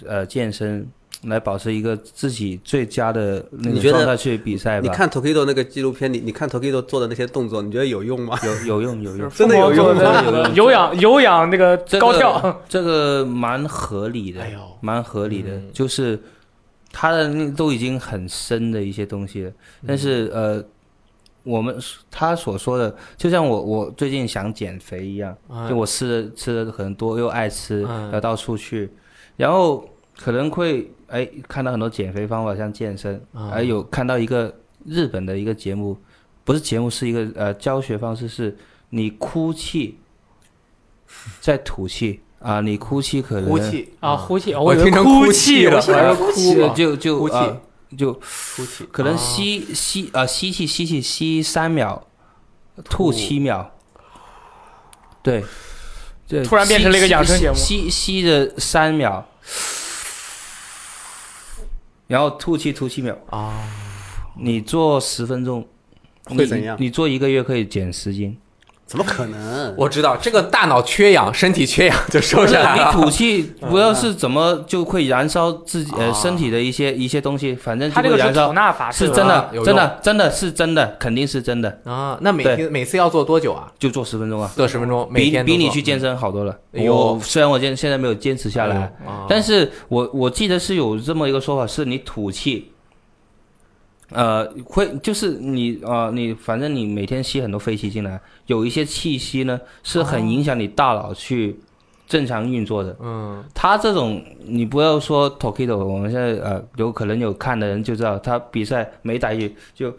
Speaker 3: 呃健身来保持一个自己最佳的那
Speaker 4: 你
Speaker 3: 个
Speaker 4: 觉得
Speaker 3: 状态去比赛
Speaker 4: 你
Speaker 3: 吧。
Speaker 4: 看 Tokido 那个纪录片，你你看 Tokido 做的那些动作，你觉得有用
Speaker 3: [LAUGHS]
Speaker 4: 吗？
Speaker 3: 有有用有
Speaker 2: 就是
Speaker 1: [LAUGHS]
Speaker 3: 用，
Speaker 4: 真的有用吗
Speaker 2: 疯狂做的那 [LAUGHS] 个有氧有氧那个
Speaker 3: 这个
Speaker 2: 高跳，
Speaker 3: 这个蛮合理的
Speaker 1: 哎呦，
Speaker 3: 蛮合理的
Speaker 1: 嗯，
Speaker 3: 就是他的那都已经很深的一些东西了，但是呃，我们他所说的，就像我我最近想减肥一样，就我吃的吃的很多，又爱吃，
Speaker 1: 嗯
Speaker 3: 然后到处去，然后可能会哎看到很多减肥方法，像健身，
Speaker 1: 嗯
Speaker 3: 还有看到一个日本的一个节目，不是节目是一个呃教学方式，是你哭泣在吐气啊，你哭泣可能
Speaker 1: 呼气
Speaker 2: 啊，呼气，
Speaker 1: 我
Speaker 2: 以为
Speaker 1: 听成
Speaker 2: 哭
Speaker 1: 哭泣了
Speaker 2: 我现
Speaker 1: 我
Speaker 2: 在
Speaker 1: 要
Speaker 2: 哭
Speaker 1: 哭
Speaker 2: 泣
Speaker 1: 了
Speaker 3: 就
Speaker 1: 啊
Speaker 3: 就就
Speaker 1: 呼气
Speaker 3: 啊就
Speaker 1: 呼气，
Speaker 3: 可能
Speaker 1: 啊
Speaker 3: 吸吸啊吸气吸气吸三秒，吐
Speaker 1: 吐
Speaker 3: 七秒，对，这
Speaker 2: 突然变成了一个
Speaker 3: 吸
Speaker 2: 养生节目
Speaker 3: 吸吸吸着三秒，然后吐气吐七秒，
Speaker 1: 啊，
Speaker 3: 你做十分钟
Speaker 4: 会
Speaker 3: 你
Speaker 4: 怎样
Speaker 3: 你做一个月可以减
Speaker 2: [LAUGHS]
Speaker 3: 十斤。
Speaker 4: 怎么可能？
Speaker 1: 我知道这个大脑缺氧，身体缺氧就瘦
Speaker 3: 不是
Speaker 1: 下来
Speaker 3: 你
Speaker 1: 了。
Speaker 3: 吐
Speaker 2: [LAUGHS]
Speaker 3: 气，不知道是怎么就会燃烧自己
Speaker 1: 啊
Speaker 3: 呃身体的一些一些东西，反正就
Speaker 2: 他这
Speaker 3: 会
Speaker 2: 个是
Speaker 3: 燃
Speaker 2: 吐
Speaker 3: 烧，
Speaker 2: 纳法
Speaker 3: 是
Speaker 2: 吧
Speaker 3: 真
Speaker 1: 啊
Speaker 3: 的
Speaker 1: 有，
Speaker 3: 真的，真的是真的，肯定是真的，
Speaker 1: 啊，那每
Speaker 3: 对
Speaker 1: 天每次要做多久啊？
Speaker 3: 就做十分钟啊。
Speaker 1: 做十分钟，每
Speaker 3: 比
Speaker 1: 天都
Speaker 3: 比你
Speaker 1: 做
Speaker 3: 去健身好多了。
Speaker 1: 哎呦
Speaker 3: 我虽然我现现在没有坚持下来，，
Speaker 1: 哎呦
Speaker 4: 哦
Speaker 1: 啊
Speaker 3: 但是我我记得是有这么一个说法，是你吐气，呃，会就是你呃你反正你每天吸很多废气进来，有一些气息呢是很影响你大脑去正常运作的。
Speaker 1: 嗯
Speaker 3: 他这种，你不要说 Tokido，我们现在呃有可能有看的人就知道，他比赛每打一就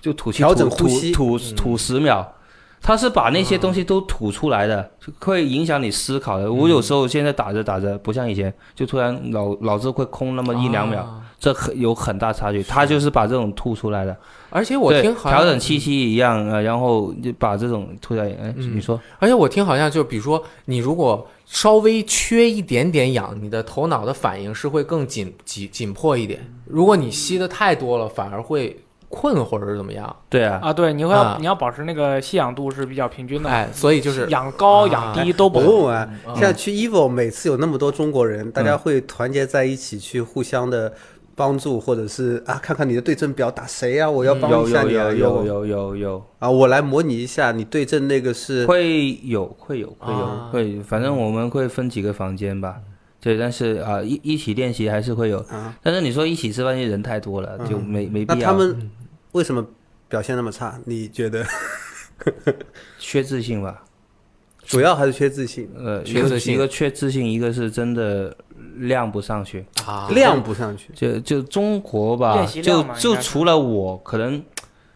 Speaker 3: 就吐气，
Speaker 4: 调整
Speaker 3: 吐
Speaker 4: 呼吸嗯
Speaker 3: 吐吐吐十秒，他是把那些东西都吐出来的，会影响你思考的。我有时候现在打着打着，不像以前，就突然脑脑子会空那么一两秒，
Speaker 1: 啊
Speaker 3: 这很有很大差距。他就是把这种吐出来的，
Speaker 1: 而且我
Speaker 3: 对
Speaker 1: 听好像
Speaker 3: 调整气息一样，呃，然后就把这种吐在，哎，
Speaker 1: 嗯
Speaker 3: 你说
Speaker 1: 而且我听好像就比如说，你如果稍微缺一点点氧，你的头脑的反应是会更紧紧紧迫一点。如果你吸的太多了，反而会困或者是怎么样。
Speaker 3: 对啊，
Speaker 2: 啊，对，你会
Speaker 1: 啊
Speaker 2: 要你要保持那个吸氧度是比较平均的，
Speaker 1: 哎，所以就是
Speaker 2: 氧高
Speaker 1: 啊
Speaker 2: 氧低都不
Speaker 4: 我
Speaker 2: 好。
Speaker 4: 问问啊
Speaker 1: 嗯，
Speaker 4: 现在去 EVO 每次有那么多中国
Speaker 3: 嗯
Speaker 4: 人，大家会团结在一起去互相的帮助，或者是啊，看看你的对症表打谁啊，我要帮
Speaker 3: 有
Speaker 4: 一下
Speaker 3: 有
Speaker 4: 你啊，
Speaker 3: 嗯有
Speaker 4: 有
Speaker 3: 有有有有。
Speaker 4: 啊，我来模拟一下你对阵那个是
Speaker 3: 会有会有会有、
Speaker 1: 啊
Speaker 3: 会，反正我们会分几个房间吧。对，但是啊、一一起练习还是会有，
Speaker 4: 啊，
Speaker 3: 但是你说一起吃饭，人太多了，
Speaker 1: 嗯
Speaker 3: 就没没
Speaker 4: 那
Speaker 3: 必要。
Speaker 4: 他们为什么表现那么差？你觉得 [LAUGHS]
Speaker 3: 缺自信吧？
Speaker 4: 主要还是缺自信，
Speaker 3: 呃，
Speaker 1: 缺
Speaker 3: 一个
Speaker 1: 自信
Speaker 3: 一个缺自信，一个是真的量不上去。
Speaker 1: 啊，
Speaker 4: 亮不上去。
Speaker 3: 就就中国吧
Speaker 2: 练习，量
Speaker 3: 就
Speaker 2: 嘛应
Speaker 3: 就
Speaker 2: 该是
Speaker 3: 除了我，可能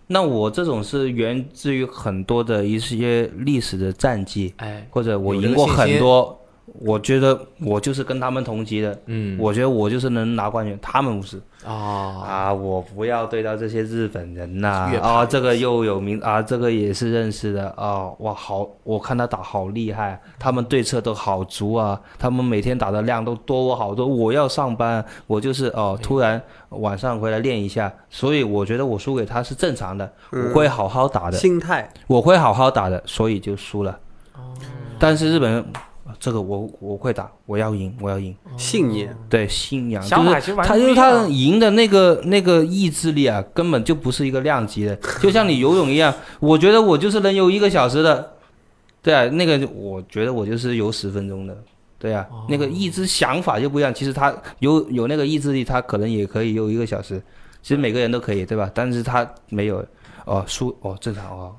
Speaker 3: 那我这种是源自于很多的一些历史的战绩，
Speaker 1: 哎，
Speaker 3: 或者我
Speaker 1: 有这
Speaker 3: 赢
Speaker 1: 个
Speaker 3: 过
Speaker 1: 信
Speaker 3: 很
Speaker 1: 心
Speaker 3: 多，我觉得我就是跟他们同级的，
Speaker 1: 嗯，
Speaker 3: 我觉得我就是能拿冠军，他们不是
Speaker 1: 啊，
Speaker 3: 啊！我不要对到这些日本人呐
Speaker 1: 越
Speaker 3: 啊！
Speaker 1: 怕
Speaker 3: 这个又有名啊，这个也是认识的啊！哇，好，我看他打好厉害，他们对策都好足啊，他们每天打的量都多我好多，我要上班，我就是
Speaker 1: 哎
Speaker 3: 哦、突然晚上回来练一下，所以我觉得我输给他是正常的，
Speaker 1: 嗯
Speaker 3: 我会好好打的，
Speaker 4: 心态，
Speaker 3: 我会好好打的，所以就输了。但是日本人啊这个我我会打，我要赢，我要赢。
Speaker 4: 信念，
Speaker 3: 对，信仰
Speaker 2: 想
Speaker 3: 就
Speaker 2: 法
Speaker 3: 是
Speaker 2: 其实完
Speaker 3: 他
Speaker 2: 全
Speaker 3: 就
Speaker 2: 不
Speaker 3: 是
Speaker 2: 一样
Speaker 3: 他赢的那个那个意志力啊，根本就不是一个量级的，就像你游泳一样，我觉得我就是能游一个小时的，对啊，那个我觉得我就是游十分钟的，对啊，
Speaker 4: 哦
Speaker 3: 那个意志想法就不一样。其实他有有那个意志力，他可能也可以游一个小时，其实每个人都可以，对吧？但是他没有，哦，输哦，正常哦，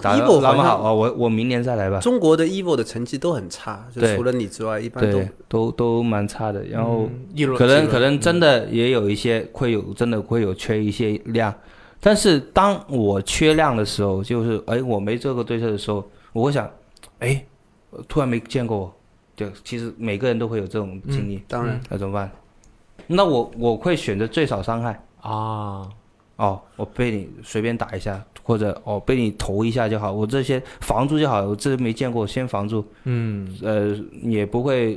Speaker 3: 打得
Speaker 4: Evo
Speaker 3: 那
Speaker 4: 好
Speaker 3: 么
Speaker 4: 像
Speaker 3: 好哦，我我明年再来吧。
Speaker 4: 中国的 EVO 的成绩都很差，就
Speaker 3: 对
Speaker 4: 除了你之外，一般都
Speaker 3: 对，都都蛮差的，然后。
Speaker 1: 嗯议论
Speaker 3: 可
Speaker 1: 议
Speaker 3: 能
Speaker 1: 论
Speaker 3: 可能真的也有一些会有真的会有缺一些量，但是当我缺量的时候，就是哎我没这个对策的时候，我会想，哎，突然没见过我，对，其实每个人都会有这种经历，
Speaker 4: 当然
Speaker 3: 那怎么办？那我我会选择最少伤害。
Speaker 1: 啊，
Speaker 3: 哦，我被你随便打一下，或者哦被你投一下就好，我这些防住就好，我这没见过，先防住。嗯，呃，也不会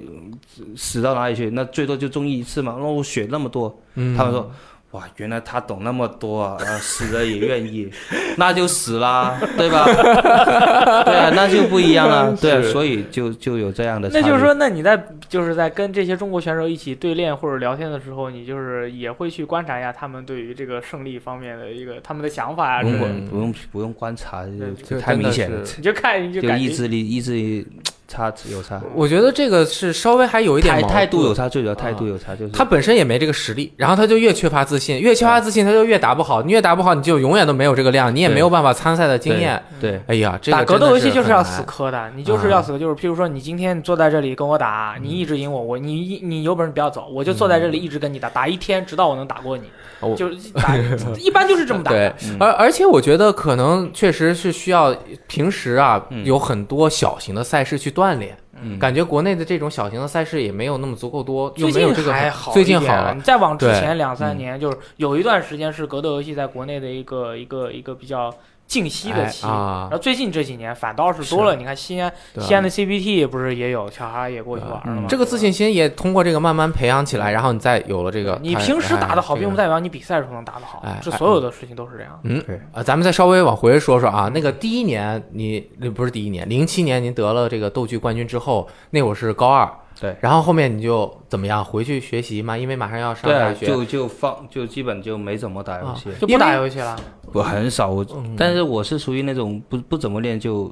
Speaker 3: 呃死到哪里去，那最多就中一次嘛。那我血那么多，
Speaker 1: 嗯
Speaker 3: 他们说。哇，原来他懂那么多啊！ [LAUGHS] 啊死了也愿意， [LAUGHS] 那就死啦，对吧？ [LAUGHS] 对啊，那就不一样了，对啊、所以就就有这样的差
Speaker 2: 那
Speaker 3: 别。
Speaker 2: 就是说，那你在就是在跟这些中国选手一起对练或者聊天的时候，你就是也会去观察一下他们对于这个胜利方面的一个他们的想法啊
Speaker 3: 不
Speaker 2: 之
Speaker 3: 用
Speaker 2: 类的。
Speaker 3: 管，不用不用观察，
Speaker 1: 就
Speaker 3: 就太明显
Speaker 1: 真的
Speaker 3: 了，
Speaker 1: 是
Speaker 2: 你就看，你就
Speaker 3: 就
Speaker 2: 感
Speaker 3: 意
Speaker 2: 觉
Speaker 3: 志力意志力差有差。
Speaker 1: 我觉得这个是稍微还有一点
Speaker 3: 态
Speaker 1: 矛
Speaker 3: 态度
Speaker 1: 盾
Speaker 3: 有差，最主要态
Speaker 1: 啊
Speaker 3: 度有差，就是
Speaker 1: 他本身也没这个实力，然后他就越缺乏自信，越缺乏自信，他就越打不好，你越打不好，你就永远都没有这个量，你也
Speaker 3: 对
Speaker 1: 没有办法参赛的经验。
Speaker 3: 对
Speaker 1: 哎呀，这个
Speaker 2: 打格斗游戏就是是要死
Speaker 1: 很难
Speaker 2: 磕的，你就是要死磕，就是譬如说你今天坐在这里跟我打，你一直赢我，我你你有本事你不要走，我就坐在这里一直跟你打，打一天直到我能打过你
Speaker 1: 哦我，
Speaker 2: 就是打一般就是这么打嗯
Speaker 1: 对
Speaker 2: 的。，
Speaker 1: 而而且我觉得可能确实是需要平时啊
Speaker 3: 嗯
Speaker 1: 有很多小型的赛事去锻炼，
Speaker 3: 嗯
Speaker 1: 感觉国内的这种小型的赛事也没有那么足够多，又没
Speaker 2: 最
Speaker 1: 有
Speaker 2: 近
Speaker 1: 这个
Speaker 2: 还
Speaker 1: 很
Speaker 2: 好一
Speaker 1: 最
Speaker 2: 点
Speaker 1: 近
Speaker 2: 啊，
Speaker 1: 好了
Speaker 2: 你，再往之
Speaker 1: 对嗯
Speaker 2: 前两三年，就是有一段时间是格斗游戏在国内的一个一个一个比较静息的
Speaker 1: 哎
Speaker 2: 期。
Speaker 1: 啊
Speaker 2: 然后，最近这几年反倒是多了，你看西安
Speaker 1: 对嗯
Speaker 2: 西安的 CBT 不是也有小孩也过去玩了吗？
Speaker 1: 这个自信心也通过这个慢慢培养起来，然后你再有了这个，哎
Speaker 2: 你平时打得好，并不
Speaker 1: 在。
Speaker 2: 代表你比赛时候能打得好
Speaker 1: 哎，
Speaker 2: 这
Speaker 1: 哎
Speaker 2: 所有的事情都是这样。
Speaker 1: 嗯
Speaker 3: 对，
Speaker 1: 啊，咱们再稍微往回说说啊，那个第一年你那不是第一年，零七年您得了这个斗剧冠军之后，那会儿是高二，
Speaker 3: 对
Speaker 1: 然后后面你就怎么样回去学习嘛，因为马上要上
Speaker 3: 对啊，
Speaker 1: 大学，
Speaker 3: 就就放就基本就没怎么打游
Speaker 1: 啊
Speaker 3: 戏，
Speaker 2: 就不打游戏了，
Speaker 3: 我很少，我
Speaker 1: 嗯
Speaker 3: 但是我是属于那种不不怎么练就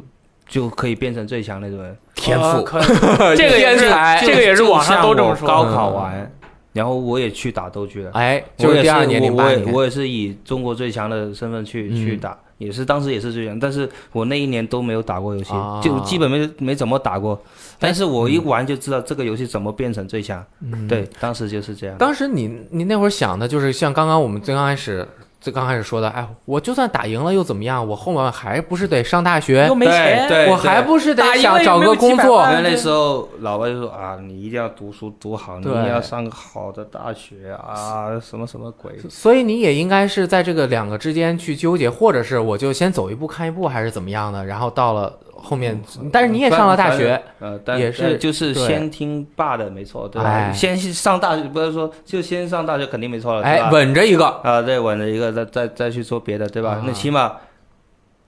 Speaker 3: 就可以变成最强那种人，
Speaker 1: 天
Speaker 2: 呃
Speaker 1: 赋，
Speaker 2: 可以
Speaker 1: [LAUGHS]
Speaker 2: 这个也是
Speaker 1: 天才
Speaker 2: 这个也是
Speaker 3: 就
Speaker 2: 网上
Speaker 3: 像
Speaker 2: 都这
Speaker 3: 我
Speaker 2: 么说嗯
Speaker 3: 高考
Speaker 1: 啊
Speaker 3: 完，然后我也去打斗剧了，
Speaker 1: 哎，
Speaker 3: 我
Speaker 1: 就是
Speaker 3: 也
Speaker 1: 第二年零
Speaker 3: 我
Speaker 1: 八
Speaker 3: 我也
Speaker 1: 年，
Speaker 3: 我也是以中国最强的身份去去
Speaker 1: 嗯
Speaker 3: 打，也是当时也是最强，但是我那一年都没有打过游戏
Speaker 1: 啊，
Speaker 3: 就基本没没怎么打过，但是我一玩就知道这个游戏怎么变成最强，对，当时就是这样。
Speaker 1: 嗯当时你你那会儿想的就是像刚刚我们最刚开始最刚开始说的，哎，我就算打赢了又怎么样？我后面还不是得上大学
Speaker 2: 又，没钱，
Speaker 3: 对
Speaker 1: 我还不是得
Speaker 2: 打赢了
Speaker 1: 想
Speaker 2: 又
Speaker 1: 找
Speaker 2: 没有
Speaker 1: 个工
Speaker 2: 几百
Speaker 1: 作
Speaker 2: 万
Speaker 3: 因为那时候老外就说啊，你一定要读书读好，你一
Speaker 1: 对
Speaker 3: 定要上个好的大学啊，什么什么鬼。
Speaker 1: 所以你也应该是在这个两个之间去纠结，或者是我就先走一步看一步，还是怎么样的？然后到了后面，
Speaker 3: 嗯
Speaker 1: 但是你也上了大学，
Speaker 3: 呃，但
Speaker 1: 也是
Speaker 3: 但就是
Speaker 1: 对
Speaker 3: 先听爸的，没错，对
Speaker 1: 哎
Speaker 3: 吧？先上大学，不是说就先上大学肯定没错了，对
Speaker 1: 哎，
Speaker 3: 吧？
Speaker 1: 稳着一个，
Speaker 3: 啊，对，稳了一个，再再再去做别的，对吧
Speaker 1: 啊？
Speaker 3: 那起码，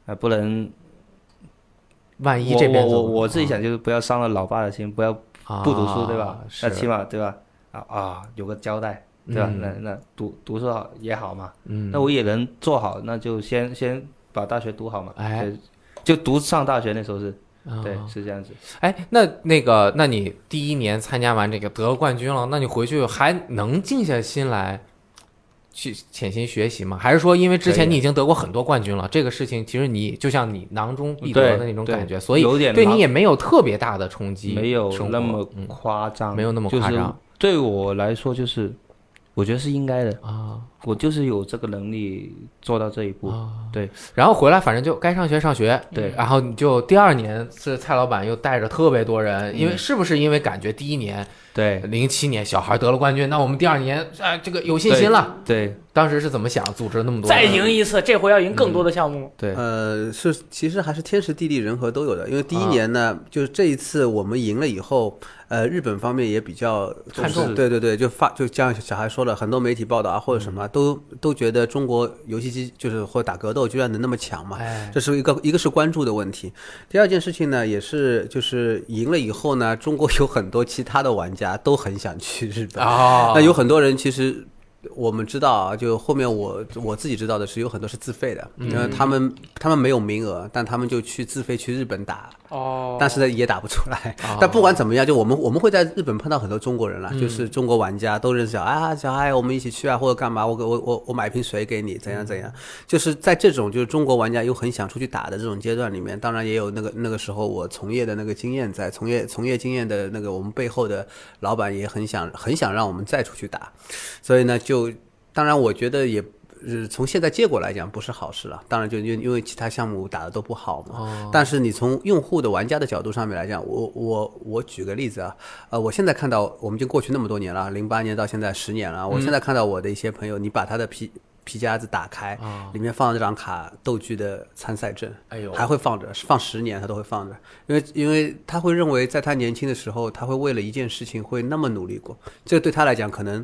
Speaker 3: 啊，不能
Speaker 1: 万一
Speaker 3: 我
Speaker 1: 哎这边
Speaker 3: 我
Speaker 1: 怎么
Speaker 3: 我我自己想就是不要伤了老爸的心，不要
Speaker 1: 啊
Speaker 3: 不读书，对吧？那起
Speaker 1: 是，
Speaker 3: 码对吧？啊啊，有个交代，对吧？
Speaker 1: 嗯
Speaker 3: 那那读读书好也好嘛，
Speaker 1: 嗯，
Speaker 3: 那我也能做好，那就先先把大学读好嘛。
Speaker 1: 哎
Speaker 3: 就，就读上大学那时候是，
Speaker 1: 啊
Speaker 3: 对，是这样子。
Speaker 1: 哎，那那个，那你第一年参加完这个得了冠军了，那你回去还能静下心来去潜心学习吗？还是说，因为之
Speaker 3: 可以啊
Speaker 1: 前
Speaker 3: 的
Speaker 1: 你已经得过很多冠军了，这个事情其实你就像你囊中必得
Speaker 3: 对
Speaker 1: 的那种
Speaker 3: 对
Speaker 1: 感觉，所以
Speaker 3: 有点
Speaker 1: 对
Speaker 3: 忙
Speaker 1: 你也没有特别大的冲击，
Speaker 3: 没有
Speaker 1: 生活
Speaker 3: 那么
Speaker 1: 嗯
Speaker 3: 夸张，
Speaker 1: 没有那么夸张。
Speaker 3: 对我来说，就是我觉得是应该的，
Speaker 1: 啊。
Speaker 3: 我就是有这个能力做到这一步。
Speaker 1: 哦
Speaker 3: 对
Speaker 1: 然后回来，反正就该上学上学。
Speaker 3: 对
Speaker 1: 然后你就第二年是蔡老板又带着特别多人，因为是不是因为感觉第一年
Speaker 3: 对
Speaker 1: 零七年小孩得了冠军，那我们第二年啊、这个有信心了，
Speaker 3: 对，
Speaker 1: 当时是怎么想组织那么多？
Speaker 2: 再赢，一次，这回要赢更多的项目。
Speaker 3: 对，
Speaker 4: 呃，是其实还是天时地利人和都有的，因为第一年呢，就是这一次我们赢了以后，呃，日本方面也比较
Speaker 1: 看
Speaker 4: 重视，对对对，就发就像小孩说的，很多媒体报道啊或者什么啊、都都觉得中国游戏机就是或打格斗居然能那么强嘛，
Speaker 1: 哎，
Speaker 4: 这是一个一个是关注的问题，第二件事情呢，也是就是赢了以后呢，中国有很多其他的玩家都很想去日本。
Speaker 1: 啊，
Speaker 4: 那有很多人其实。我们知道啊，就后面我我自己知道的是，有很多是自费的，因为他们他们没有名额，但他们就去自费去日本打，
Speaker 1: 嗯
Speaker 2: 哦
Speaker 4: 但是呢也打不出来
Speaker 1: 哦。
Speaker 4: [LAUGHS] 但不管怎么样，就我们我们会在日本碰到很多中国人了，
Speaker 1: 嗯
Speaker 4: 就是中国玩家都认识小啊小孩，我们一起去啊，或者干嘛，我给我我我买瓶水给你，怎样怎样。
Speaker 1: 嗯
Speaker 4: 就是在这种就是中国玩家又很想出去打的这种阶段里面，当然也有那个那个时候我从业的那个经验在，从业从业经验的那个我们背后的老板也很想很想让我们再出去打，所以呢就当然我觉得也。呃，从现在结果来讲不是好事了，当然就因因为其他项目打的都不好嘛，
Speaker 1: 哦
Speaker 4: 但是你从用户的玩家的角度上面来讲，我我我举个例子啊，呃，我现在看到我们已经过去那么多年了，零八年到现在十年了，我现在看到我的一些朋友，你把他的皮皮夹子打开，
Speaker 1: 啊，
Speaker 4: 里面放了这张卡斗剧的参赛证，
Speaker 1: 哎呦，
Speaker 4: 还会放着，放十年他都会放着，因为因为他会认为在他年轻的时候，他会为了一件事情会那么努力过，这对他来讲可能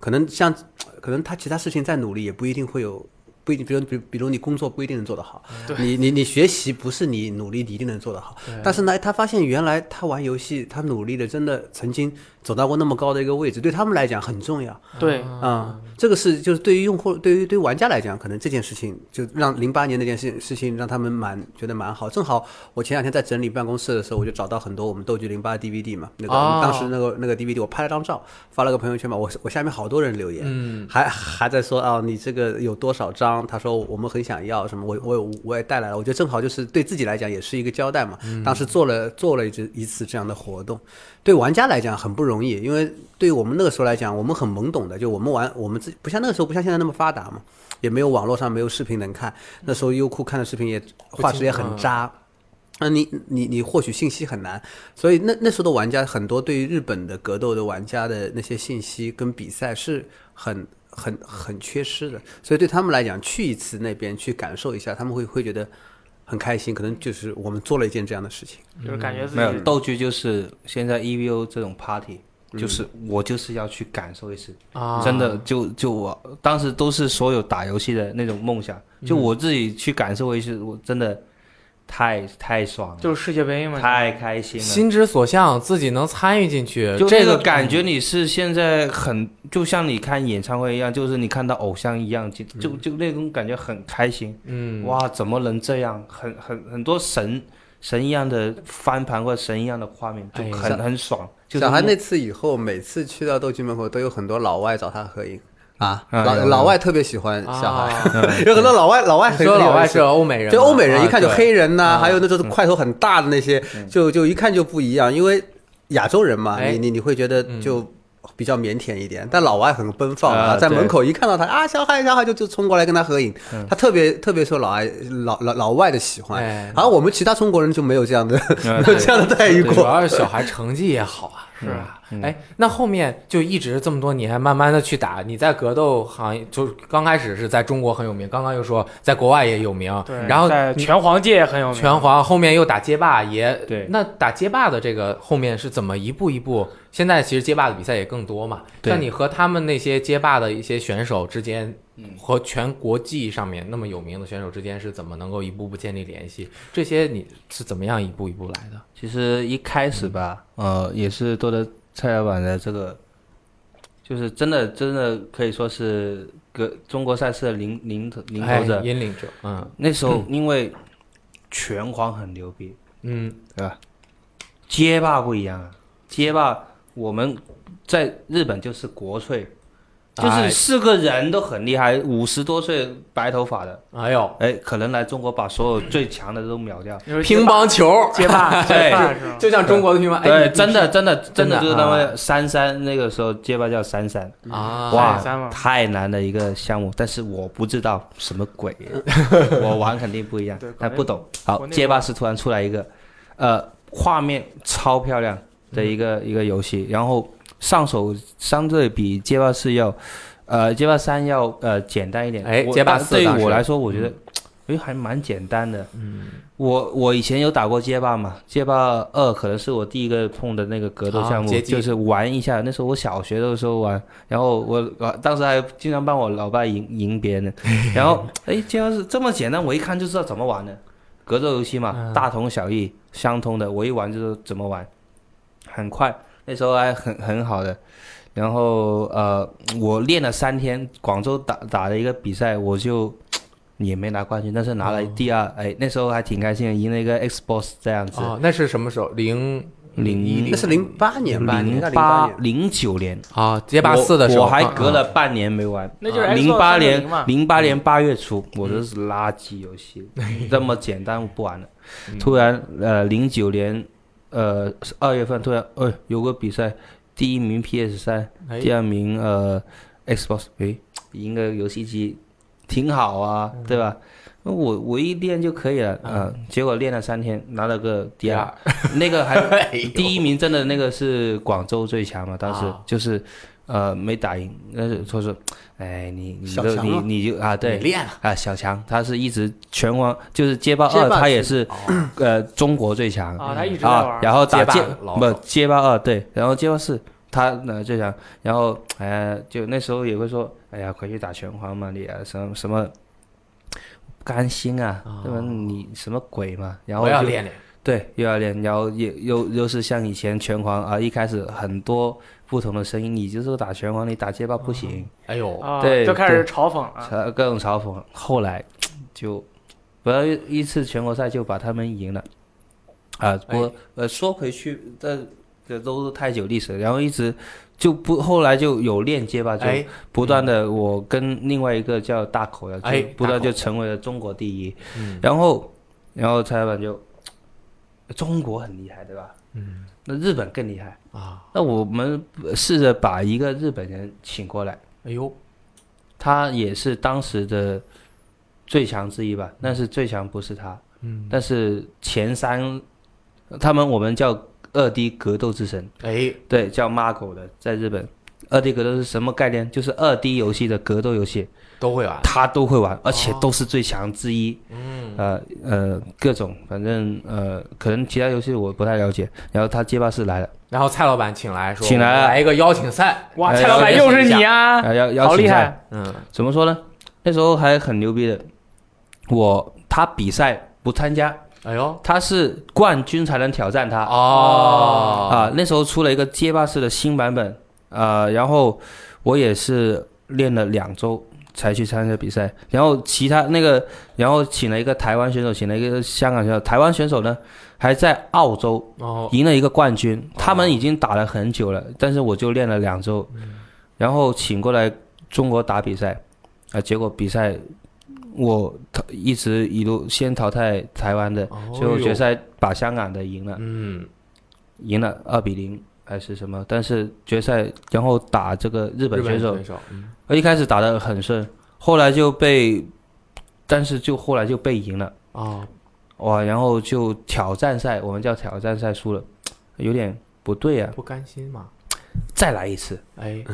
Speaker 4: 可能像可能他其他事情再努力也不一定会有。不一定，比如比比如你工作不一定能做得好，你你你学习不是你努力你一定能做得好，但是呢，他发现原来他玩游戏，他努力的真的曾经走到过那么高的一个位置，对他们来讲很重要。
Speaker 2: 对，
Speaker 4: 啊、这个是就是对于用户，对于对于玩家来讲，可能这件事情就让零八年那件事事情让他们蛮觉得蛮好。正好我前两天在整理办公室的时候，我就找到很多我们斗剧零八 DVD 嘛，那个、
Speaker 1: 哦
Speaker 4: 当时那个那个 DVD 我拍了张照，发了个朋友圈嘛，我我下面好多人留言，
Speaker 1: 嗯，
Speaker 4: 还还在说啊，你这个有多少张？他说我们很想要什么，我我我也带来了。我觉得正好就是对自己来讲也是一个交代嘛。当时做了做了一次一次这样的活动，对玩家来讲很不容易，因为对于我们那个时候来讲，我们很懵懂的，就我们玩我们自己不像那个时候不像现在那么发达嘛，也没有网络上没有视频能看，那时候优酷看的视频也
Speaker 1: 嗯不
Speaker 4: 画
Speaker 1: 清
Speaker 4: 质也很
Speaker 1: 嗯
Speaker 4: 渣。那你你你获取信息很难，所以那那时候的玩家很多对于日本的格斗的玩家的那些信息跟比赛是很很很缺失的，所以对他们来讲，去一次那边去感受一下，他们会会觉得很开心，可能就是我们做了一件这样的事情。
Speaker 1: 嗯
Speaker 2: 就是感觉自
Speaker 3: 没有
Speaker 2: 己
Speaker 3: 斗剧就是现在 EVO 这种 party，就是
Speaker 2: 嗯
Speaker 3: 我就是要去感受一次，
Speaker 1: 啊，
Speaker 3: 真的就就我当时都是所有打游戏的那种梦想，
Speaker 1: 嗯
Speaker 3: 就我自己去感受一次，我真的太太爽
Speaker 2: 就是世界杯嘛
Speaker 3: 了，，太开心了。
Speaker 1: 心之所向，自己能参与进去，
Speaker 3: 就
Speaker 1: 这
Speaker 3: 呃这个感觉，你是现在很就像你看演唱会一样，就是你看到偶像一样，就就就那种感觉很开心。
Speaker 1: 嗯，
Speaker 3: 哇，怎么能这样？很很很多神神一样的翻盘或者神一样的画面，就
Speaker 1: 哎
Speaker 3: 很很爽。就是
Speaker 4: 小韩那次以后，每次去到斗剧门口都有很多老外找他合影啊，
Speaker 3: 啊
Speaker 4: 老
Speaker 3: 有
Speaker 4: 老外特别喜欢小韩，
Speaker 1: 啊
Speaker 4: [LAUGHS] 有很多老外老外
Speaker 1: 你
Speaker 4: 很
Speaker 1: 说老外是
Speaker 4: 是。
Speaker 1: 欧美人吗，
Speaker 4: 就欧美人
Speaker 1: 啊
Speaker 4: 一看就
Speaker 1: 对
Speaker 4: 黑人呐、
Speaker 1: 啊
Speaker 4: 还有那种块头很大的那些，就就一看就不一样，因为亚洲人嘛，
Speaker 1: 哎
Speaker 4: 你你你会觉得就比较腼腆一点，但老外很奔放
Speaker 3: 啊
Speaker 4: 在
Speaker 3: 对
Speaker 4: 门口一看到他啊，小海小海就就冲过来跟他合影，他特别特别受老外老老老外的喜欢，
Speaker 1: 哎
Speaker 4: 然后我们其他中国人就没有这样的
Speaker 3: 啊
Speaker 4: 没有 [LAUGHS] 这样的待遇
Speaker 1: 主
Speaker 4: 过。
Speaker 1: 要是小孩成绩也好啊，是吧？哎，那后面就一直这么多年，慢慢的去打。你在格斗行业，就刚开始是在中国很有名，刚刚又说在国外也有名，
Speaker 2: 对，
Speaker 1: 然后
Speaker 2: 在
Speaker 1: 你
Speaker 2: 拳皇界很有名，
Speaker 1: 拳皇后面又打街霸也
Speaker 3: 对
Speaker 1: 那打街霸的这个后面是怎么一步一步？现在其实街霸的比赛也更多嘛。
Speaker 3: 对
Speaker 1: 像你和他们那些街霸的一些选手之间，和全国际上面那么有名的选手之间是怎么能够一步步建立联系？这些你是怎么样一步一步来的？
Speaker 3: 其实一开始吧，呃，也是多得蔡老板的这个，就是真的真的可以说是个中国赛事的领领头领头
Speaker 1: 哎
Speaker 3: 者。
Speaker 1: 引领者，嗯
Speaker 3: 那时候因为拳皇很牛逼，
Speaker 1: 嗯，
Speaker 3: 对吧？街霸不一样啊，街霸我们在日本就是国粹，就
Speaker 1: 哎
Speaker 3: 是四个人都很厉害，五十多岁白头发的，
Speaker 1: 哎呦，
Speaker 3: 哎，可能来中国把所有最强的都秒掉。
Speaker 2: 你说
Speaker 1: 乒乓球，
Speaker 2: 街霸，
Speaker 3: [LAUGHS]
Speaker 2: 街
Speaker 3: 对
Speaker 2: 霸是吧？
Speaker 1: 就像中国的乒乓，哎，
Speaker 3: 对，
Speaker 1: 你
Speaker 3: 真的，真的，
Speaker 1: 真
Speaker 3: 真
Speaker 1: 的
Speaker 3: 的就是他
Speaker 1: 啊
Speaker 3: 们三三那个时候街霸叫三三，
Speaker 1: 啊，
Speaker 3: 嗯哇
Speaker 2: 三三嘛，
Speaker 3: 太难的一个项目，但是我不知道什么鬼，
Speaker 2: [LAUGHS]
Speaker 3: 我玩肯定不一样
Speaker 2: 对，
Speaker 3: 但不懂。
Speaker 2: 国
Speaker 3: 好，
Speaker 2: 内
Speaker 3: 街霸是突然出来一个，呃，画面超漂
Speaker 2: 嗯
Speaker 3: 亮的一个、一个游戏，然后上手相对比街霸是要，呃，街霸三要呃简单一点。
Speaker 1: 哎
Speaker 3: 我
Speaker 1: 街霸
Speaker 3: 但
Speaker 1: 四
Speaker 3: 对于
Speaker 1: 当时嗯
Speaker 3: 我来说，我觉得，哎，还蛮简单的。嗯，我我以前有打过街霸嘛，街霸二可能是我第一个碰的那个格斗
Speaker 1: 啊
Speaker 3: 项目，
Speaker 1: 街机
Speaker 3: 就是玩一下。那时候我小学的时候玩，然后我我当时还经常帮我老爸赢赢别
Speaker 1: [LAUGHS]
Speaker 3: 人。然后，哎，街霸是这么简单，我一看就知道怎么玩的。格斗游戏嘛，
Speaker 1: 嗯
Speaker 3: 大同小异，相通的。我一玩就知道怎么玩，很快。那时候还很很好的。然后呃，我练了三天，广州打打了一个比赛，我就也没拿冠军，但是拿了第二。哎，那时候还挺开心的，赢了一个 Xbox 这样子。
Speaker 1: 哦，那是什么时候？零
Speaker 3: 零
Speaker 1: 一
Speaker 4: 那是零八年吧？应
Speaker 3: 零
Speaker 4: 该零八
Speaker 3: 八
Speaker 4: 年。
Speaker 3: 零九年，
Speaker 1: 啊，街霸四的时候，
Speaker 3: 我我还
Speaker 1: 啊
Speaker 3: 隔了半年没玩。
Speaker 2: 那就是
Speaker 3: 零八
Speaker 2: Xbox
Speaker 3: 年
Speaker 2: 360嘛，
Speaker 3: 零八年八月初，
Speaker 1: 嗯
Speaker 3: 我这是垃圾游戏，这么简单我不玩了。
Speaker 1: 嗯
Speaker 3: 突然，呃，零九年，呃，二月份突然，哎，有个比赛，第一名 PS 三，
Speaker 1: 哎
Speaker 3: 第二名呃 Xbox，诶，赢个游戏机挺好啊，对吧？那我我一练就可以了，呃，结果练了三天，拿了个第二，那个还第一名真的那个是广州最强嘛，当时
Speaker 1: 啊
Speaker 3: 就是。呃，没打赢，但是说是，哎，你你
Speaker 4: 小
Speaker 3: 都
Speaker 4: 强
Speaker 3: 你
Speaker 4: 啊
Speaker 3: 你就啊，对，
Speaker 1: 你练了
Speaker 3: 啊，小强，他是一直拳王，就是街霸
Speaker 4: 街
Speaker 3: 二，
Speaker 4: 霸
Speaker 3: 他
Speaker 4: 是
Speaker 3: 也是 [CLEARS THROAT] 呃中国最强
Speaker 2: 啊，他一直在
Speaker 3: 啊
Speaker 2: 玩，。
Speaker 3: 然后
Speaker 1: 街
Speaker 3: 打
Speaker 1: 霸
Speaker 3: 街
Speaker 1: 老
Speaker 3: 不
Speaker 1: 手
Speaker 3: 街霸二对，然后街霸四他呢最强，然后呃就那时候也会说，哎呀，回去打拳皇嘛你啊什么什么。不甘心啊，对吧？你什么鬼嘛？然后
Speaker 1: 我要
Speaker 3: 就
Speaker 1: 练练，
Speaker 3: 对，又要练，然后又又又是像以前拳皇啊，一开始很多不同的声音，你就是打拳皇，你打街霸不行，
Speaker 1: 哎呦，
Speaker 2: 啊，
Speaker 3: 对哎
Speaker 2: 就开始嘲讽
Speaker 1: 啊
Speaker 2: 了。
Speaker 3: 嘲各种嘲讽。后来就不要一一次全国赛就把他们赢了啊！
Speaker 1: 哎
Speaker 3: 不过、呃，说回去，这这都是太久历史了，然后一直就不后来就有链接吧，就
Speaker 1: 哎，
Speaker 3: 不断的我跟另外一个叫大口的，
Speaker 1: 哎
Speaker 3: 就不断
Speaker 1: 大口嗯
Speaker 3: 就成为了中国第一。然后然后蔡老板就中国很厉害，对吧？嗯，那日本更厉害
Speaker 1: 啊！
Speaker 3: 那我们试着把一个日本人请过来。
Speaker 1: 哎呦，
Speaker 3: 他也是当时的最强之一吧，
Speaker 2: 嗯
Speaker 3: 但是最强不是他，嗯，但是前三，他们我们叫二 D 格斗之神，
Speaker 1: 哎，
Speaker 3: 对，叫 Marco 的，在日本，二 D 格斗是什么概念？就是二 D 游戏的格斗游戏，
Speaker 1: 都会玩，
Speaker 3: 他都会
Speaker 2: 哦
Speaker 3: 玩，而且都是最强之一，嗯，呃呃，各种，反正呃，可能其他游戏我不太了解，然后他街霸四来了，
Speaker 1: 然后蔡老板请来说，
Speaker 3: 请来
Speaker 1: 我们来一个邀请赛，
Speaker 2: 哇，
Speaker 3: 哎
Speaker 2: 蔡老板
Speaker 3: 要
Speaker 2: 又是你啊，
Speaker 3: 啊，要要
Speaker 2: 好厉
Speaker 3: 请上
Speaker 2: 害！
Speaker 1: 嗯，
Speaker 3: 怎么说呢？那时候还很牛逼的，我他比赛不参加，
Speaker 1: 哎呦，
Speaker 3: 他是冠军才能挑战他啊、
Speaker 1: 哦，
Speaker 3: 那时候出了一个街霸式的新版本，呃，然后我也是练了两周才去参加比赛，然后其他那个，然后请了一个台湾选手，请了一个香港选手，台湾选手呢还在澳洲
Speaker 1: 哦，
Speaker 3: 赢了一个冠军，他们已经打了很久了，但是我就练了两周，然后请过来中国打比赛，啊、结果比赛我淘一直一路先淘汰台湾的，
Speaker 1: 哦
Speaker 3: 最后决赛把香港的赢了，
Speaker 1: 嗯，
Speaker 3: 赢了二比零还是什么，但是决赛然后打这个日本选手
Speaker 1: 选，手，嗯
Speaker 3: 我一开始打得很顺，后来就被，但是就后来就被赢了。
Speaker 1: 哦，
Speaker 3: 哇，然后就挑战赛，我们叫挑战赛输了，有点不对啊，
Speaker 1: 不甘心嘛，
Speaker 3: 再来一次，
Speaker 1: 哎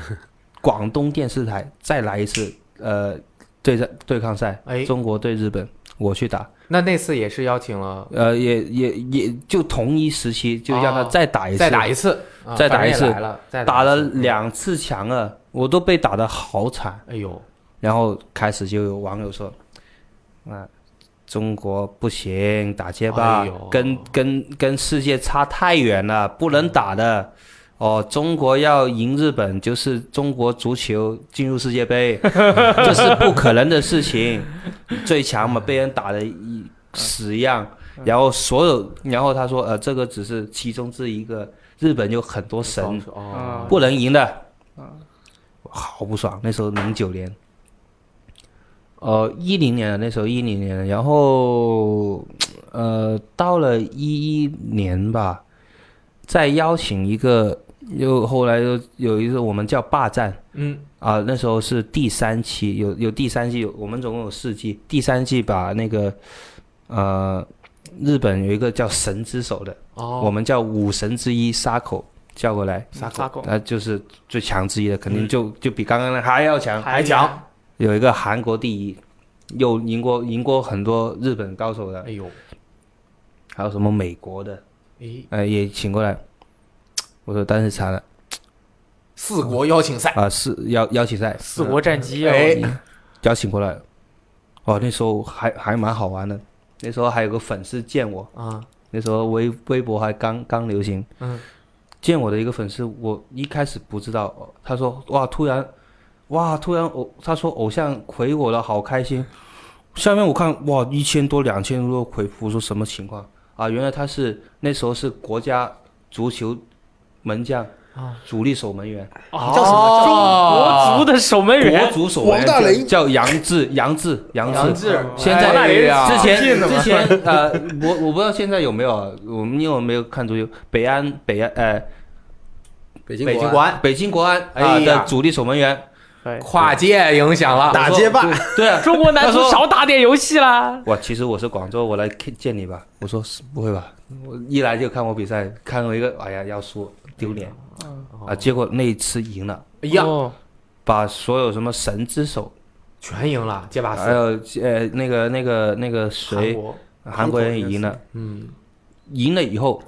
Speaker 3: 广东电视台再来一次，呃，对战对抗赛，
Speaker 1: 哎，
Speaker 3: 中国对日本，我去打，
Speaker 1: 那那次也是邀请了，
Speaker 3: 呃，也也也就同一时期就让他
Speaker 1: 哦
Speaker 3: 再打一次，
Speaker 1: 再打一次，啊
Speaker 3: 再打一
Speaker 1: 反
Speaker 3: 次
Speaker 1: 正也来了，再
Speaker 3: 打
Speaker 1: 一
Speaker 3: 了
Speaker 1: 次，嗯
Speaker 3: 两次强啊，我都被打得好惨，
Speaker 1: 哎呦，
Speaker 3: 然后开始就有网友说，啊。中国不行，打街霸、
Speaker 1: 哎呦
Speaker 3: 跟跟跟世界差太远了，不能打的。
Speaker 1: 嗯
Speaker 3: 哦，中国要赢日本，就是中国足球进入世
Speaker 1: [LAUGHS]
Speaker 3: 界杯，这是不可能的事情。最强嘛，被人打的一死样，
Speaker 1: 嗯
Speaker 3: 然后所有，然后他说，呃，这个只是其中之一个，日本有很多神，嗯
Speaker 1: 哦，
Speaker 3: 不能赢的，
Speaker 1: 啊
Speaker 3: 好不爽。那时候零九年，呃，一零年的那时候一零年的，然后呃，到了一一年吧，再邀请一个，又后来又有一个我们叫霸战。
Speaker 1: 嗯，
Speaker 3: 啊、那时候是第三期，有有第三季，有我们总共有四季，第三季把那个呃日本有一个叫神之手的，
Speaker 1: 哦，
Speaker 3: 我们叫武神之一沙口，叫过来，
Speaker 1: 撒
Speaker 2: 撒狗
Speaker 3: 他就是最强之一的，肯定就就比刚刚那还要强。
Speaker 1: 还
Speaker 2: 哎
Speaker 1: 讲，
Speaker 3: 有一个韩国第一，又赢过赢过很多日本高手的
Speaker 1: 哎，呦，
Speaker 3: 还有什么美国的，
Speaker 1: 哎，
Speaker 3: 呃，也请过来。我说当时查了
Speaker 1: 四国邀请赛，
Speaker 3: 啊、是邀邀请赛，
Speaker 2: 四国战机啊，
Speaker 1: 哎，
Speaker 3: 邀请过来了。哦，那时候还还蛮好玩的，那时候还有个粉丝见我，
Speaker 1: 啊，
Speaker 3: 那时候微微博还刚刚流行，
Speaker 1: 嗯，
Speaker 3: 见我的一个粉丝，我一开始不知道，哦他说哇，突然，哇，突然偶，他说偶像回我了，好开心。下面我看哇，一千多、两千多回复，说什么情况啊？原来他是那时候是国家足球门将，
Speaker 1: 啊
Speaker 3: 主力守门员，
Speaker 4: 叫什么叫什
Speaker 2: 哦
Speaker 1: 么
Speaker 2: 国足的守门
Speaker 3: 国
Speaker 2: 员，
Speaker 3: 足守门
Speaker 5: 王大
Speaker 3: 员
Speaker 5: 雷
Speaker 3: 叫叫杨志，杨志，杨
Speaker 1: 哦杨
Speaker 3: 志，
Speaker 1: 志，
Speaker 3: 现在呃
Speaker 1: 哎呀
Speaker 3: 之前
Speaker 2: 进了吗
Speaker 3: 之前呃，我我不知道现在有没有啊，我们因为我没有看足球，北安北安呃
Speaker 4: 北京
Speaker 1: 北京
Speaker 4: 安
Speaker 1: 国安
Speaker 3: 北京国安啊、
Speaker 1: 哎呀
Speaker 3: 的主力守门员，
Speaker 2: 对
Speaker 1: 跨界影响了，
Speaker 4: 打街霸，
Speaker 3: 对 [LAUGHS] 啊，
Speaker 2: 中国男足
Speaker 3: 他说
Speaker 2: 少打点游戏啦。
Speaker 3: 我其实我是广州，我来见见你吧。我说是不会吧，我一来就看我比赛，看我一个，哎呀要输丢脸啊！结果那一次赢了，
Speaker 1: 哎呀，
Speaker 2: 哦
Speaker 3: 把所有什么神之手，
Speaker 1: 全赢了，街霸
Speaker 3: 还
Speaker 1: 四，
Speaker 3: 有呃那个那个那个
Speaker 1: 韩
Speaker 3: 谁，
Speaker 1: 国，
Speaker 3: 韩国人也赢了，
Speaker 1: 嗯，
Speaker 3: 赢了以后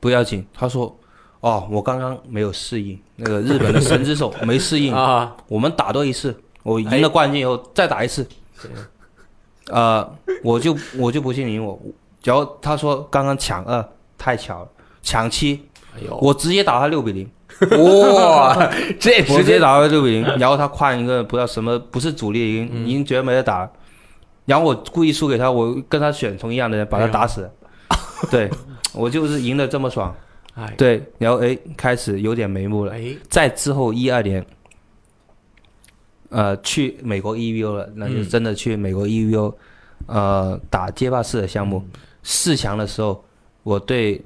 Speaker 3: 不要紧，他说哦，我刚刚没有适应那个日本的神之手没适 [LAUGHS] 应，
Speaker 1: 啊，
Speaker 3: 我们打多一次，我赢
Speaker 1: 哎
Speaker 3: 了冠军以后再打一次，呃，我就我就不信你赢我。然后他说刚刚抢二太巧了，抢七
Speaker 1: 哎呦，
Speaker 3: 我直接打他六比零，
Speaker 1: 哇，这
Speaker 3: 我
Speaker 1: 哎直
Speaker 3: 直接
Speaker 1: 接
Speaker 3: 打他六比零。然后他换一个不知道什么，不是主力已
Speaker 1: 嗯
Speaker 3: 经已经觉得没得打了，然后我故意输给他，我跟他选同一样的人把
Speaker 1: 哎
Speaker 3: 他打死，
Speaker 1: [LAUGHS]
Speaker 3: 对我就是赢得这么爽。
Speaker 1: 哎
Speaker 3: 对，然后哎开始有点眉目了。
Speaker 1: 哎，
Speaker 3: 在之后一二年，呃，去美国 EVO 了，那就
Speaker 1: 嗯
Speaker 3: 真的去美国 EVO，、呃，打街霸四的项目。
Speaker 1: 嗯
Speaker 3: 四强的时候，我对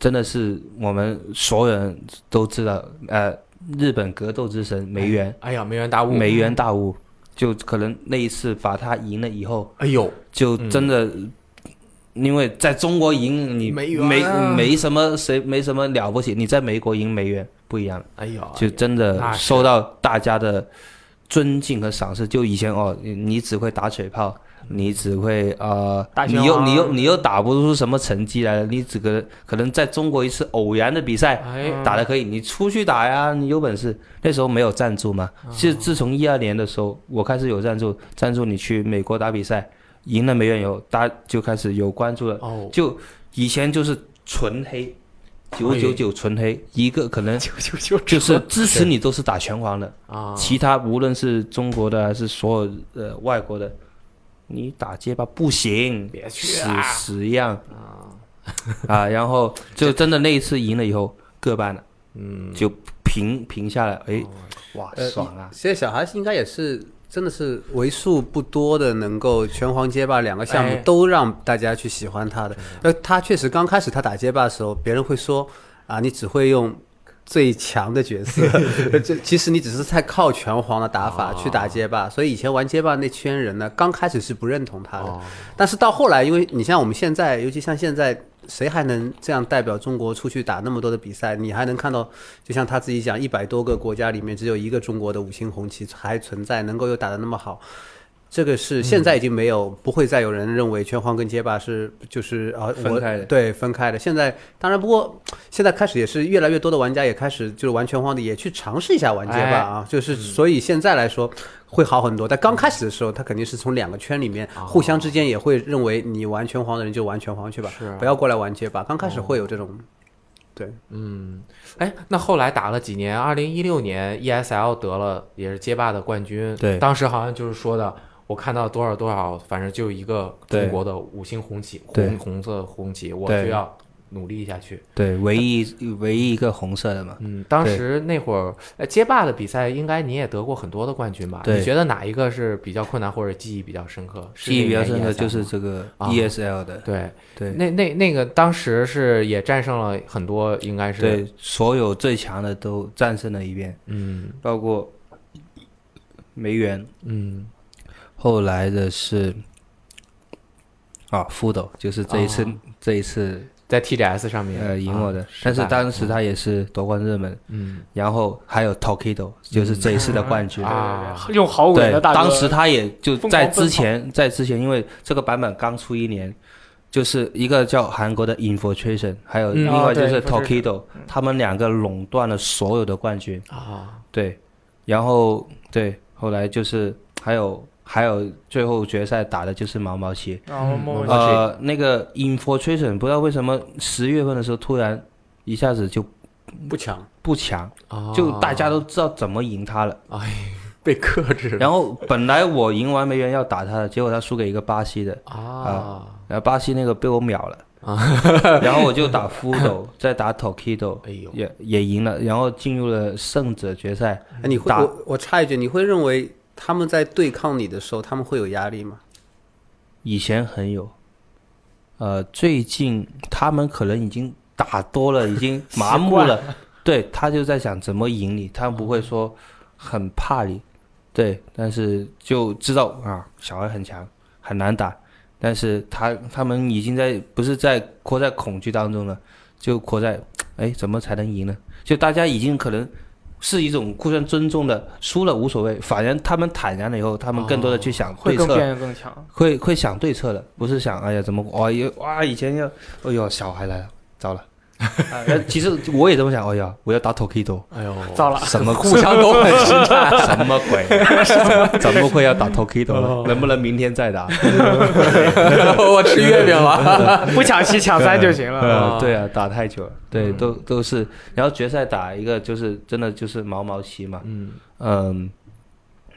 Speaker 3: 真的是我们所有人都知道，呃，日本格斗之神梅园，
Speaker 1: 哎呀，梅园大雾，
Speaker 3: 梅园大悟，就可能那一次把他赢了以后，
Speaker 1: 哎呦，
Speaker 3: 就真的。因为在中国赢你
Speaker 1: 梅
Speaker 3: 没
Speaker 1: 园啊
Speaker 3: 没什么谁没什么了不起，你在美国赢梅园不一样。
Speaker 1: 哎呦，
Speaker 3: 就真
Speaker 1: 那
Speaker 3: 的
Speaker 1: 是
Speaker 3: 受到大家的尊敬和赏识。就以前哦，你你只会打水泡，你只会呃
Speaker 2: 打，拳
Speaker 3: 你又
Speaker 1: 啊
Speaker 2: 王
Speaker 3: 你又你又打不出什么成绩来了，你只可可能在中国一次偶然的比赛。
Speaker 1: 哎
Speaker 2: 嗯
Speaker 3: 打的可以，你出去打呀，你有本事。那时候没有赞助嘛，
Speaker 1: 啊
Speaker 3: 是自从一二年的时候，我开始有赞助，赞助你去美国打比赛，赢了美元以后，大家就开始有关注了。
Speaker 1: 哦，
Speaker 3: 就以前就是纯黑，九九
Speaker 1: 哎
Speaker 3: 九纯黑，一个可能
Speaker 2: 九九九
Speaker 3: 就是支持你都是打拳皇的，
Speaker 1: 啊，
Speaker 3: 其他无论是中国的还是所有呃外国的，你打街霸不行，
Speaker 1: 别去
Speaker 3: 死
Speaker 1: 啊
Speaker 3: 死一样啊！
Speaker 1: [LAUGHS]
Speaker 3: 然后就真的那一次赢了以后，各半了，嗯，就平平下来，哎，
Speaker 1: 哦
Speaker 3: 哇，
Speaker 4: 呃
Speaker 3: 爽啊！
Speaker 4: 现在小孩应该也是真的是为数不多的能够拳皇街霸两个项目
Speaker 1: 哎
Speaker 4: 都让大家去喜欢他的。呃，他确实刚开始他打街霸的时候，别人会说啊，你只会用。最强的角色，这其实你只是在靠拳皇的打法去打街霸，所以以前玩街霸那圈人呢，刚开始是不认同他的，但是到后来，因为你像我们现在，尤其像现在，谁还能这样代表中国出去打那么多的比赛？你还能看到，就像他自己讲，一百多个国家里面只有一个中国的五星红旗还存在，能够又打得那么好。这个是现在已经没有，不会再有人认为拳皇跟街霸是就是啊
Speaker 3: 分
Speaker 4: 我
Speaker 3: 开的
Speaker 4: 对分开的。现在当然，不过现在开始也是越来越多的玩家也开始就是玩拳皇的，也去尝试一下玩街
Speaker 3: 哎
Speaker 4: 霸啊。就是
Speaker 3: 嗯
Speaker 4: 所以现在来说会好很多，但刚开始的时候，他肯定是从两个圈里面互相之间也会认为你玩拳皇的人就玩拳皇去吧
Speaker 1: 是啊，
Speaker 4: 不要过来玩街霸。刚开始会有这种，对，
Speaker 1: 哎，那后来打了几年？二零一六年 ESL 得了也是街霸的冠军，
Speaker 3: 对
Speaker 1: 当时好像就是说的，我看到多少多少，反正就一个
Speaker 3: 对
Speaker 1: 中国的五星红旗，
Speaker 3: 对
Speaker 1: 红红色红旗，我
Speaker 3: 对
Speaker 1: 就要努力下去。
Speaker 3: 对，唯一唯一一个红色的嘛，
Speaker 1: 嗯，当时那会儿，呃，街霸的比赛应该你也得过很多的冠军吧？
Speaker 3: 对
Speaker 1: 你觉得哪一个是比较困难或者记忆比较深刻？是
Speaker 3: 记忆比较
Speaker 1: 那年 E
Speaker 3: 深的
Speaker 1: ESL
Speaker 3: 就是这个
Speaker 1: 啊嗯
Speaker 3: ESL 的，
Speaker 1: 对
Speaker 3: 对
Speaker 1: 那那那个当时是也战胜了很多，应该是
Speaker 3: 对，所有最强的都战胜了一遍，
Speaker 1: 嗯
Speaker 3: 包括梅园。
Speaker 1: 嗯
Speaker 3: 后来的是啊，副斗，就是这一次、
Speaker 1: 哦
Speaker 3: 这一次
Speaker 1: 在 TGS 上面
Speaker 3: 呃，赢我的
Speaker 1: 啊。
Speaker 3: 但是
Speaker 1: 败
Speaker 3: 当时他也是夺冠热门，
Speaker 1: 嗯
Speaker 3: 然后还有 Tokido，就是这一次的冠
Speaker 1: [LAUGHS]
Speaker 3: 军。
Speaker 1: 啊，
Speaker 2: [LAUGHS] 用毫无人
Speaker 3: 对，
Speaker 2: 的大哥，
Speaker 3: 当时他也就
Speaker 2: 疯狂
Speaker 3: 在
Speaker 2: 奔跑
Speaker 3: 之前，在之前，因为这个版本刚出一年，就是一个叫韩国的 Infiltration，还有
Speaker 1: 嗯
Speaker 3: 另外就
Speaker 2: 哦对
Speaker 3: 是
Speaker 2: Infiltration
Speaker 3: Tokido，、他们两个垄断了所有的冠军。
Speaker 1: 啊，
Speaker 3: 对，然后对，后来就是还有还有最后决赛打的就是毛毛棋，
Speaker 2: 然后莫文
Speaker 1: 嗯
Speaker 2: 蔚
Speaker 3: 呃，那个 Infiltration 不知道为什么十月份的时候突然一下子就
Speaker 4: 不强，
Speaker 3: 不强，
Speaker 2: 哦
Speaker 1: 啊
Speaker 3: 就大家都知道怎么赢他了。
Speaker 1: 被克制
Speaker 3: 然后本来我赢完梅园要打他的，结果他输给一个巴西的，
Speaker 1: 啊，
Speaker 3: 然后巴西那个被我秒了， [LAUGHS] 然后我就打 Fudo，再打 Tokido，
Speaker 1: 哎呦，
Speaker 3: 也也赢了，然后进入了胜者决赛。
Speaker 4: 哎，你会
Speaker 3: 打
Speaker 4: 我我插一句，你会认为他们在对抗你的时候，他们会有压力吗？
Speaker 3: 以前很有，呃，最近他们可能已经打多了，已经
Speaker 2: [LAUGHS]
Speaker 3: 麻木了，对他就在想怎么赢你，他不会说很怕你，对，但是就知道啊，小孩很强，很难打，但是他他们已经在不是在活在恐惧当中了，就活在哎怎么才能赢呢？就大家已经可能。是一种互相尊重的，输了无所谓，反正他们坦然了以后，他们更多的去想
Speaker 2: 会
Speaker 3: 对
Speaker 2: 更
Speaker 3: 策，
Speaker 2: 变得更强。
Speaker 3: 会会想对策了，不是想哎呀怎么哇又哇以前要哎呦小孩来了，
Speaker 2: [LAUGHS]
Speaker 3: 糟了。啊然后其实我也这么想，哎呀，我要打 Tokido，
Speaker 1: 哎呦，
Speaker 2: 糟了，
Speaker 3: 什么
Speaker 1: 互相都很心颤
Speaker 2: [LAUGHS]
Speaker 3: 什么鬼？怎么会要打
Speaker 2: 哦
Speaker 3: Tokido？能不能明天再
Speaker 2: [LAUGHS]
Speaker 3: 打？
Speaker 1: [LAUGHS] 我吃月饼了。
Speaker 2: 不抢七抢三就行了。哦嗯
Speaker 3: 呃，对啊，打太久了，对，都都是。然后决赛打一个就是真的就是毛毛棋嘛，
Speaker 1: 嗯，
Speaker 3: [LAUGHS] 嗯，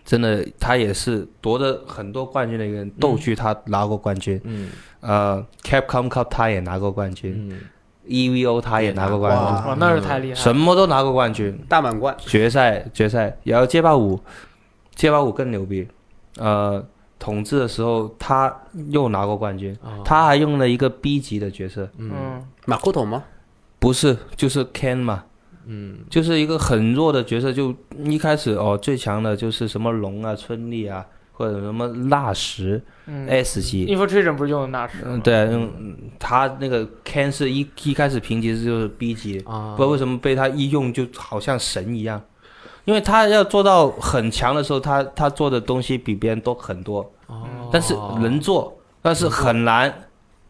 Speaker 3: 真的他也是夺得很多冠军的一个人，斗剧他拿过冠军，
Speaker 1: 嗯
Speaker 3: 呃，Capcom Cup 他也拿过冠军，
Speaker 1: 嗯
Speaker 3: EVO 他也拿过冠
Speaker 4: 哇
Speaker 3: 军，
Speaker 2: 哇，那是太厉害了。
Speaker 3: 什么都拿过冠军。
Speaker 4: 大满贯，
Speaker 3: 决赛决赛，然后街霸五，街霸五更牛逼。呃，统治的时候他又拿过冠军，
Speaker 1: 哦
Speaker 3: 他还用了一个 B 级的角色，
Speaker 2: 嗯，
Speaker 4: 马库桶吗？
Speaker 3: 不是就是 Ken 嘛，
Speaker 1: 嗯
Speaker 3: 就是一个很弱的角色，就一开始哦最强的就是什么龙啊、春丽啊，或者什么蜡石、
Speaker 2: 嗯
Speaker 3: S 级。
Speaker 2: ，Infiltration 不是用的那什
Speaker 3: 嗯，对啊，用嗯他那个 Ken 是一一开始评级就是 B 级，
Speaker 1: 啊
Speaker 3: 不知道为什么被他一用就好像神一样，因为他要做到很强的时候，他他做的东西比别人多很多，
Speaker 1: 哦
Speaker 3: 但是能做，但是很难，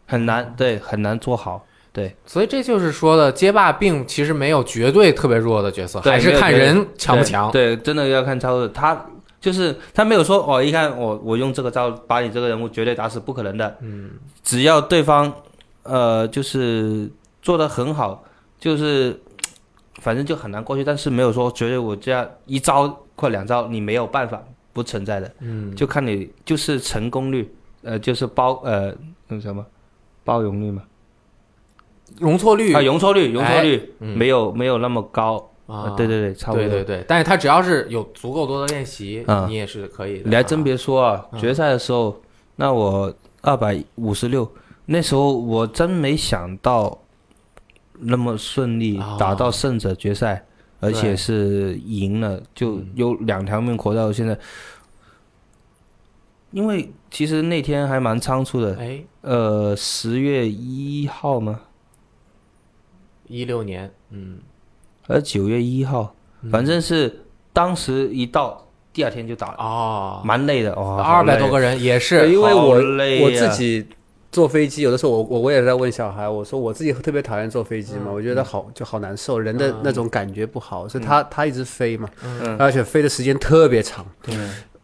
Speaker 3: 很难，对，很难做好，对，
Speaker 1: 所以这就是说的，街霸并其实没有绝对特别弱的角色，
Speaker 3: 对
Speaker 1: 还是看
Speaker 3: 没有
Speaker 1: 人强不
Speaker 3: 对
Speaker 1: 强。
Speaker 3: 对，真的要看操作，他就是他没有说哦，一看我我用这个招把你这个人物绝对打死，不可能的，嗯，只要对方呃就是做的很好，就是反正就很难过去，但是没有说觉得我这样一招或两招你没有办法，不存在的，嗯，就看你就是成功率，呃，就是包呃那什么包容率嘛，
Speaker 1: 容错率
Speaker 3: 啊，容错率，容错率、
Speaker 1: 嗯
Speaker 3: 没有没有那么高，呃
Speaker 1: 啊，
Speaker 3: 对对对，差不多，
Speaker 1: 对对对，但是他只要是有足够多的练习，
Speaker 3: 嗯
Speaker 1: 你也是可以的。
Speaker 3: 你还真
Speaker 1: 啊
Speaker 3: 别说啊，
Speaker 1: 嗯
Speaker 3: 决赛的时候，那我二百五十六，那时候我真没想到那么顺利
Speaker 1: 哦
Speaker 3: 打到胜者决赛，而
Speaker 1: 对
Speaker 3: 且是赢了，就有两条命活到现在。因为其实那天还蛮仓促的，
Speaker 1: 哎，
Speaker 3: 呃，十月一号吗？
Speaker 1: 一六年，嗯，
Speaker 3: 还是九月一号？反正是当时一到，第二天就打了，
Speaker 1: 哦，
Speaker 3: 蛮累的哦，好
Speaker 1: 二百
Speaker 3: 累
Speaker 1: 多个人也是
Speaker 4: 因为
Speaker 3: 好
Speaker 4: 我
Speaker 3: 累
Speaker 4: 我
Speaker 3: 呀
Speaker 4: 自己坐飞机，有的时候我我我也在问小孩，我说我自己特别讨厌坐飞机嘛，
Speaker 3: 嗯
Speaker 4: 我觉得好就好难受，人的那种感觉不好，所以他他一直飞嘛，
Speaker 3: 嗯
Speaker 4: 而且飞的时间特别长。
Speaker 3: 对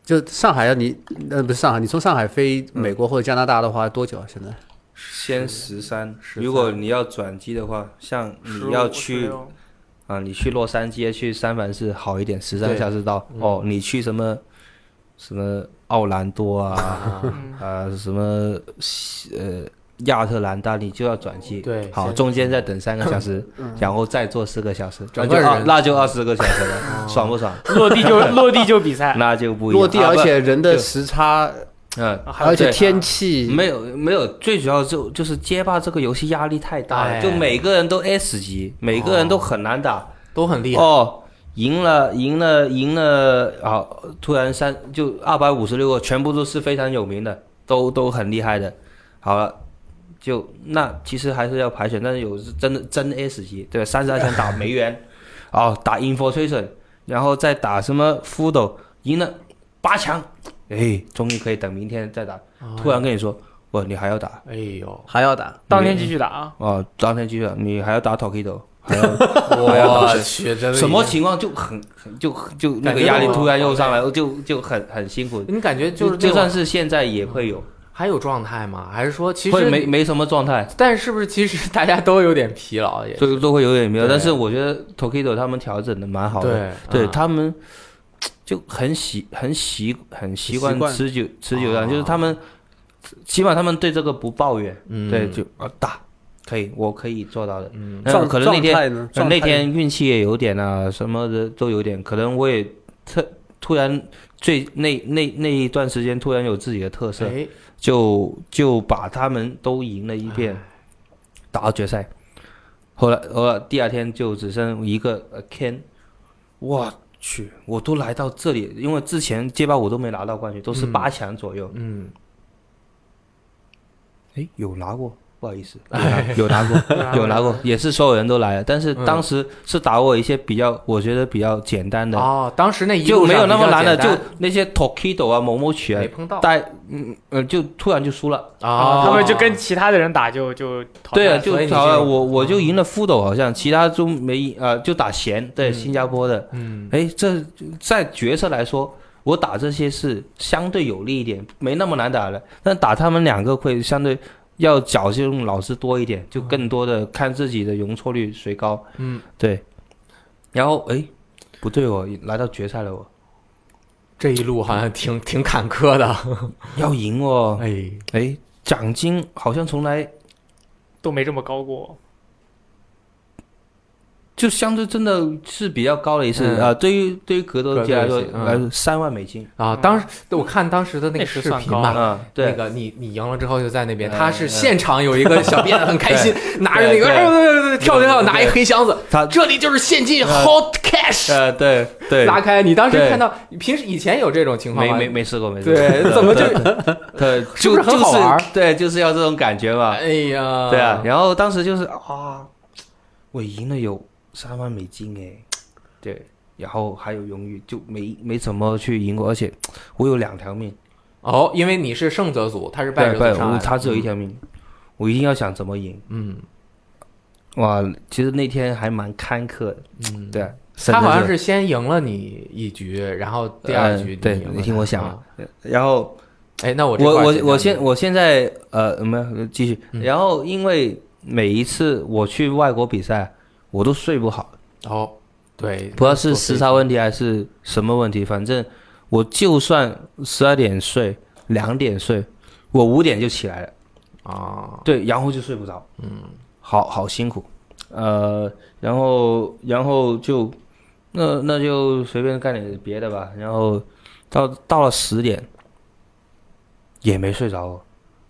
Speaker 4: 就上海啊，你呃不是上海，你从上海飞
Speaker 3: 嗯
Speaker 4: 美国或者加拿大的话多久啊？现在
Speaker 3: 先十三，
Speaker 1: 13
Speaker 3: 如果你要转机的话，像你要去啊，你去洛杉矶、去三藩市好一点，十三
Speaker 1: 对
Speaker 3: 小时到。哦，你去什么什么奥兰多啊，
Speaker 1: 啊，
Speaker 3: 啊什么西呃亚特兰大，你就要转机。
Speaker 1: 对
Speaker 3: 好，
Speaker 1: 先
Speaker 3: 中间再等三个小时，然后再坐四个小时，那
Speaker 1: 整
Speaker 3: 就
Speaker 1: 个
Speaker 3: 二
Speaker 1: 人
Speaker 3: 那就二十个小时了，爽不爽？
Speaker 2: [LAUGHS] 落地就落地就比赛，
Speaker 3: 那就不一样。
Speaker 4: 落地，
Speaker 3: 啊
Speaker 4: 而
Speaker 3: 不
Speaker 4: 且人
Speaker 3: 就
Speaker 4: 的时差，
Speaker 3: 嗯，
Speaker 2: 啊还有
Speaker 4: 而且
Speaker 2: 对
Speaker 4: 天气，
Speaker 3: 没有没有，最主要就就是街霸这个游戏压力太大了，
Speaker 1: 哎
Speaker 3: 就每个人都 S 级，每个人都很难打。
Speaker 1: 都很厉害。
Speaker 3: 哦，赢了赢了赢了，好，突然三就二百五十六个，全部都是非常有名的，都都很厉害的。好了，就那其实还是要排选，但是有真的真 S 级，对吧？三十二强打梅园，哦，打 Infiltration，然后再打什么 Fudo，赢了八强，哎，终于可以等明天再
Speaker 1: 哦
Speaker 3: 打。突然跟你说，哇，你还要打
Speaker 1: 哎呦，
Speaker 4: 还要打，
Speaker 2: 当天继续打啊！
Speaker 3: 哦，当天去了，你还要打 Tokido，还要
Speaker 1: 我去，真的
Speaker 3: 哎什么？情况就很很就就那
Speaker 1: 呃感
Speaker 3: 个
Speaker 1: 觉
Speaker 3: 压力
Speaker 1: 到
Speaker 3: 突然又上来，就就很很辛苦。
Speaker 1: 你感觉就是
Speaker 3: 就
Speaker 1: 这
Speaker 3: 算
Speaker 1: 种
Speaker 3: 是现在也会有，
Speaker 1: 还有状态吗？还是说其
Speaker 3: 会
Speaker 1: 实
Speaker 3: 没？没什么状态，
Speaker 1: 但是不是其实大家都有点疲劳也？
Speaker 3: 都都会有点没有。
Speaker 1: 对
Speaker 3: 但是我觉得 Tokido 他们调整的蛮好的，
Speaker 1: 对
Speaker 3: 对
Speaker 1: 嗯
Speaker 3: 他们就很习很习很习惯
Speaker 4: 习惯
Speaker 3: 持久持久战，
Speaker 1: 哦
Speaker 3: 就是他们起码他们对这个不抱怨，
Speaker 1: 嗯
Speaker 3: 对就啊打可以，我可以做到的。
Speaker 1: 嗯
Speaker 3: 那
Speaker 4: 状
Speaker 3: 可能那天
Speaker 4: 状态呢
Speaker 3: 呃
Speaker 4: 状态
Speaker 3: 那天运气也有点啊，什么的都有点，可能我也特突然最那那那一段时间突然有自己的特色，
Speaker 1: 哎，
Speaker 3: 就就把他们都赢了一遍，打到决赛。后来后来第二天就只剩一个呃 Ken，我去，我都来到这里，因为之前街霸我都没拿到冠军，都是
Speaker 1: 嗯
Speaker 3: 八强左右。
Speaker 1: 嗯，
Speaker 3: 哎，有拿过，不好意思，
Speaker 1: 哎
Speaker 3: 有拿过，有拿过，也是所有人都来了，但是
Speaker 1: 嗯
Speaker 3: 当时是打我一些比较，我觉得比较简单的，
Speaker 1: 哦，当时那一
Speaker 3: 就
Speaker 1: 路
Speaker 3: 没有
Speaker 1: 上
Speaker 3: 那
Speaker 1: 比
Speaker 3: 么
Speaker 1: 较
Speaker 3: 难的，
Speaker 1: 简
Speaker 3: 就
Speaker 1: 单
Speaker 3: 那些 Tokido 啊、某某曲啊
Speaker 1: 没，碰到
Speaker 3: 带嗯呃，就突然就输了。
Speaker 1: 啊，
Speaker 2: 他们就跟其他的人打就就淘汰
Speaker 3: 嗯哦对啊，
Speaker 2: 了
Speaker 3: 就
Speaker 1: 所以你嗯
Speaker 3: 好啊，
Speaker 1: 这个
Speaker 3: 我我就赢了 Fudo，好像其他都没赢，呃，就打弦，对，
Speaker 1: 嗯
Speaker 3: 新加坡的。
Speaker 1: 嗯
Speaker 3: 哎，这在角色来说，我打这些是相对有利一点，没那么难打了。但打他们两个会相对要绞尽脑汁多一点，就更多的看自己的容错率谁高。
Speaker 1: 嗯，
Speaker 3: 对。然后哎，不对哦，来到决赛了哦，
Speaker 1: 这一路好像挺挺坎坷的，
Speaker 3: 要
Speaker 1: [LAUGHS]
Speaker 3: 赢哦。
Speaker 1: 哎，
Speaker 3: 哎，奖金好像从来
Speaker 2: 都没这么高过。
Speaker 3: 就相对真的是比较高的一次
Speaker 1: 嗯
Speaker 3: 啊、对于对于格斗界来说
Speaker 1: 格斗界，嗯
Speaker 3: 来说三万美金
Speaker 1: 啊，当时我看当时的那个
Speaker 2: 那是
Speaker 1: 视
Speaker 2: 算
Speaker 1: 频
Speaker 2: 高
Speaker 1: 嘛，
Speaker 2: 了
Speaker 3: 啊，
Speaker 1: 那
Speaker 3: 对，
Speaker 1: 个你你赢了之后就在那边，
Speaker 3: 嗯
Speaker 1: 他是现场有一个小辫子很开心，拿着那个
Speaker 3: 对对
Speaker 1: 哎对对对跳跳跳，拿一黑箱子， [LAUGHS]
Speaker 3: 他
Speaker 1: 这里就是现金
Speaker 3: 嗯
Speaker 1: hot cash，
Speaker 3: 呃，对对，
Speaker 1: 拉开。你当时
Speaker 3: 对
Speaker 1: 看到平时以前有这种情况
Speaker 3: 没
Speaker 1: 吗？
Speaker 3: 没没试过，没试过， [LAUGHS]
Speaker 1: 对，怎么就
Speaker 3: 对，
Speaker 1: 是不
Speaker 3: 就是
Speaker 1: 很好玩儿
Speaker 3: 就是对，就是要这种感觉嘛，
Speaker 1: [LAUGHS] 哎呀？
Speaker 3: 对啊。，然后当时就是啊，我赢了有三万美金哎，对，然后还有荣誉，就没没怎么去赢过，而且我有两条命，
Speaker 1: 哦，因为你是胜者组，他是嗯败
Speaker 3: 对
Speaker 1: 者
Speaker 3: 对，
Speaker 1: 组上
Speaker 3: 我
Speaker 1: 来的，
Speaker 3: 他只有一条命，我一定要想怎么赢。
Speaker 1: 嗯
Speaker 3: 哇，其实那天还蛮坎坷的，
Speaker 1: 嗯，
Speaker 3: 对啊，
Speaker 1: 他好
Speaker 3: 甚
Speaker 1: 像
Speaker 3: 至
Speaker 1: 是先赢了你一局，然后第二
Speaker 3: 呃
Speaker 1: 局
Speaker 3: 对
Speaker 1: 你赢了
Speaker 3: 你听我
Speaker 1: 他
Speaker 3: 想
Speaker 1: 啊
Speaker 3: 然后
Speaker 1: 哎，那我这
Speaker 3: 我
Speaker 1: 块儿
Speaker 3: 我
Speaker 1: 讲
Speaker 3: 我
Speaker 1: 讲
Speaker 3: 现我现在呃没有继续，
Speaker 1: 嗯
Speaker 3: 然后因为每一次我去外国比赛，我都睡不好，
Speaker 1: 哦，对，
Speaker 3: 不知道是时差问题还是什么问题，反正我就算十二点睡，两点睡，我五点就起来了，
Speaker 1: 啊，
Speaker 3: 对，然后就睡不着，嗯，好好辛苦，呃，然后然后就那那就随便干点别的吧，然后到到了十点也没睡着哦，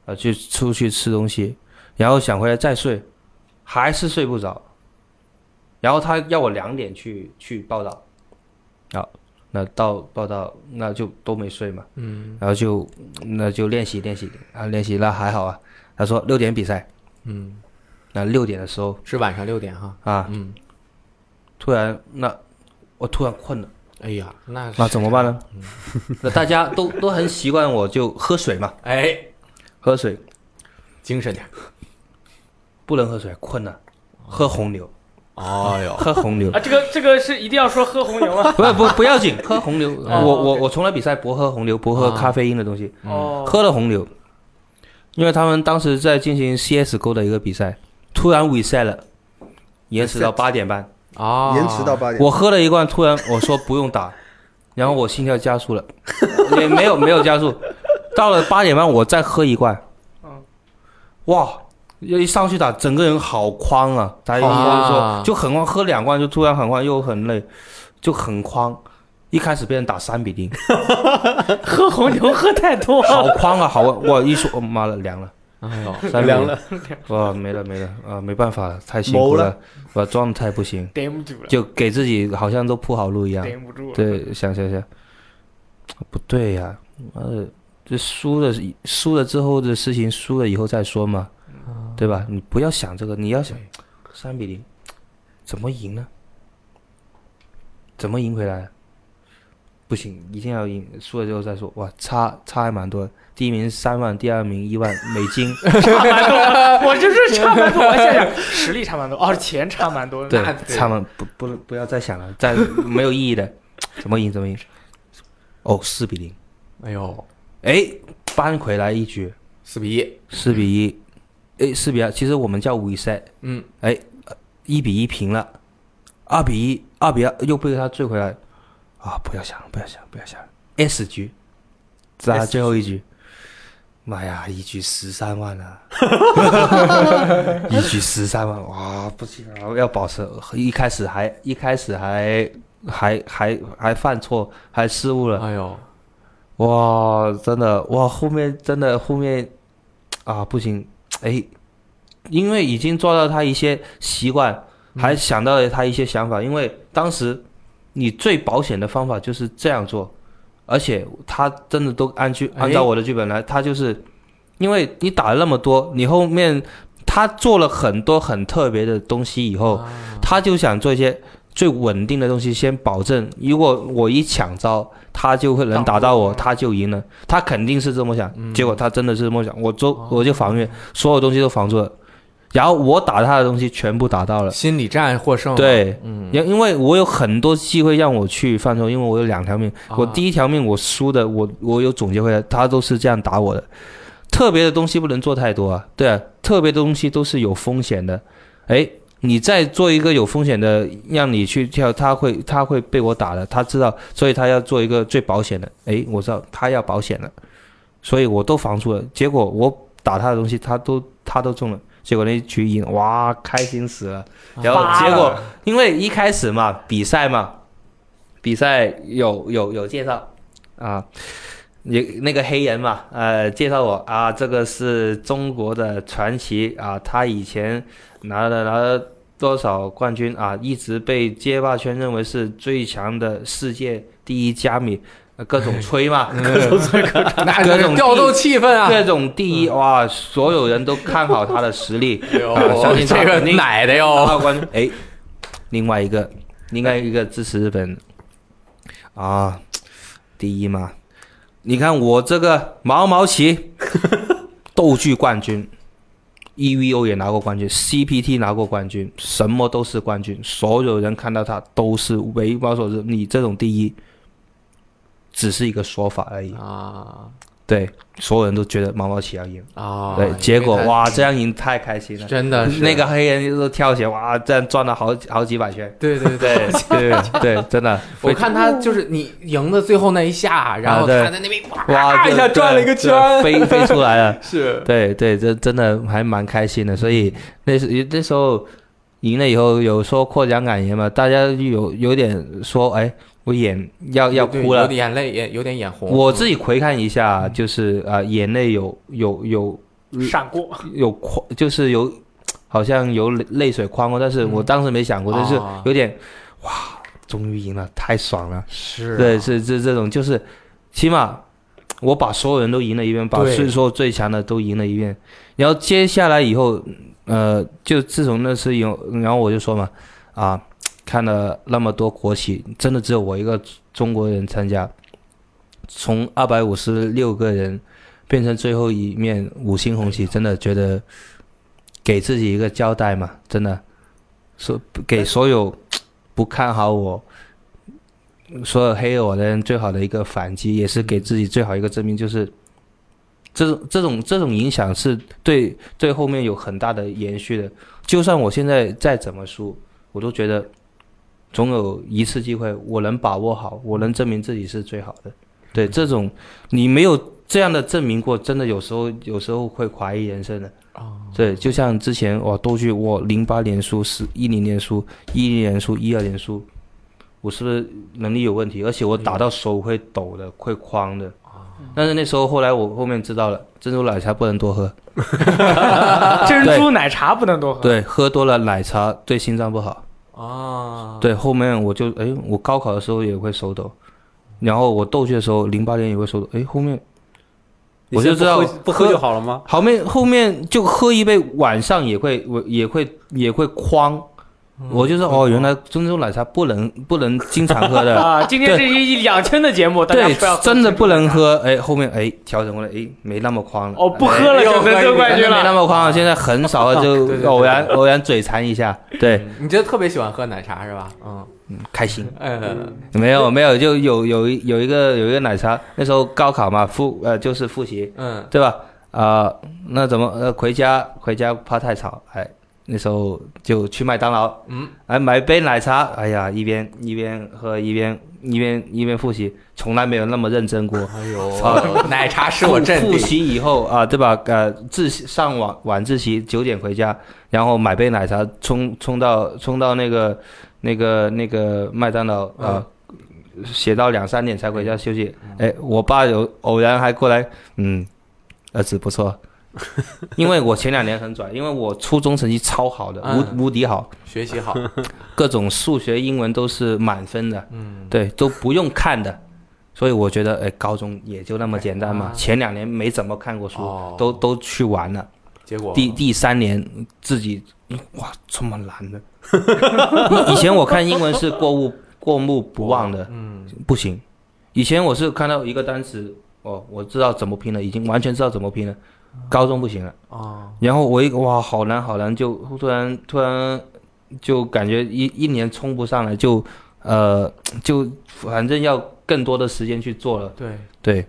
Speaker 3: 呃，就出去吃东西，然后想回来再睡，还是睡不着，然后他要我两点去去报道，好，那到报道那就都没睡嘛，嗯，然后就那就练习练习啊练习，那还好啊，他说六点比赛，
Speaker 1: 嗯，
Speaker 3: 那六点的时候
Speaker 1: 是晚上六点哈，
Speaker 3: 啊，
Speaker 1: 嗯，
Speaker 3: 突然那我突然困了，
Speaker 1: 哎呀，那是
Speaker 3: 那怎么办呢？ [LAUGHS] 那大家都都很习惯我就喝水嘛，
Speaker 1: 哎，
Speaker 3: 喝水
Speaker 1: 精神点儿。
Speaker 3: 不能喝水，困了，喝红牛，
Speaker 1: 哎
Speaker 3: [LAUGHS]
Speaker 1: 呦，
Speaker 3: 喝红牛
Speaker 2: [LAUGHS] 啊，。这个这个是一定要说喝红牛啊！
Speaker 3: 不要不不要紧，喝红牛，我
Speaker 2: 哦
Speaker 3: 我
Speaker 2: OK
Speaker 3: 我从来比赛不喝红牛，不喝
Speaker 1: 啊
Speaker 3: 咖啡因的东西，
Speaker 2: 哦，
Speaker 3: 嗯喝了红牛，因为他们当时在进行 CSGO 的一个比赛，突然 reset 了，延迟到
Speaker 4: Reset
Speaker 3: 八点半。
Speaker 1: 啊，
Speaker 4: 延迟到八点，
Speaker 3: 我喝了一罐，突然我说不用打，然后我心跳加速了， [LAUGHS] 也没有没有加速，到了八点半我再喝一罐
Speaker 2: 嗯，
Speaker 3: 哇！一上去打，整个人好慌啊！打一就是说、
Speaker 1: 啊
Speaker 3: 就很慌，喝两罐就突然很慌，又很累，就很慌。一开始被人打三比零，
Speaker 2: 喝红牛喝太多，
Speaker 3: 好慌啊，好 [LAUGHS] 慌！我一说，哦妈的凉了，
Speaker 1: 哎呦，
Speaker 3: 三比零
Speaker 4: 凉了，
Speaker 3: 哇，没了没了啊，没办法了，太辛苦
Speaker 4: 谋
Speaker 3: 了，我状态不行，
Speaker 2: 顶不住了，
Speaker 3: 就给自己好像都铺好路一样。
Speaker 2: 顶不住了。
Speaker 3: 对，想想想，不对呀、呃，这输了，输了之后的事情，输了以后再说嘛。对吧？你不要想这个，你要想三比零怎么赢呢？怎么赢回来？啊不行，一定要赢，输了之后再说。哇，差差还蛮多的，第一名是三万，第二名一万美
Speaker 1: [LAUGHS]
Speaker 3: 金。
Speaker 1: 哦
Speaker 2: 差蛮多，我就是差蛮多。我想想，实力差蛮多，哦，钱差蛮多。
Speaker 3: 对
Speaker 1: 那，对
Speaker 3: 他们不不不要再想了，再没有意义的， [LAUGHS] 怎么赢怎么赢？哦，四比零，
Speaker 1: 哎呦，
Speaker 3: 哎，扳回来一局，
Speaker 1: 四比一，
Speaker 3: 四比一，哎，四比二，其实我们叫 reset，
Speaker 1: 嗯，
Speaker 3: 哎，一比一平了，二比一，二比二又被他追回来，啊，不要想了，不要想了，不要想了，S 局，再
Speaker 4: S
Speaker 3: 最后一局。妈呀，一局十三万啊！ [LAUGHS] 一局十三万，哇，不行啊，要保持。一开始还一开始还还还还犯错，还失误了，
Speaker 1: 哎呦，
Speaker 3: 哇，真的哇，后面真的后面啊不行，哎，因为已经做到他一些习惯，还想到了他一些想法，因为当时你最保险的方法就是这样做，而且他真的都按剧
Speaker 1: 哎
Speaker 3: 按照我的剧本来，他就是因为你打了那么多，你后面他做了很多很特别的东西以后，他就想做一些。最稳定的东西先保证，如果我一抢招，他就会能打到我，
Speaker 2: 挡住
Speaker 3: 他就赢了。他肯定是这么想，结果他真的是这么想，我就我就防御，所有东西都防住了，然后我打他的东西全部打到了，
Speaker 1: 心理战获胜，，
Speaker 3: 对。
Speaker 1: 嗯，
Speaker 3: 因因为我有很多机会让我去犯错，因为我有两条命。
Speaker 1: 啊
Speaker 3: 我第一条命我输的，我我有总结回来，他都是这样打我的。特别的东西不能做太多啊，对啊，特别的东西都是有风险的。哎，你再做一个有风险的，让你去跳，他会他会被我打的，他知道，所以他要做一个最保险的。哎，我知道他要保险了，所以我都防住了。结果我打他的东西，他都他都中了。结果那一局赢，哇，开心死了。然后
Speaker 2: 发
Speaker 3: 结果
Speaker 2: 了
Speaker 3: 因为一开始嘛，比赛嘛，比赛有有有介绍啊，也那个黑人嘛，呃，介绍我啊，这个是中国的传奇啊，他以前拿了拿了多少冠军啊，一直被街霸圈认为是最强的世界第一加米，呃各种吹嘛，各种吹，各种
Speaker 1: [LAUGHS] 那
Speaker 3: 各种
Speaker 1: 调动气氛啊，
Speaker 3: 各种第一，哇，所有人都看好他的实力。
Speaker 1: 哎呦
Speaker 3: 啊相信他
Speaker 1: 这个
Speaker 3: 肯定
Speaker 1: 奶的
Speaker 3: 拿
Speaker 1: 哟，
Speaker 3: 到冠军。哎，另外一个，另外一个支持日本啊，第一嘛。你看我这个毛
Speaker 1: [LAUGHS]
Speaker 3: 毛棋斗剧冠军，EVO 也拿过冠军，CPT 拿过冠军，什么都是冠军。所有人看到他都是为保守之，你这种第一只是一个说法而已。
Speaker 1: 啊
Speaker 3: 对，所有人都觉得毛毛棋要赢。
Speaker 1: 啊，
Speaker 3: 对，结果
Speaker 1: 因为他，
Speaker 3: 哇，这样赢太开心了。
Speaker 1: 真的是
Speaker 3: 那个黑人都跳起来，哇，这样转了好好几百圈。
Speaker 1: 对对对。
Speaker 3: [LAUGHS] 对对对，真的。
Speaker 1: 我看他就是你赢的最后那一下，然后
Speaker 3: 啊对
Speaker 1: 他在那边
Speaker 3: 哇， [LAUGHS]
Speaker 1: 哇一下转了一个圈，
Speaker 3: 这飞飞出来了。
Speaker 1: 是
Speaker 3: 对对，这真的还蛮开心的。所以那时那时候赢了以后，有说获奖感言嘛，大家有有点说，哎，我眼要要
Speaker 1: 对有
Speaker 3: 哭了
Speaker 1: 点。眼泪也有点眼红。
Speaker 3: 我自己回看一下，就是啊、呃眼泪有有有
Speaker 2: 闪过，
Speaker 3: 有框，就是有好像有泪泪水框过，但是我当时没想过，但是
Speaker 1: 啊
Speaker 3: 有点哇，终于赢了，太爽了。
Speaker 1: 是啊
Speaker 3: 对，是这这种就是，起码我把所有人都赢了一遍，把
Speaker 1: 对
Speaker 3: 所有最强的都赢了一遍。然后接下来以后，呃，就自从那次赢，然后我就说嘛，啊，看了那么多国旗，真的只有我一个中国人参加，从二百五十六个人变成最后一面五星红旗，真的觉得给自己一个交代嘛，真的，所给所有不看好我。所有黑我的人最好的一个反击，也是给自己最好一个证明，就是这种这种这种影响是对对后面有很大的延续的。就算我现在再怎么输，我都觉得总有一次机会我能把握好，我能证明自己是最好的。对这种你没有这样的证明过，真的有时候有时候会怀疑人生的。对，就像之前我都去我零八年输，是一零年输，一零年输，一二年输，我是不是能力有问题？而且我打到手会抖
Speaker 4: 嗯
Speaker 3: 的，会慌的。
Speaker 4: 啊
Speaker 3: 但是那时候后来我后面知道了，珍珠奶茶不能多喝，
Speaker 2: 珍珠奶茶不能多
Speaker 4: 啊
Speaker 2: 喝。
Speaker 3: 嗯对，喝多了奶茶对心脏不好。
Speaker 1: 啊，
Speaker 3: 对，后面我就哎，我高考的时候也会手抖，然后我斗剧的时候，零八年也会手抖。哎，后面
Speaker 4: 你
Speaker 3: 我就
Speaker 4: 现在
Speaker 3: 知道
Speaker 4: 不喝不喝就好了吗？
Speaker 3: 后面后面就喝一杯，晚上也会我也会也会慌。
Speaker 4: 嗯
Speaker 3: 我就说哦，原来珍珠奶茶不能不能经常
Speaker 4: [LAUGHS]
Speaker 3: 喝的，
Speaker 2: 啊，今天
Speaker 3: 对
Speaker 2: 这是一两千的节目，大家
Speaker 3: 对
Speaker 2: 不要，喝
Speaker 3: 真的不能
Speaker 2: 珍珠奶
Speaker 3: 喝。哎，后面哎调整过来，哎没那么慌了。
Speaker 2: 啊茶。哦，不喝了
Speaker 1: 哎
Speaker 2: 就
Speaker 1: 又喝
Speaker 2: 能
Speaker 1: 一
Speaker 2: 得
Speaker 1: 杯
Speaker 2: 冠
Speaker 3: 反
Speaker 2: 军
Speaker 3: 正没那
Speaker 2: 了。
Speaker 3: 么慌了，现在很
Speaker 2: [LAUGHS]
Speaker 3: 少了，就
Speaker 1: 对对对
Speaker 3: 偶然偶然嘴馋一下，对，
Speaker 1: 你就特别喜欢喝奶茶是吧？嗯，
Speaker 3: 开心。
Speaker 1: 呃，
Speaker 3: 没有没有，就有有一有一个有一个奶茶，那时候高考嘛，复呃就是复习，
Speaker 1: 嗯，
Speaker 3: 对吧？啊、那怎么呃回家回家怕太吵，哎，那时候就去麦当劳，
Speaker 1: 嗯，
Speaker 3: 哎买杯奶茶，哎呀一边一边喝一边一边一边复习，从来没有那么认真过。
Speaker 1: 哎呦， [LAUGHS] 奶茶使我镇
Speaker 3: 复
Speaker 1: 定。
Speaker 3: 习以后啊，对吧？呃，自习上晚晚自习九点回家，然后买杯奶茶，冲冲到冲到那个那个那个麦当劳啊，写到两三点才回家休息。哎，我爸有偶然还过来，嗯，儿子不
Speaker 1: [LAUGHS]
Speaker 3: 错，因为我前两年很拽，因为我初中成绩超好的，
Speaker 1: 嗯
Speaker 3: 无无敌好，
Speaker 1: 学习好，
Speaker 3: 各种数学、英文都是满分的，
Speaker 1: 嗯，
Speaker 3: 对，都不用看的。所以我觉得，哎，高中也就那么简单嘛。
Speaker 1: 啊
Speaker 3: 前两年没怎么看过书，
Speaker 1: 哦
Speaker 3: 都都去玩了。
Speaker 1: 结果
Speaker 3: 第第三年自己，嗯哇，这么难
Speaker 1: [LAUGHS]
Speaker 3: 的。以前我看英文是过目过目不忘的，
Speaker 1: 嗯，
Speaker 3: 不行。以前我是看到一个单词，哦，我知道怎么拼了，已经完全知道怎么拼了。
Speaker 1: 啊
Speaker 3: 高中不行了，
Speaker 1: 哦，
Speaker 3: 然后我一哇，好难好难，就突然突然就感觉一一年冲不上来，就呃就反正要更多的时间去做了， [LAUGHS]
Speaker 1: 对，
Speaker 3: 对，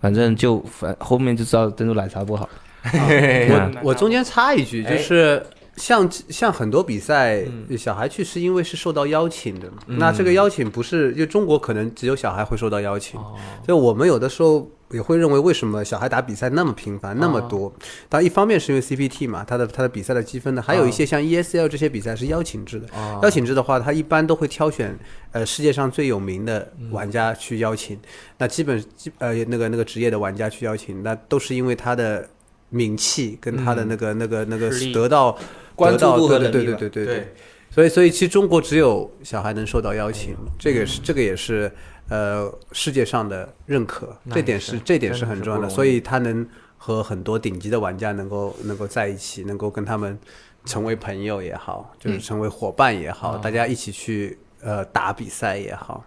Speaker 3: 反正就反后面就知道珍珠奶茶不好，对啊
Speaker 4: 我我中间插一句，
Speaker 1: 哎
Speaker 4: 就是像像很多比赛
Speaker 1: 嗯，
Speaker 4: 小孩去是因为是受到邀请的。
Speaker 1: 嗯
Speaker 4: 那这个邀请不是，就中国可能只有小孩会受到邀请，
Speaker 1: 哦，
Speaker 4: 所以我们有的时候也会认为，为什么小孩打比赛那么频繁、那
Speaker 1: 哦
Speaker 4: 么多？当然，一方面是因为 CPT 嘛，他的他的比赛的积分呢，还有一些像 ESL 这些比赛是邀请制的。
Speaker 1: 哦
Speaker 4: 邀请制的话，他一般都会挑选呃世界上最有名的玩家去邀请，那基本基呃那个那个职业的玩家去邀请，那都是因为他的名气跟他的那个、那个那个
Speaker 2: 实力
Speaker 4: 得到
Speaker 3: 嗯关注度和
Speaker 4: 得到对
Speaker 3: 能
Speaker 4: 对
Speaker 3: 力吧
Speaker 4: 对对对对
Speaker 1: 对。，
Speaker 4: 所以，所以其实中国只有小孩能受到邀请，这个是这个也是呃世界上的认可，
Speaker 1: 那
Speaker 4: 这
Speaker 1: 也
Speaker 4: 点
Speaker 1: 是
Speaker 4: 是这点是
Speaker 1: 真的
Speaker 4: 很
Speaker 1: 是
Speaker 4: 重要
Speaker 1: 不
Speaker 4: 的，
Speaker 1: 容易
Speaker 4: 所以他能和很多顶级的玩家能够能够在一起，能够跟他们成为朋友也好，就是
Speaker 1: 嗯
Speaker 4: 成为伙伴也好，大家一起去呃打比赛也好，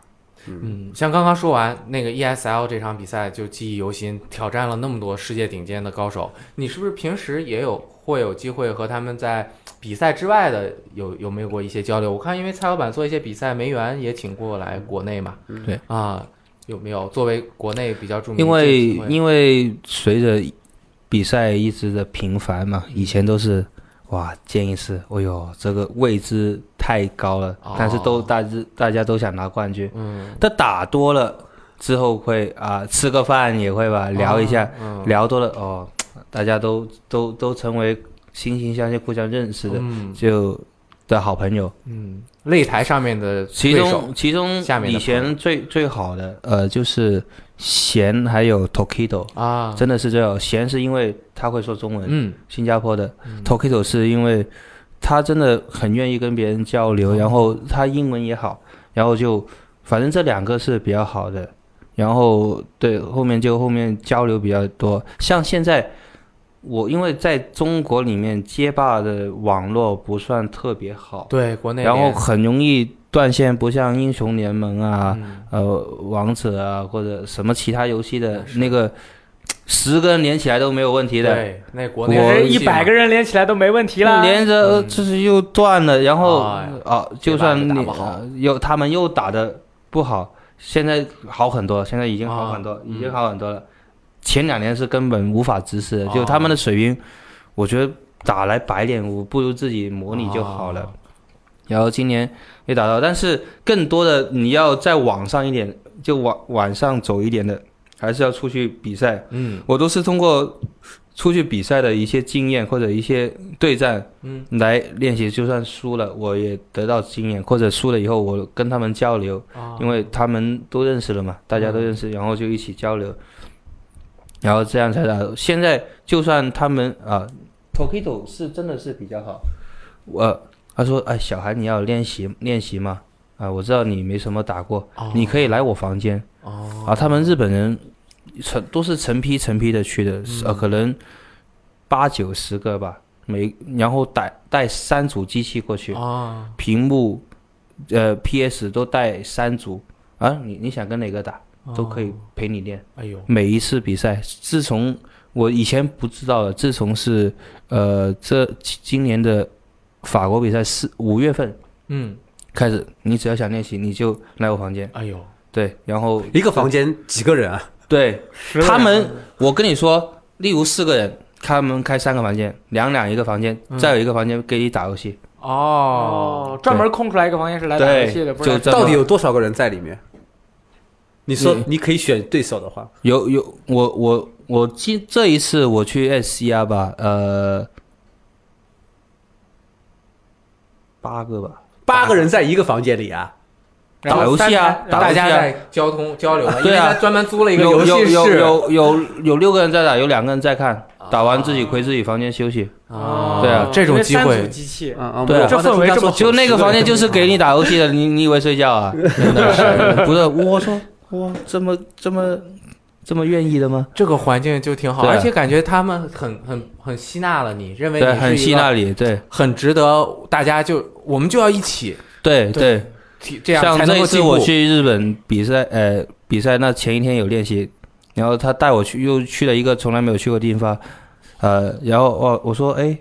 Speaker 1: 嗯，像刚刚说完那个 ESL 这场比赛就记忆犹新，挑战了那么多世界顶尖的高手，你是不是平时也有会有机会和他们在比赛之外的有有没有过一些交流？我看因为蔡老板做一些比赛，梅园也请过来国内嘛，
Speaker 3: 对
Speaker 1: 啊，有没有作为国内比较著名的
Speaker 3: 因
Speaker 1: 这
Speaker 3: 为
Speaker 1: 几位？
Speaker 3: 因为随着比赛一直的频繁嘛，以前都是哇见一次，哎呦这个位置太高了
Speaker 1: 哦，
Speaker 3: 但是都大致大家都想拿冠军，
Speaker 1: 嗯，
Speaker 3: 但打多了之后会啊、吃个饭也会
Speaker 1: 哦
Speaker 3: 吧，聊一下，
Speaker 1: 嗯，
Speaker 3: 聊多了哦，大家都都都成为惺惺相惜、互相认识的、
Speaker 1: 嗯
Speaker 3: 就的好朋友。
Speaker 1: 嗯，擂台上面的
Speaker 3: 其
Speaker 1: 对手
Speaker 3: 中其中
Speaker 1: 下面的
Speaker 3: 以
Speaker 1: 朋
Speaker 3: 前最最好的呃就是贤还有 Tokido，、
Speaker 1: 啊，
Speaker 3: 真的是最好。贤是因为他会说中文，
Speaker 1: 嗯
Speaker 3: 新加坡的 Tokido 是因为他真的很愿意跟别人交
Speaker 1: 嗯
Speaker 3: 流，然后他英文也好，然后就反正这两个是比较好的，然后对后面就后面交流比较多。像现在我因为在中国里面街霸的网络不算特别好，
Speaker 1: 对国内
Speaker 3: 然后
Speaker 1: 联
Speaker 3: 很容易断线，不像英雄联盟啊、
Speaker 1: 嗯
Speaker 3: 呃王者啊或者什么其他游戏的那个。十个人连起来都没有问题的，
Speaker 1: 对那国
Speaker 3: 我
Speaker 2: 这
Speaker 1: 内
Speaker 2: 一百个人连起来都没问题啦。
Speaker 3: 连着呃
Speaker 1: 嗯
Speaker 3: 就是又断了，然后
Speaker 1: 哎
Speaker 3: 啊，就
Speaker 1: 这
Speaker 3: 算
Speaker 1: 把就打
Speaker 3: 你
Speaker 1: 不好
Speaker 3: 啊又他们又打的不好，现在好很多，现在已经好很多
Speaker 1: 啊，
Speaker 3: 已经
Speaker 1: 嗯
Speaker 3: 好很多了。前两年是根本无法直视的，就
Speaker 1: 哦
Speaker 3: 他们的水平，我觉得打来白脸，我不如自己模拟就好了
Speaker 1: 哦。
Speaker 3: 然后今年也打到，但是更多的你要再往上一点，就往往上走一点的，还是要出去比赛。
Speaker 1: 嗯
Speaker 3: 我都是通过出去比赛的一些经验或者一些对战，
Speaker 1: 嗯，
Speaker 3: 来练习。就算输了，我也得到经验，或者输了以后，我跟他们交流，
Speaker 1: 啊嗯
Speaker 3: 因为他们都认识了嘛，大家都认识，然后就一起交流，然后这样才打。现在就算他们啊，Tokido 是真的是比较好，我他说哎，小孩你要练习练习嘛，啊，我知道你没什么打过，
Speaker 1: 哦
Speaker 3: 你可以来我房间。
Speaker 1: 哦
Speaker 3: 啊，他们日本人成都是成批成批的去的，
Speaker 1: 嗯
Speaker 3: 呃，可能八九十个吧，每然后带带三组机器过去，
Speaker 1: 啊，
Speaker 3: 屏幕，呃，PS 都带三组啊，你你想跟哪个打
Speaker 1: 哦
Speaker 3: 都可以陪你练。
Speaker 1: 哎呦，
Speaker 3: 每一次比赛，自从我以前不知道的，自从是呃这今年的法国比赛四五月份
Speaker 1: 嗯，
Speaker 3: 开始，你只要想练习，你就来我房间，
Speaker 1: 哎呦，
Speaker 3: 对，然后
Speaker 4: 一个房间几个人啊？
Speaker 3: 对他们，我跟你说，例如四个人，他们开三个房间，两两一个房间，
Speaker 1: 嗯
Speaker 3: 再有一个房间给你打游戏，
Speaker 1: 哦，
Speaker 2: 哦，专门空出来一个房间是来打游戏的，
Speaker 3: 对，
Speaker 2: 不是
Speaker 3: 就这么
Speaker 4: 到底有多少个人在里面？你说你可以选对手的话，
Speaker 3: 有有我我我今这一次我去 SCR 吧，呃，八个吧，
Speaker 4: 八个人在一个房间里啊，
Speaker 2: 然
Speaker 3: 打
Speaker 2: 后
Speaker 3: 游戏啊
Speaker 2: 三排
Speaker 3: 打
Speaker 1: 大
Speaker 3: 游戏
Speaker 1: 家
Speaker 3: 啊
Speaker 1: 在交通交流嘛，因为
Speaker 3: 对啊
Speaker 1: 他专门租了一个
Speaker 3: 有
Speaker 1: 游
Speaker 3: 有
Speaker 1: 戏
Speaker 3: 有
Speaker 1: 室，
Speaker 3: 有有有六个人在打，有两个人在看，打完自己回自己房间休息。
Speaker 1: 啊，
Speaker 3: 对啊
Speaker 1: 这种机
Speaker 2: 哦因为三
Speaker 1: 会
Speaker 2: 组，机器，
Speaker 4: 嗯嗯
Speaker 3: 对啊
Speaker 4: 我刚才
Speaker 2: 这氛围
Speaker 4: 听他
Speaker 2: 这
Speaker 1: 哦
Speaker 4: 说
Speaker 2: 么
Speaker 3: 就那个房间就是给你打游戏的，你你以为睡
Speaker 1: [LAUGHS]
Speaker 3: 觉啊？真的是，不是我说哇，这么这么这么愿意的吗？
Speaker 1: 这个环境就挺好，
Speaker 3: 对啊
Speaker 1: 而且感觉他们很很很吸纳了你，认为
Speaker 3: 对，
Speaker 1: 你
Speaker 3: 很
Speaker 1: 是一
Speaker 3: 吸
Speaker 1: 个
Speaker 3: 纳你，对
Speaker 1: 很值得大家就我们就要一起
Speaker 3: 对对。
Speaker 1: 提，这样啊才能
Speaker 3: 像这
Speaker 1: 够
Speaker 3: 一次
Speaker 1: 进步
Speaker 3: 我去日本比赛，呃，比赛那前一天有练习，然后他带我去，又去了一个从来没有去过地方，呃，然后我我说哎，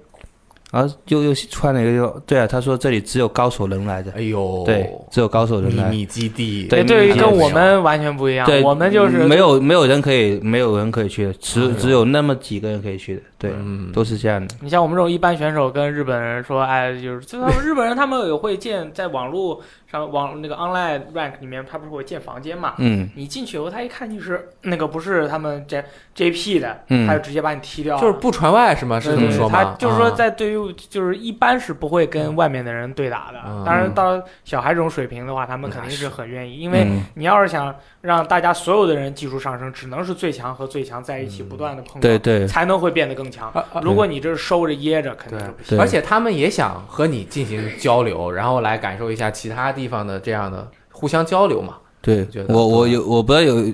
Speaker 3: 啊，又又穿了一个地方，对啊，他说这里只有高手能来的，
Speaker 1: 哎呦，
Speaker 3: 对，只有高手能
Speaker 1: 秘
Speaker 3: 来，
Speaker 1: 密基地，
Speaker 3: 对
Speaker 2: 哎对于
Speaker 3: 你
Speaker 2: 跟
Speaker 3: 也
Speaker 2: 我们完全不一样
Speaker 3: 对，，
Speaker 2: 我们就是
Speaker 3: 没有没有人可以，没有人可以去的，
Speaker 1: 哎
Speaker 3: 只
Speaker 1: 呦
Speaker 3: 只有那么几个人可以去的，对，
Speaker 1: 嗯，
Speaker 3: 都是这样的，
Speaker 2: 你像我们这种一般选手跟日本人说，哎，就是就他们日本人他们也会建在网络上网那个 online rank 里面，他不是会建房间嘛？
Speaker 3: 嗯
Speaker 2: 你进去以后，他一看你是那个不是他们 J JP 的，他
Speaker 3: 嗯
Speaker 2: 就直接把你踢掉了。
Speaker 1: 就是不传外是吗？啊是
Speaker 2: 对
Speaker 1: 这么
Speaker 2: 对
Speaker 1: 说
Speaker 2: 他
Speaker 1: 吗？
Speaker 2: 就是说，
Speaker 1: 啊
Speaker 2: 在对于就是一般是不会跟外面的人对打的。
Speaker 1: 嗯
Speaker 2: 当然，到小孩这种水平的话，他们肯定是很愿意，因为
Speaker 3: 嗯
Speaker 2: 你要是想让大家所有的人技术上升，只能是最强和最强在一起不断的碰撞，
Speaker 3: 对对
Speaker 2: 才能会变得更强。
Speaker 1: 嗯啊啊
Speaker 2: 如果你这是收着掖着，肯定
Speaker 1: 对
Speaker 2: 就不行。
Speaker 3: 对，
Speaker 1: 而且他们也想和你进行交流，然后来感受一下其他地方的这样的互相交流嘛。
Speaker 3: 对
Speaker 1: 觉，得
Speaker 3: 我我
Speaker 1: 对
Speaker 3: 有我不知道有，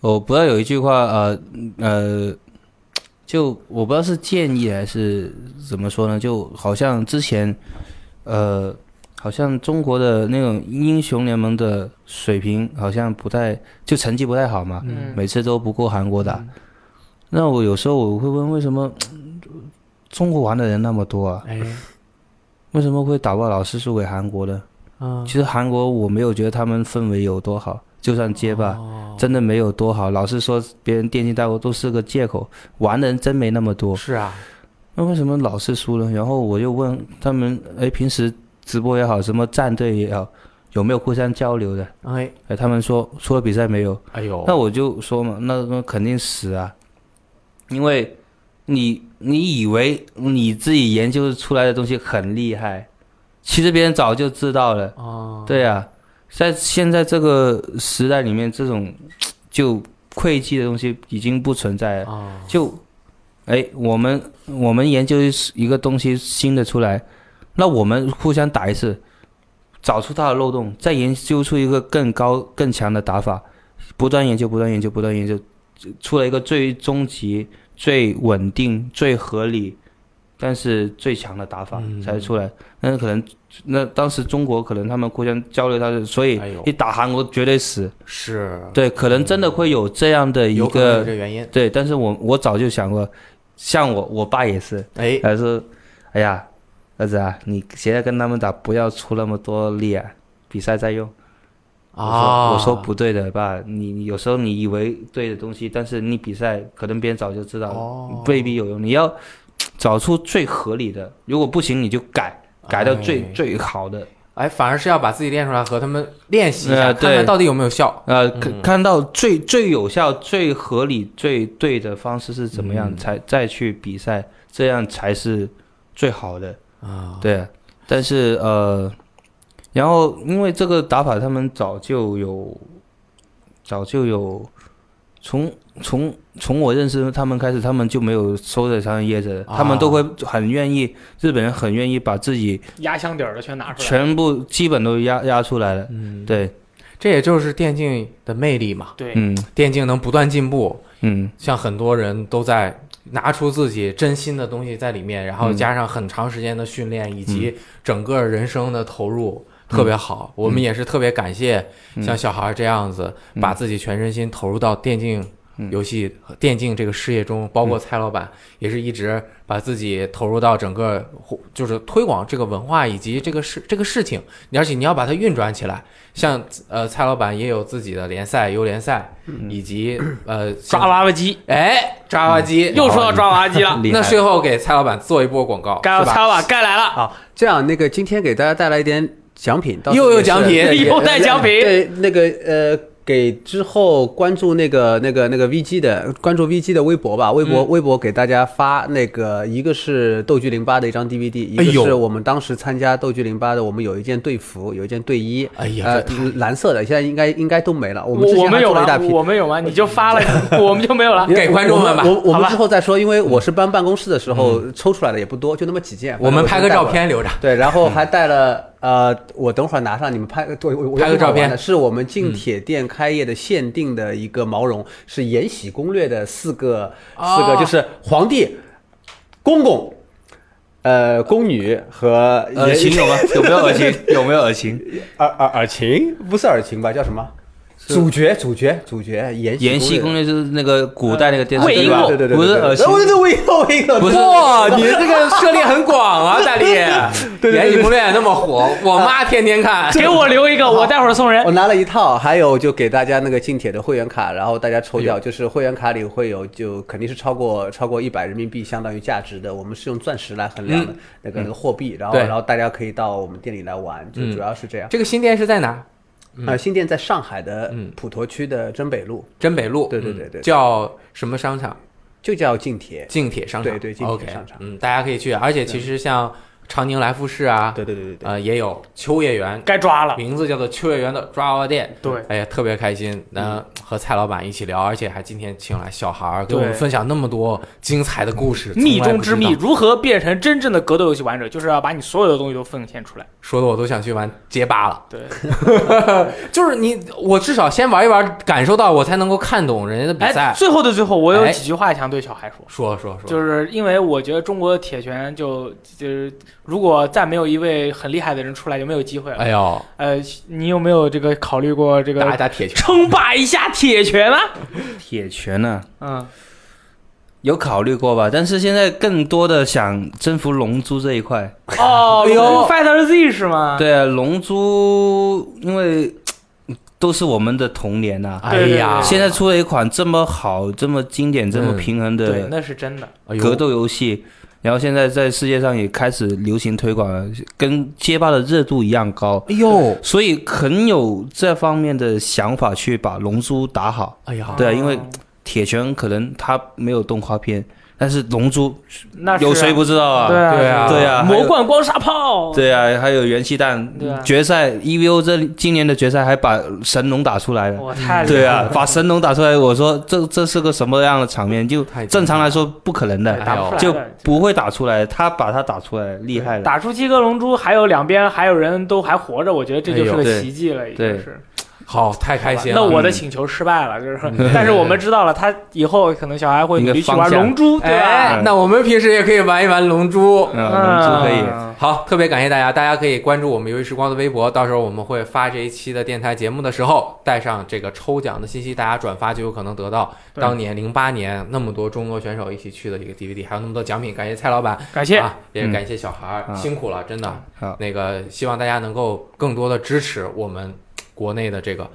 Speaker 3: 我不知道有一句话呃呃，就我不知道是建议还是怎么说呢？就好像之前呃，好像中国的那种英雄联盟的水平好像不太，就成绩不太好嘛，
Speaker 2: 嗯
Speaker 3: 每次都不过韩国打。那我有时候我会问，为什么中国玩的人那么多啊？
Speaker 1: 哎，
Speaker 3: 为什么会打不老是输给韩国呢？
Speaker 1: 嗯
Speaker 3: 其实韩国我没有觉得他们氛围有多好，就算街霸、
Speaker 1: 哦
Speaker 3: 真的没有多好，老是说别人电竞大国都是个借口，玩的人真没那么多。
Speaker 1: 是啊，
Speaker 3: 那为什么老是输呢？然后我又问他们，哎，平时直播也好，什么战队也好，有没有互相交流的？
Speaker 1: 哎，
Speaker 3: 哎，他们说除了比赛没有，
Speaker 1: 哎呦，
Speaker 3: 那我就说嘛，那那肯定死啊，因为你你以为你自己研究出来的东西很厉害，其实别人早就知道了。
Speaker 1: 哦，
Speaker 3: 对呀、在现在这个时代里面，这种就会计的东西已经不存在了。
Speaker 1: 哦，
Speaker 3: 就，哎，我们我们研究一个东西新的出来，那我们互相打一次，找出它的漏洞，再研究出一个更高更强的打法，不断研究，不断研究，不断研究，出了一个最终极、最稳定、最合理，但是最强的打法
Speaker 1: 嗯
Speaker 3: 才出来。那可能那当时中国可能他们互相交流，他是所以
Speaker 1: 哎呦
Speaker 3: 一打韩国绝对死。
Speaker 1: 是，
Speaker 3: 对，可能真的会有这样的一
Speaker 1: 有可能有
Speaker 3: 个
Speaker 1: 这原因。
Speaker 3: 对，但是我我早就想过，像我我爸也是，
Speaker 1: 哎，
Speaker 3: 他说，哎呀，儿子啊，你现在跟他们打，不要出那么多力啊，比赛再用。我说
Speaker 1: 啊，
Speaker 3: 我说不对的，爸，你你有时候你以为对的东西，但是你比赛可能别人早就知道了，
Speaker 1: 哦
Speaker 3: 未必有用。你要找出最合理的，如果不行你就改，改到最、
Speaker 1: 哎
Speaker 3: 最好的。
Speaker 1: 哎，反而是要把自己练出来，和他们练习一下，看
Speaker 3: 呃
Speaker 1: 看
Speaker 3: 对
Speaker 1: 到底有没有效。
Speaker 3: 呃，看看到最最有效、最合理、最对的方式是怎么样，
Speaker 1: 嗯
Speaker 3: 才再去比赛，这样才是最好的。
Speaker 1: 啊，
Speaker 3: 对，但是呃，然后因为这个打法，他们早就有，早就有，从从从我认识他们开始，他们就没有收着商业掖着，他们都会很愿意，日本人很愿意把自己
Speaker 2: 压箱底儿的全拿出来。
Speaker 3: 全部基本都压压出来了。
Speaker 1: 嗯，
Speaker 3: 对，
Speaker 1: 这也就是电竞的魅力嘛。
Speaker 2: 对，
Speaker 3: 嗯
Speaker 1: 电竞能不断进步，
Speaker 3: 嗯
Speaker 1: 像很多人都在拿出自己真心的东西在里面，然后
Speaker 3: 嗯
Speaker 1: 加上很长时间的训练以及整个人生的投入，
Speaker 3: 嗯
Speaker 1: 特别好。我们也是特别感谢像小孩这样子，
Speaker 3: 嗯
Speaker 1: 把自己全身心投入到电竞。
Speaker 3: 嗯
Speaker 1: 游戏、电竞这个事业中，包括蔡老板也是一直把自己投入到整个，就是推广这个文化以及这个事这个事情，而且你要把它运转起来。像呃，蔡老板也有自己的联赛、优联赛，
Speaker 3: 嗯
Speaker 1: 以及呃像
Speaker 2: 抓娃娃机，
Speaker 1: 哎，抓娃机
Speaker 2: 又说到抓娃娃机了，
Speaker 3: 厉害
Speaker 1: 那最后给蔡老板做一波广告，
Speaker 2: 该要
Speaker 1: 是吧？啊
Speaker 2: 擦吧，该来了，
Speaker 4: 好，这样那个今天给大家带来一点奖品，到时候
Speaker 1: [LAUGHS] 又有
Speaker 4: 也是
Speaker 1: 奖品
Speaker 4: 对
Speaker 2: 又带奖品
Speaker 4: 对，那个呃，给之后关注那个那个那个 VG 的关注 VG 的微博吧，微博、
Speaker 1: 嗯
Speaker 4: 微博给大家发那个一个是斗剧零八的一张 DVD，一
Speaker 1: 哎
Speaker 4: 个
Speaker 1: 呦
Speaker 4: 是我们当时参加斗剧零八的，我们有一件队服，有一件队衣，
Speaker 1: 哎呀
Speaker 4: 呃
Speaker 1: 这，
Speaker 4: 蓝色的，现在应该应该都没了，我们之
Speaker 2: 我
Speaker 4: 前
Speaker 2: 们
Speaker 4: 还
Speaker 2: 有
Speaker 4: 做了一大
Speaker 2: 吗？
Speaker 4: 批。
Speaker 2: 我们有吗？你
Speaker 1: [LAUGHS]
Speaker 2: 就发了，我们就没有了
Speaker 1: 你。给观众们吧嗯
Speaker 4: 我我
Speaker 2: 好吧
Speaker 4: 们之后再说，因为我是搬办公室的时候抽出来的也不多，就那么几件。
Speaker 1: 我们拍个照
Speaker 4: 片。
Speaker 1: 片留着。
Speaker 4: 对，然后
Speaker 3: 嗯
Speaker 4: 还带了、呃，我等会儿拿上你们拍，对，我我
Speaker 1: 拍个照片
Speaker 4: 我是我们
Speaker 3: 嗯
Speaker 4: 进铁店开业的限定的一个毛绒，是《延禧攻略》的四个、
Speaker 1: 哦
Speaker 4: 四个，就是皇帝、公公、呃宫女和 [LAUGHS]
Speaker 3: 恶
Speaker 4: 延
Speaker 3: 心有吗？ [LAUGHS] 有没有恶心？有没有恶
Speaker 4: [LAUGHS]
Speaker 3: 心？
Speaker 4: 尔尔尔晴，不是尔晴吧？叫什么？主角，主角，主角，延
Speaker 3: 延禧攻
Speaker 4: 略。
Speaker 3: 略就是那个古代那个电视
Speaker 2: 魏
Speaker 3: 剧
Speaker 2: 璎
Speaker 3: 吧
Speaker 2: 珞
Speaker 4: 啊对对对，
Speaker 3: 不是恶心
Speaker 4: 对，对对，魏璎珞，魏璎珞，
Speaker 3: 不是
Speaker 1: 哇，你这个涉猎很广啊，大力！
Speaker 4: 对对对
Speaker 1: 延禧攻略那么火，我妈天天看。
Speaker 2: 给我留一个，我待会儿送人
Speaker 1: [LAUGHS]
Speaker 4: [LAUGHS]
Speaker 1: 哦
Speaker 4: 我。拿了一套，还有就给大家那个进铁的会员卡，然后大家抽掉，就是会员卡里会有就肯定是超过超过一百人民币相当于价值的，我们是用钻石来衡量的、那个那个货币，然后
Speaker 1: 对
Speaker 4: 然后大家可以到我们店里来玩，就
Speaker 1: 嗯
Speaker 4: 主要是这样。
Speaker 1: 这个新店是在哪？
Speaker 4: 呃，新店在上海的
Speaker 1: 嗯
Speaker 4: 普陀区的真北路，
Speaker 1: 真北路。
Speaker 4: 对对对
Speaker 1: 嗯
Speaker 4: 对
Speaker 1: 叫什么商场？
Speaker 4: 就叫进铁。
Speaker 1: 近铁商场。
Speaker 4: 对对近铁
Speaker 1: OK，
Speaker 4: 商场
Speaker 1: 嗯，大家可以去。而且其实像长宁来福士啊，
Speaker 4: 对对对对对。
Speaker 1: 呃，也有秋叶原，
Speaker 2: 该抓了，
Speaker 1: 名字叫做秋叶原的抓娃娃店。
Speaker 2: 对，
Speaker 1: 哎呀，特别开心，
Speaker 2: 嗯
Speaker 1: 能和蔡老板一起聊，而且还今天请来小孩儿给我们
Speaker 2: 对
Speaker 1: 分享那么多精彩的故事，
Speaker 2: 密
Speaker 1: 从来
Speaker 2: 中
Speaker 1: 不知
Speaker 2: 之密，
Speaker 1: 道，
Speaker 2: 如何变成真正的格斗游戏玩者，就是要把你所有的东西都奉献出来。
Speaker 1: 说的我都想去玩街霸了。
Speaker 2: 对，
Speaker 1: 就是你，我至少先玩一玩，感受到我才能够看懂人家的比
Speaker 2: 哎，
Speaker 1: 赛。
Speaker 2: 最后的最后，我有
Speaker 1: 哎
Speaker 2: 几句话想对小孩说。
Speaker 1: 说说说，
Speaker 2: 就是因为我觉得中国的铁拳就就是，如果再没有一位很厉害的人出来，就没有机会了。
Speaker 1: 哎呦，
Speaker 2: 呃，你有没有这个考虑过这
Speaker 1: 打一
Speaker 2: 个
Speaker 1: 打铁拳，
Speaker 2: 称霸一下铁拳呢？
Speaker 3: 铁拳呢、
Speaker 2: 嗯，
Speaker 3: 有考虑过吧？但是现在更多的想征服龙珠这一块。
Speaker 2: 哦，
Speaker 1: 哎呦
Speaker 2: 龙珠 Fighter Z 是吗？
Speaker 3: 对啊，龙珠因为嘖都是我们的童年呐、
Speaker 1: 哎
Speaker 2: [LAUGHS] 对对
Speaker 1: 呀，
Speaker 2: 对
Speaker 3: 现在出了一款这么好、这么经典、这么平衡
Speaker 2: 对
Speaker 3: 的
Speaker 2: 那是真的。
Speaker 1: 哎呦
Speaker 3: 格斗游戏，然后现在在世界上也开始流行推广了，跟街霸的热度一样高，
Speaker 1: 哎呦，
Speaker 3: 所以很有这方面的想法去把龙珠打好。
Speaker 1: 哎呀，
Speaker 3: 对啊，因为
Speaker 2: 哦
Speaker 3: 铁拳可能它没有动画片，但是龙珠
Speaker 2: 那是啊
Speaker 3: 有谁不知道啊？
Speaker 2: 对
Speaker 1: 对啊
Speaker 2: 啊
Speaker 3: 对啊，还有
Speaker 2: 魔冠光沙炮，
Speaker 3: 对啊，还有元气弹
Speaker 2: 对啊
Speaker 3: 决赛 EVO 这今年的决赛还把神龙打出来了。
Speaker 2: 我哦太厉害
Speaker 3: 对啊
Speaker 2: 了，
Speaker 3: 把神龙打出来，我说这这是个什么样的场面？就
Speaker 1: 太
Speaker 3: 正常来说不可能的，
Speaker 2: 哎打不出来
Speaker 3: 就
Speaker 2: 的
Speaker 3: 不会打出来。他把他打出来，厉害了。
Speaker 2: 打出七颗龙珠，还有两边还有人都还活着，我觉得这就是
Speaker 1: 哎
Speaker 2: 个
Speaker 3: 呦对
Speaker 2: 奇迹了，已经
Speaker 3: 对
Speaker 2: 是。
Speaker 1: 好，太开心了。
Speaker 2: 那我的请求失败了，就是
Speaker 1: 嗯，
Speaker 2: 但是我们知道了，他以后可能小孩会努力去玩
Speaker 3: 一个方向
Speaker 2: 龙珠，对吧？
Speaker 1: 哎，那我们平时也可以玩一玩龙珠。
Speaker 3: 嗯，龙珠可以。
Speaker 2: 嗯
Speaker 1: 哎好，特别感谢大家，大家可以关注我们游戏时光的微博，到时候我们会发这一期的电台节目的时候，带上这个抽奖的信息，大家转发就有可能得到
Speaker 2: 对
Speaker 1: 当年零八年那么多中国选手一起去的一个 DVD，还有那么多奖品，感谢蔡老板，
Speaker 2: 感谢，
Speaker 1: 啊，也感谢小孩儿、
Speaker 3: 嗯
Speaker 1: 辛苦了，真的。
Speaker 3: 好
Speaker 1: 那个希望大家能够更多的支持我们国内的这个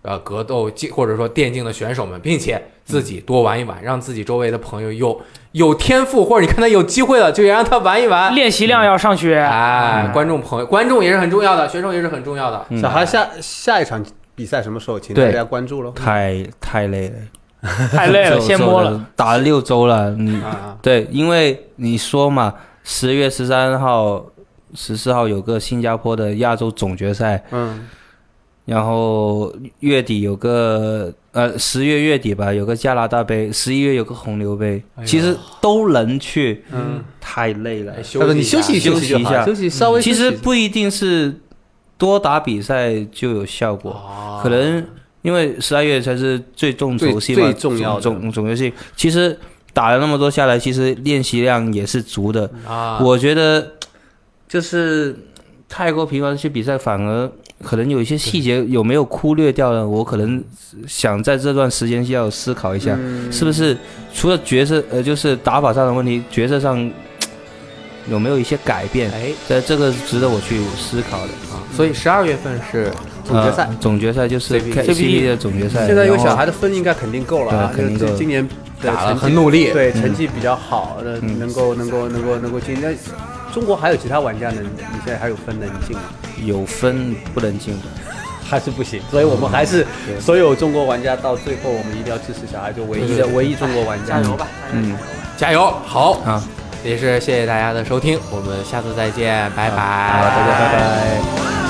Speaker 1: 呃格斗技或者说电竞的选手们，并且自己多玩一玩，让自己周围的朋友有有天赋或者你看他有机会了，就也让他玩一玩。
Speaker 2: 练习量要上去。
Speaker 1: 哎，观众朋友，观众也是很重要的，选手也是很重要的。
Speaker 3: 嗯
Speaker 4: 小孩下下一场比赛什么时候？请大
Speaker 3: 对
Speaker 4: 家关注喽。
Speaker 3: 太太累了，
Speaker 2: 太累
Speaker 3: [LAUGHS]
Speaker 2: 了，
Speaker 3: 受
Speaker 2: 先摸，了。
Speaker 3: 受的打了六周了。嗯，
Speaker 4: 啊，
Speaker 3: 对，因为你说嘛，十月十三号、十四号有个新加坡的亚洲总决赛，
Speaker 4: 嗯，
Speaker 3: 然后月底有个呃十月月底吧，有个加拿大杯，十一月有个红牛杯，
Speaker 1: 哎呀
Speaker 3: 其实都能去，
Speaker 4: 嗯，
Speaker 3: 太累了
Speaker 1: 哎。
Speaker 4: 他说你休息
Speaker 3: 休
Speaker 4: 息
Speaker 3: 息
Speaker 4: 就
Speaker 3: 一
Speaker 4: 好，
Speaker 3: 下嗯
Speaker 4: 休息稍微休息
Speaker 3: 其
Speaker 4: 一下。
Speaker 3: 实不一定是多打比赛就有效果。
Speaker 1: 哦
Speaker 3: 可能因为十二月才是最重头戏嘛，
Speaker 4: 最最重要的
Speaker 3: 总总总游戏。其实打了那么多下来，其实练习量也是足的。
Speaker 1: 啊，
Speaker 3: 我觉得就是太过频繁地去比赛，反而可能有一些细节有没有忽略掉呢？我可能想在这段时间要思考一下，是不是除了角色呃，就是打法上的问题，角色上有没有一些改变？
Speaker 1: 哎
Speaker 3: 在这个值得我去思考的。
Speaker 1: 啊，所以十二月份是
Speaker 4: 总决赛
Speaker 3: 呃总决赛就是
Speaker 1: CBD
Speaker 3: KCB 的总决赛。
Speaker 4: 现在有
Speaker 3: 然后
Speaker 4: 小孩的分应该肯定够了啊，
Speaker 3: 对
Speaker 4: 就
Speaker 3: 肯定
Speaker 4: 是
Speaker 3: 够了
Speaker 4: 今年的
Speaker 1: 打了
Speaker 4: 成绩
Speaker 1: 很努力
Speaker 4: 对成绩比较好的，
Speaker 3: 嗯
Speaker 4: 能够能够能够能够进。那中国还有其他玩家能，你现在还有分能进吗？
Speaker 3: 有分不能进的。
Speaker 4: [LAUGHS] 还是不行，所以我们还是所有中国玩家到最后，我们一定要支持小孩，就唯一的唯一中国玩家。
Speaker 2: 加油吧，加油
Speaker 3: 嗯
Speaker 1: 加油，好，
Speaker 3: 啊，
Speaker 1: 也是谢谢大家的收听，我们下次再见，拜拜，
Speaker 4: 嗯
Speaker 3: 好，大家拜拜。
Speaker 5: 「